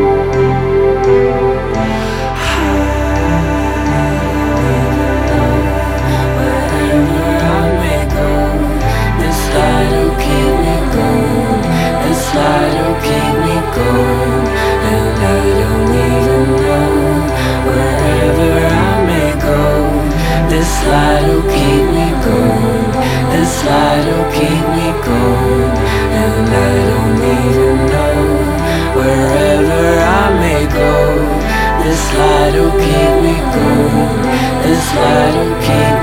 [SPEAKER 6] Wherever I may go, this light will keep me going. This
[SPEAKER 8] light'll keep me going. This light'll keep me going. And I don't even know wherever I may go. This light'll keep me going. This light'll keep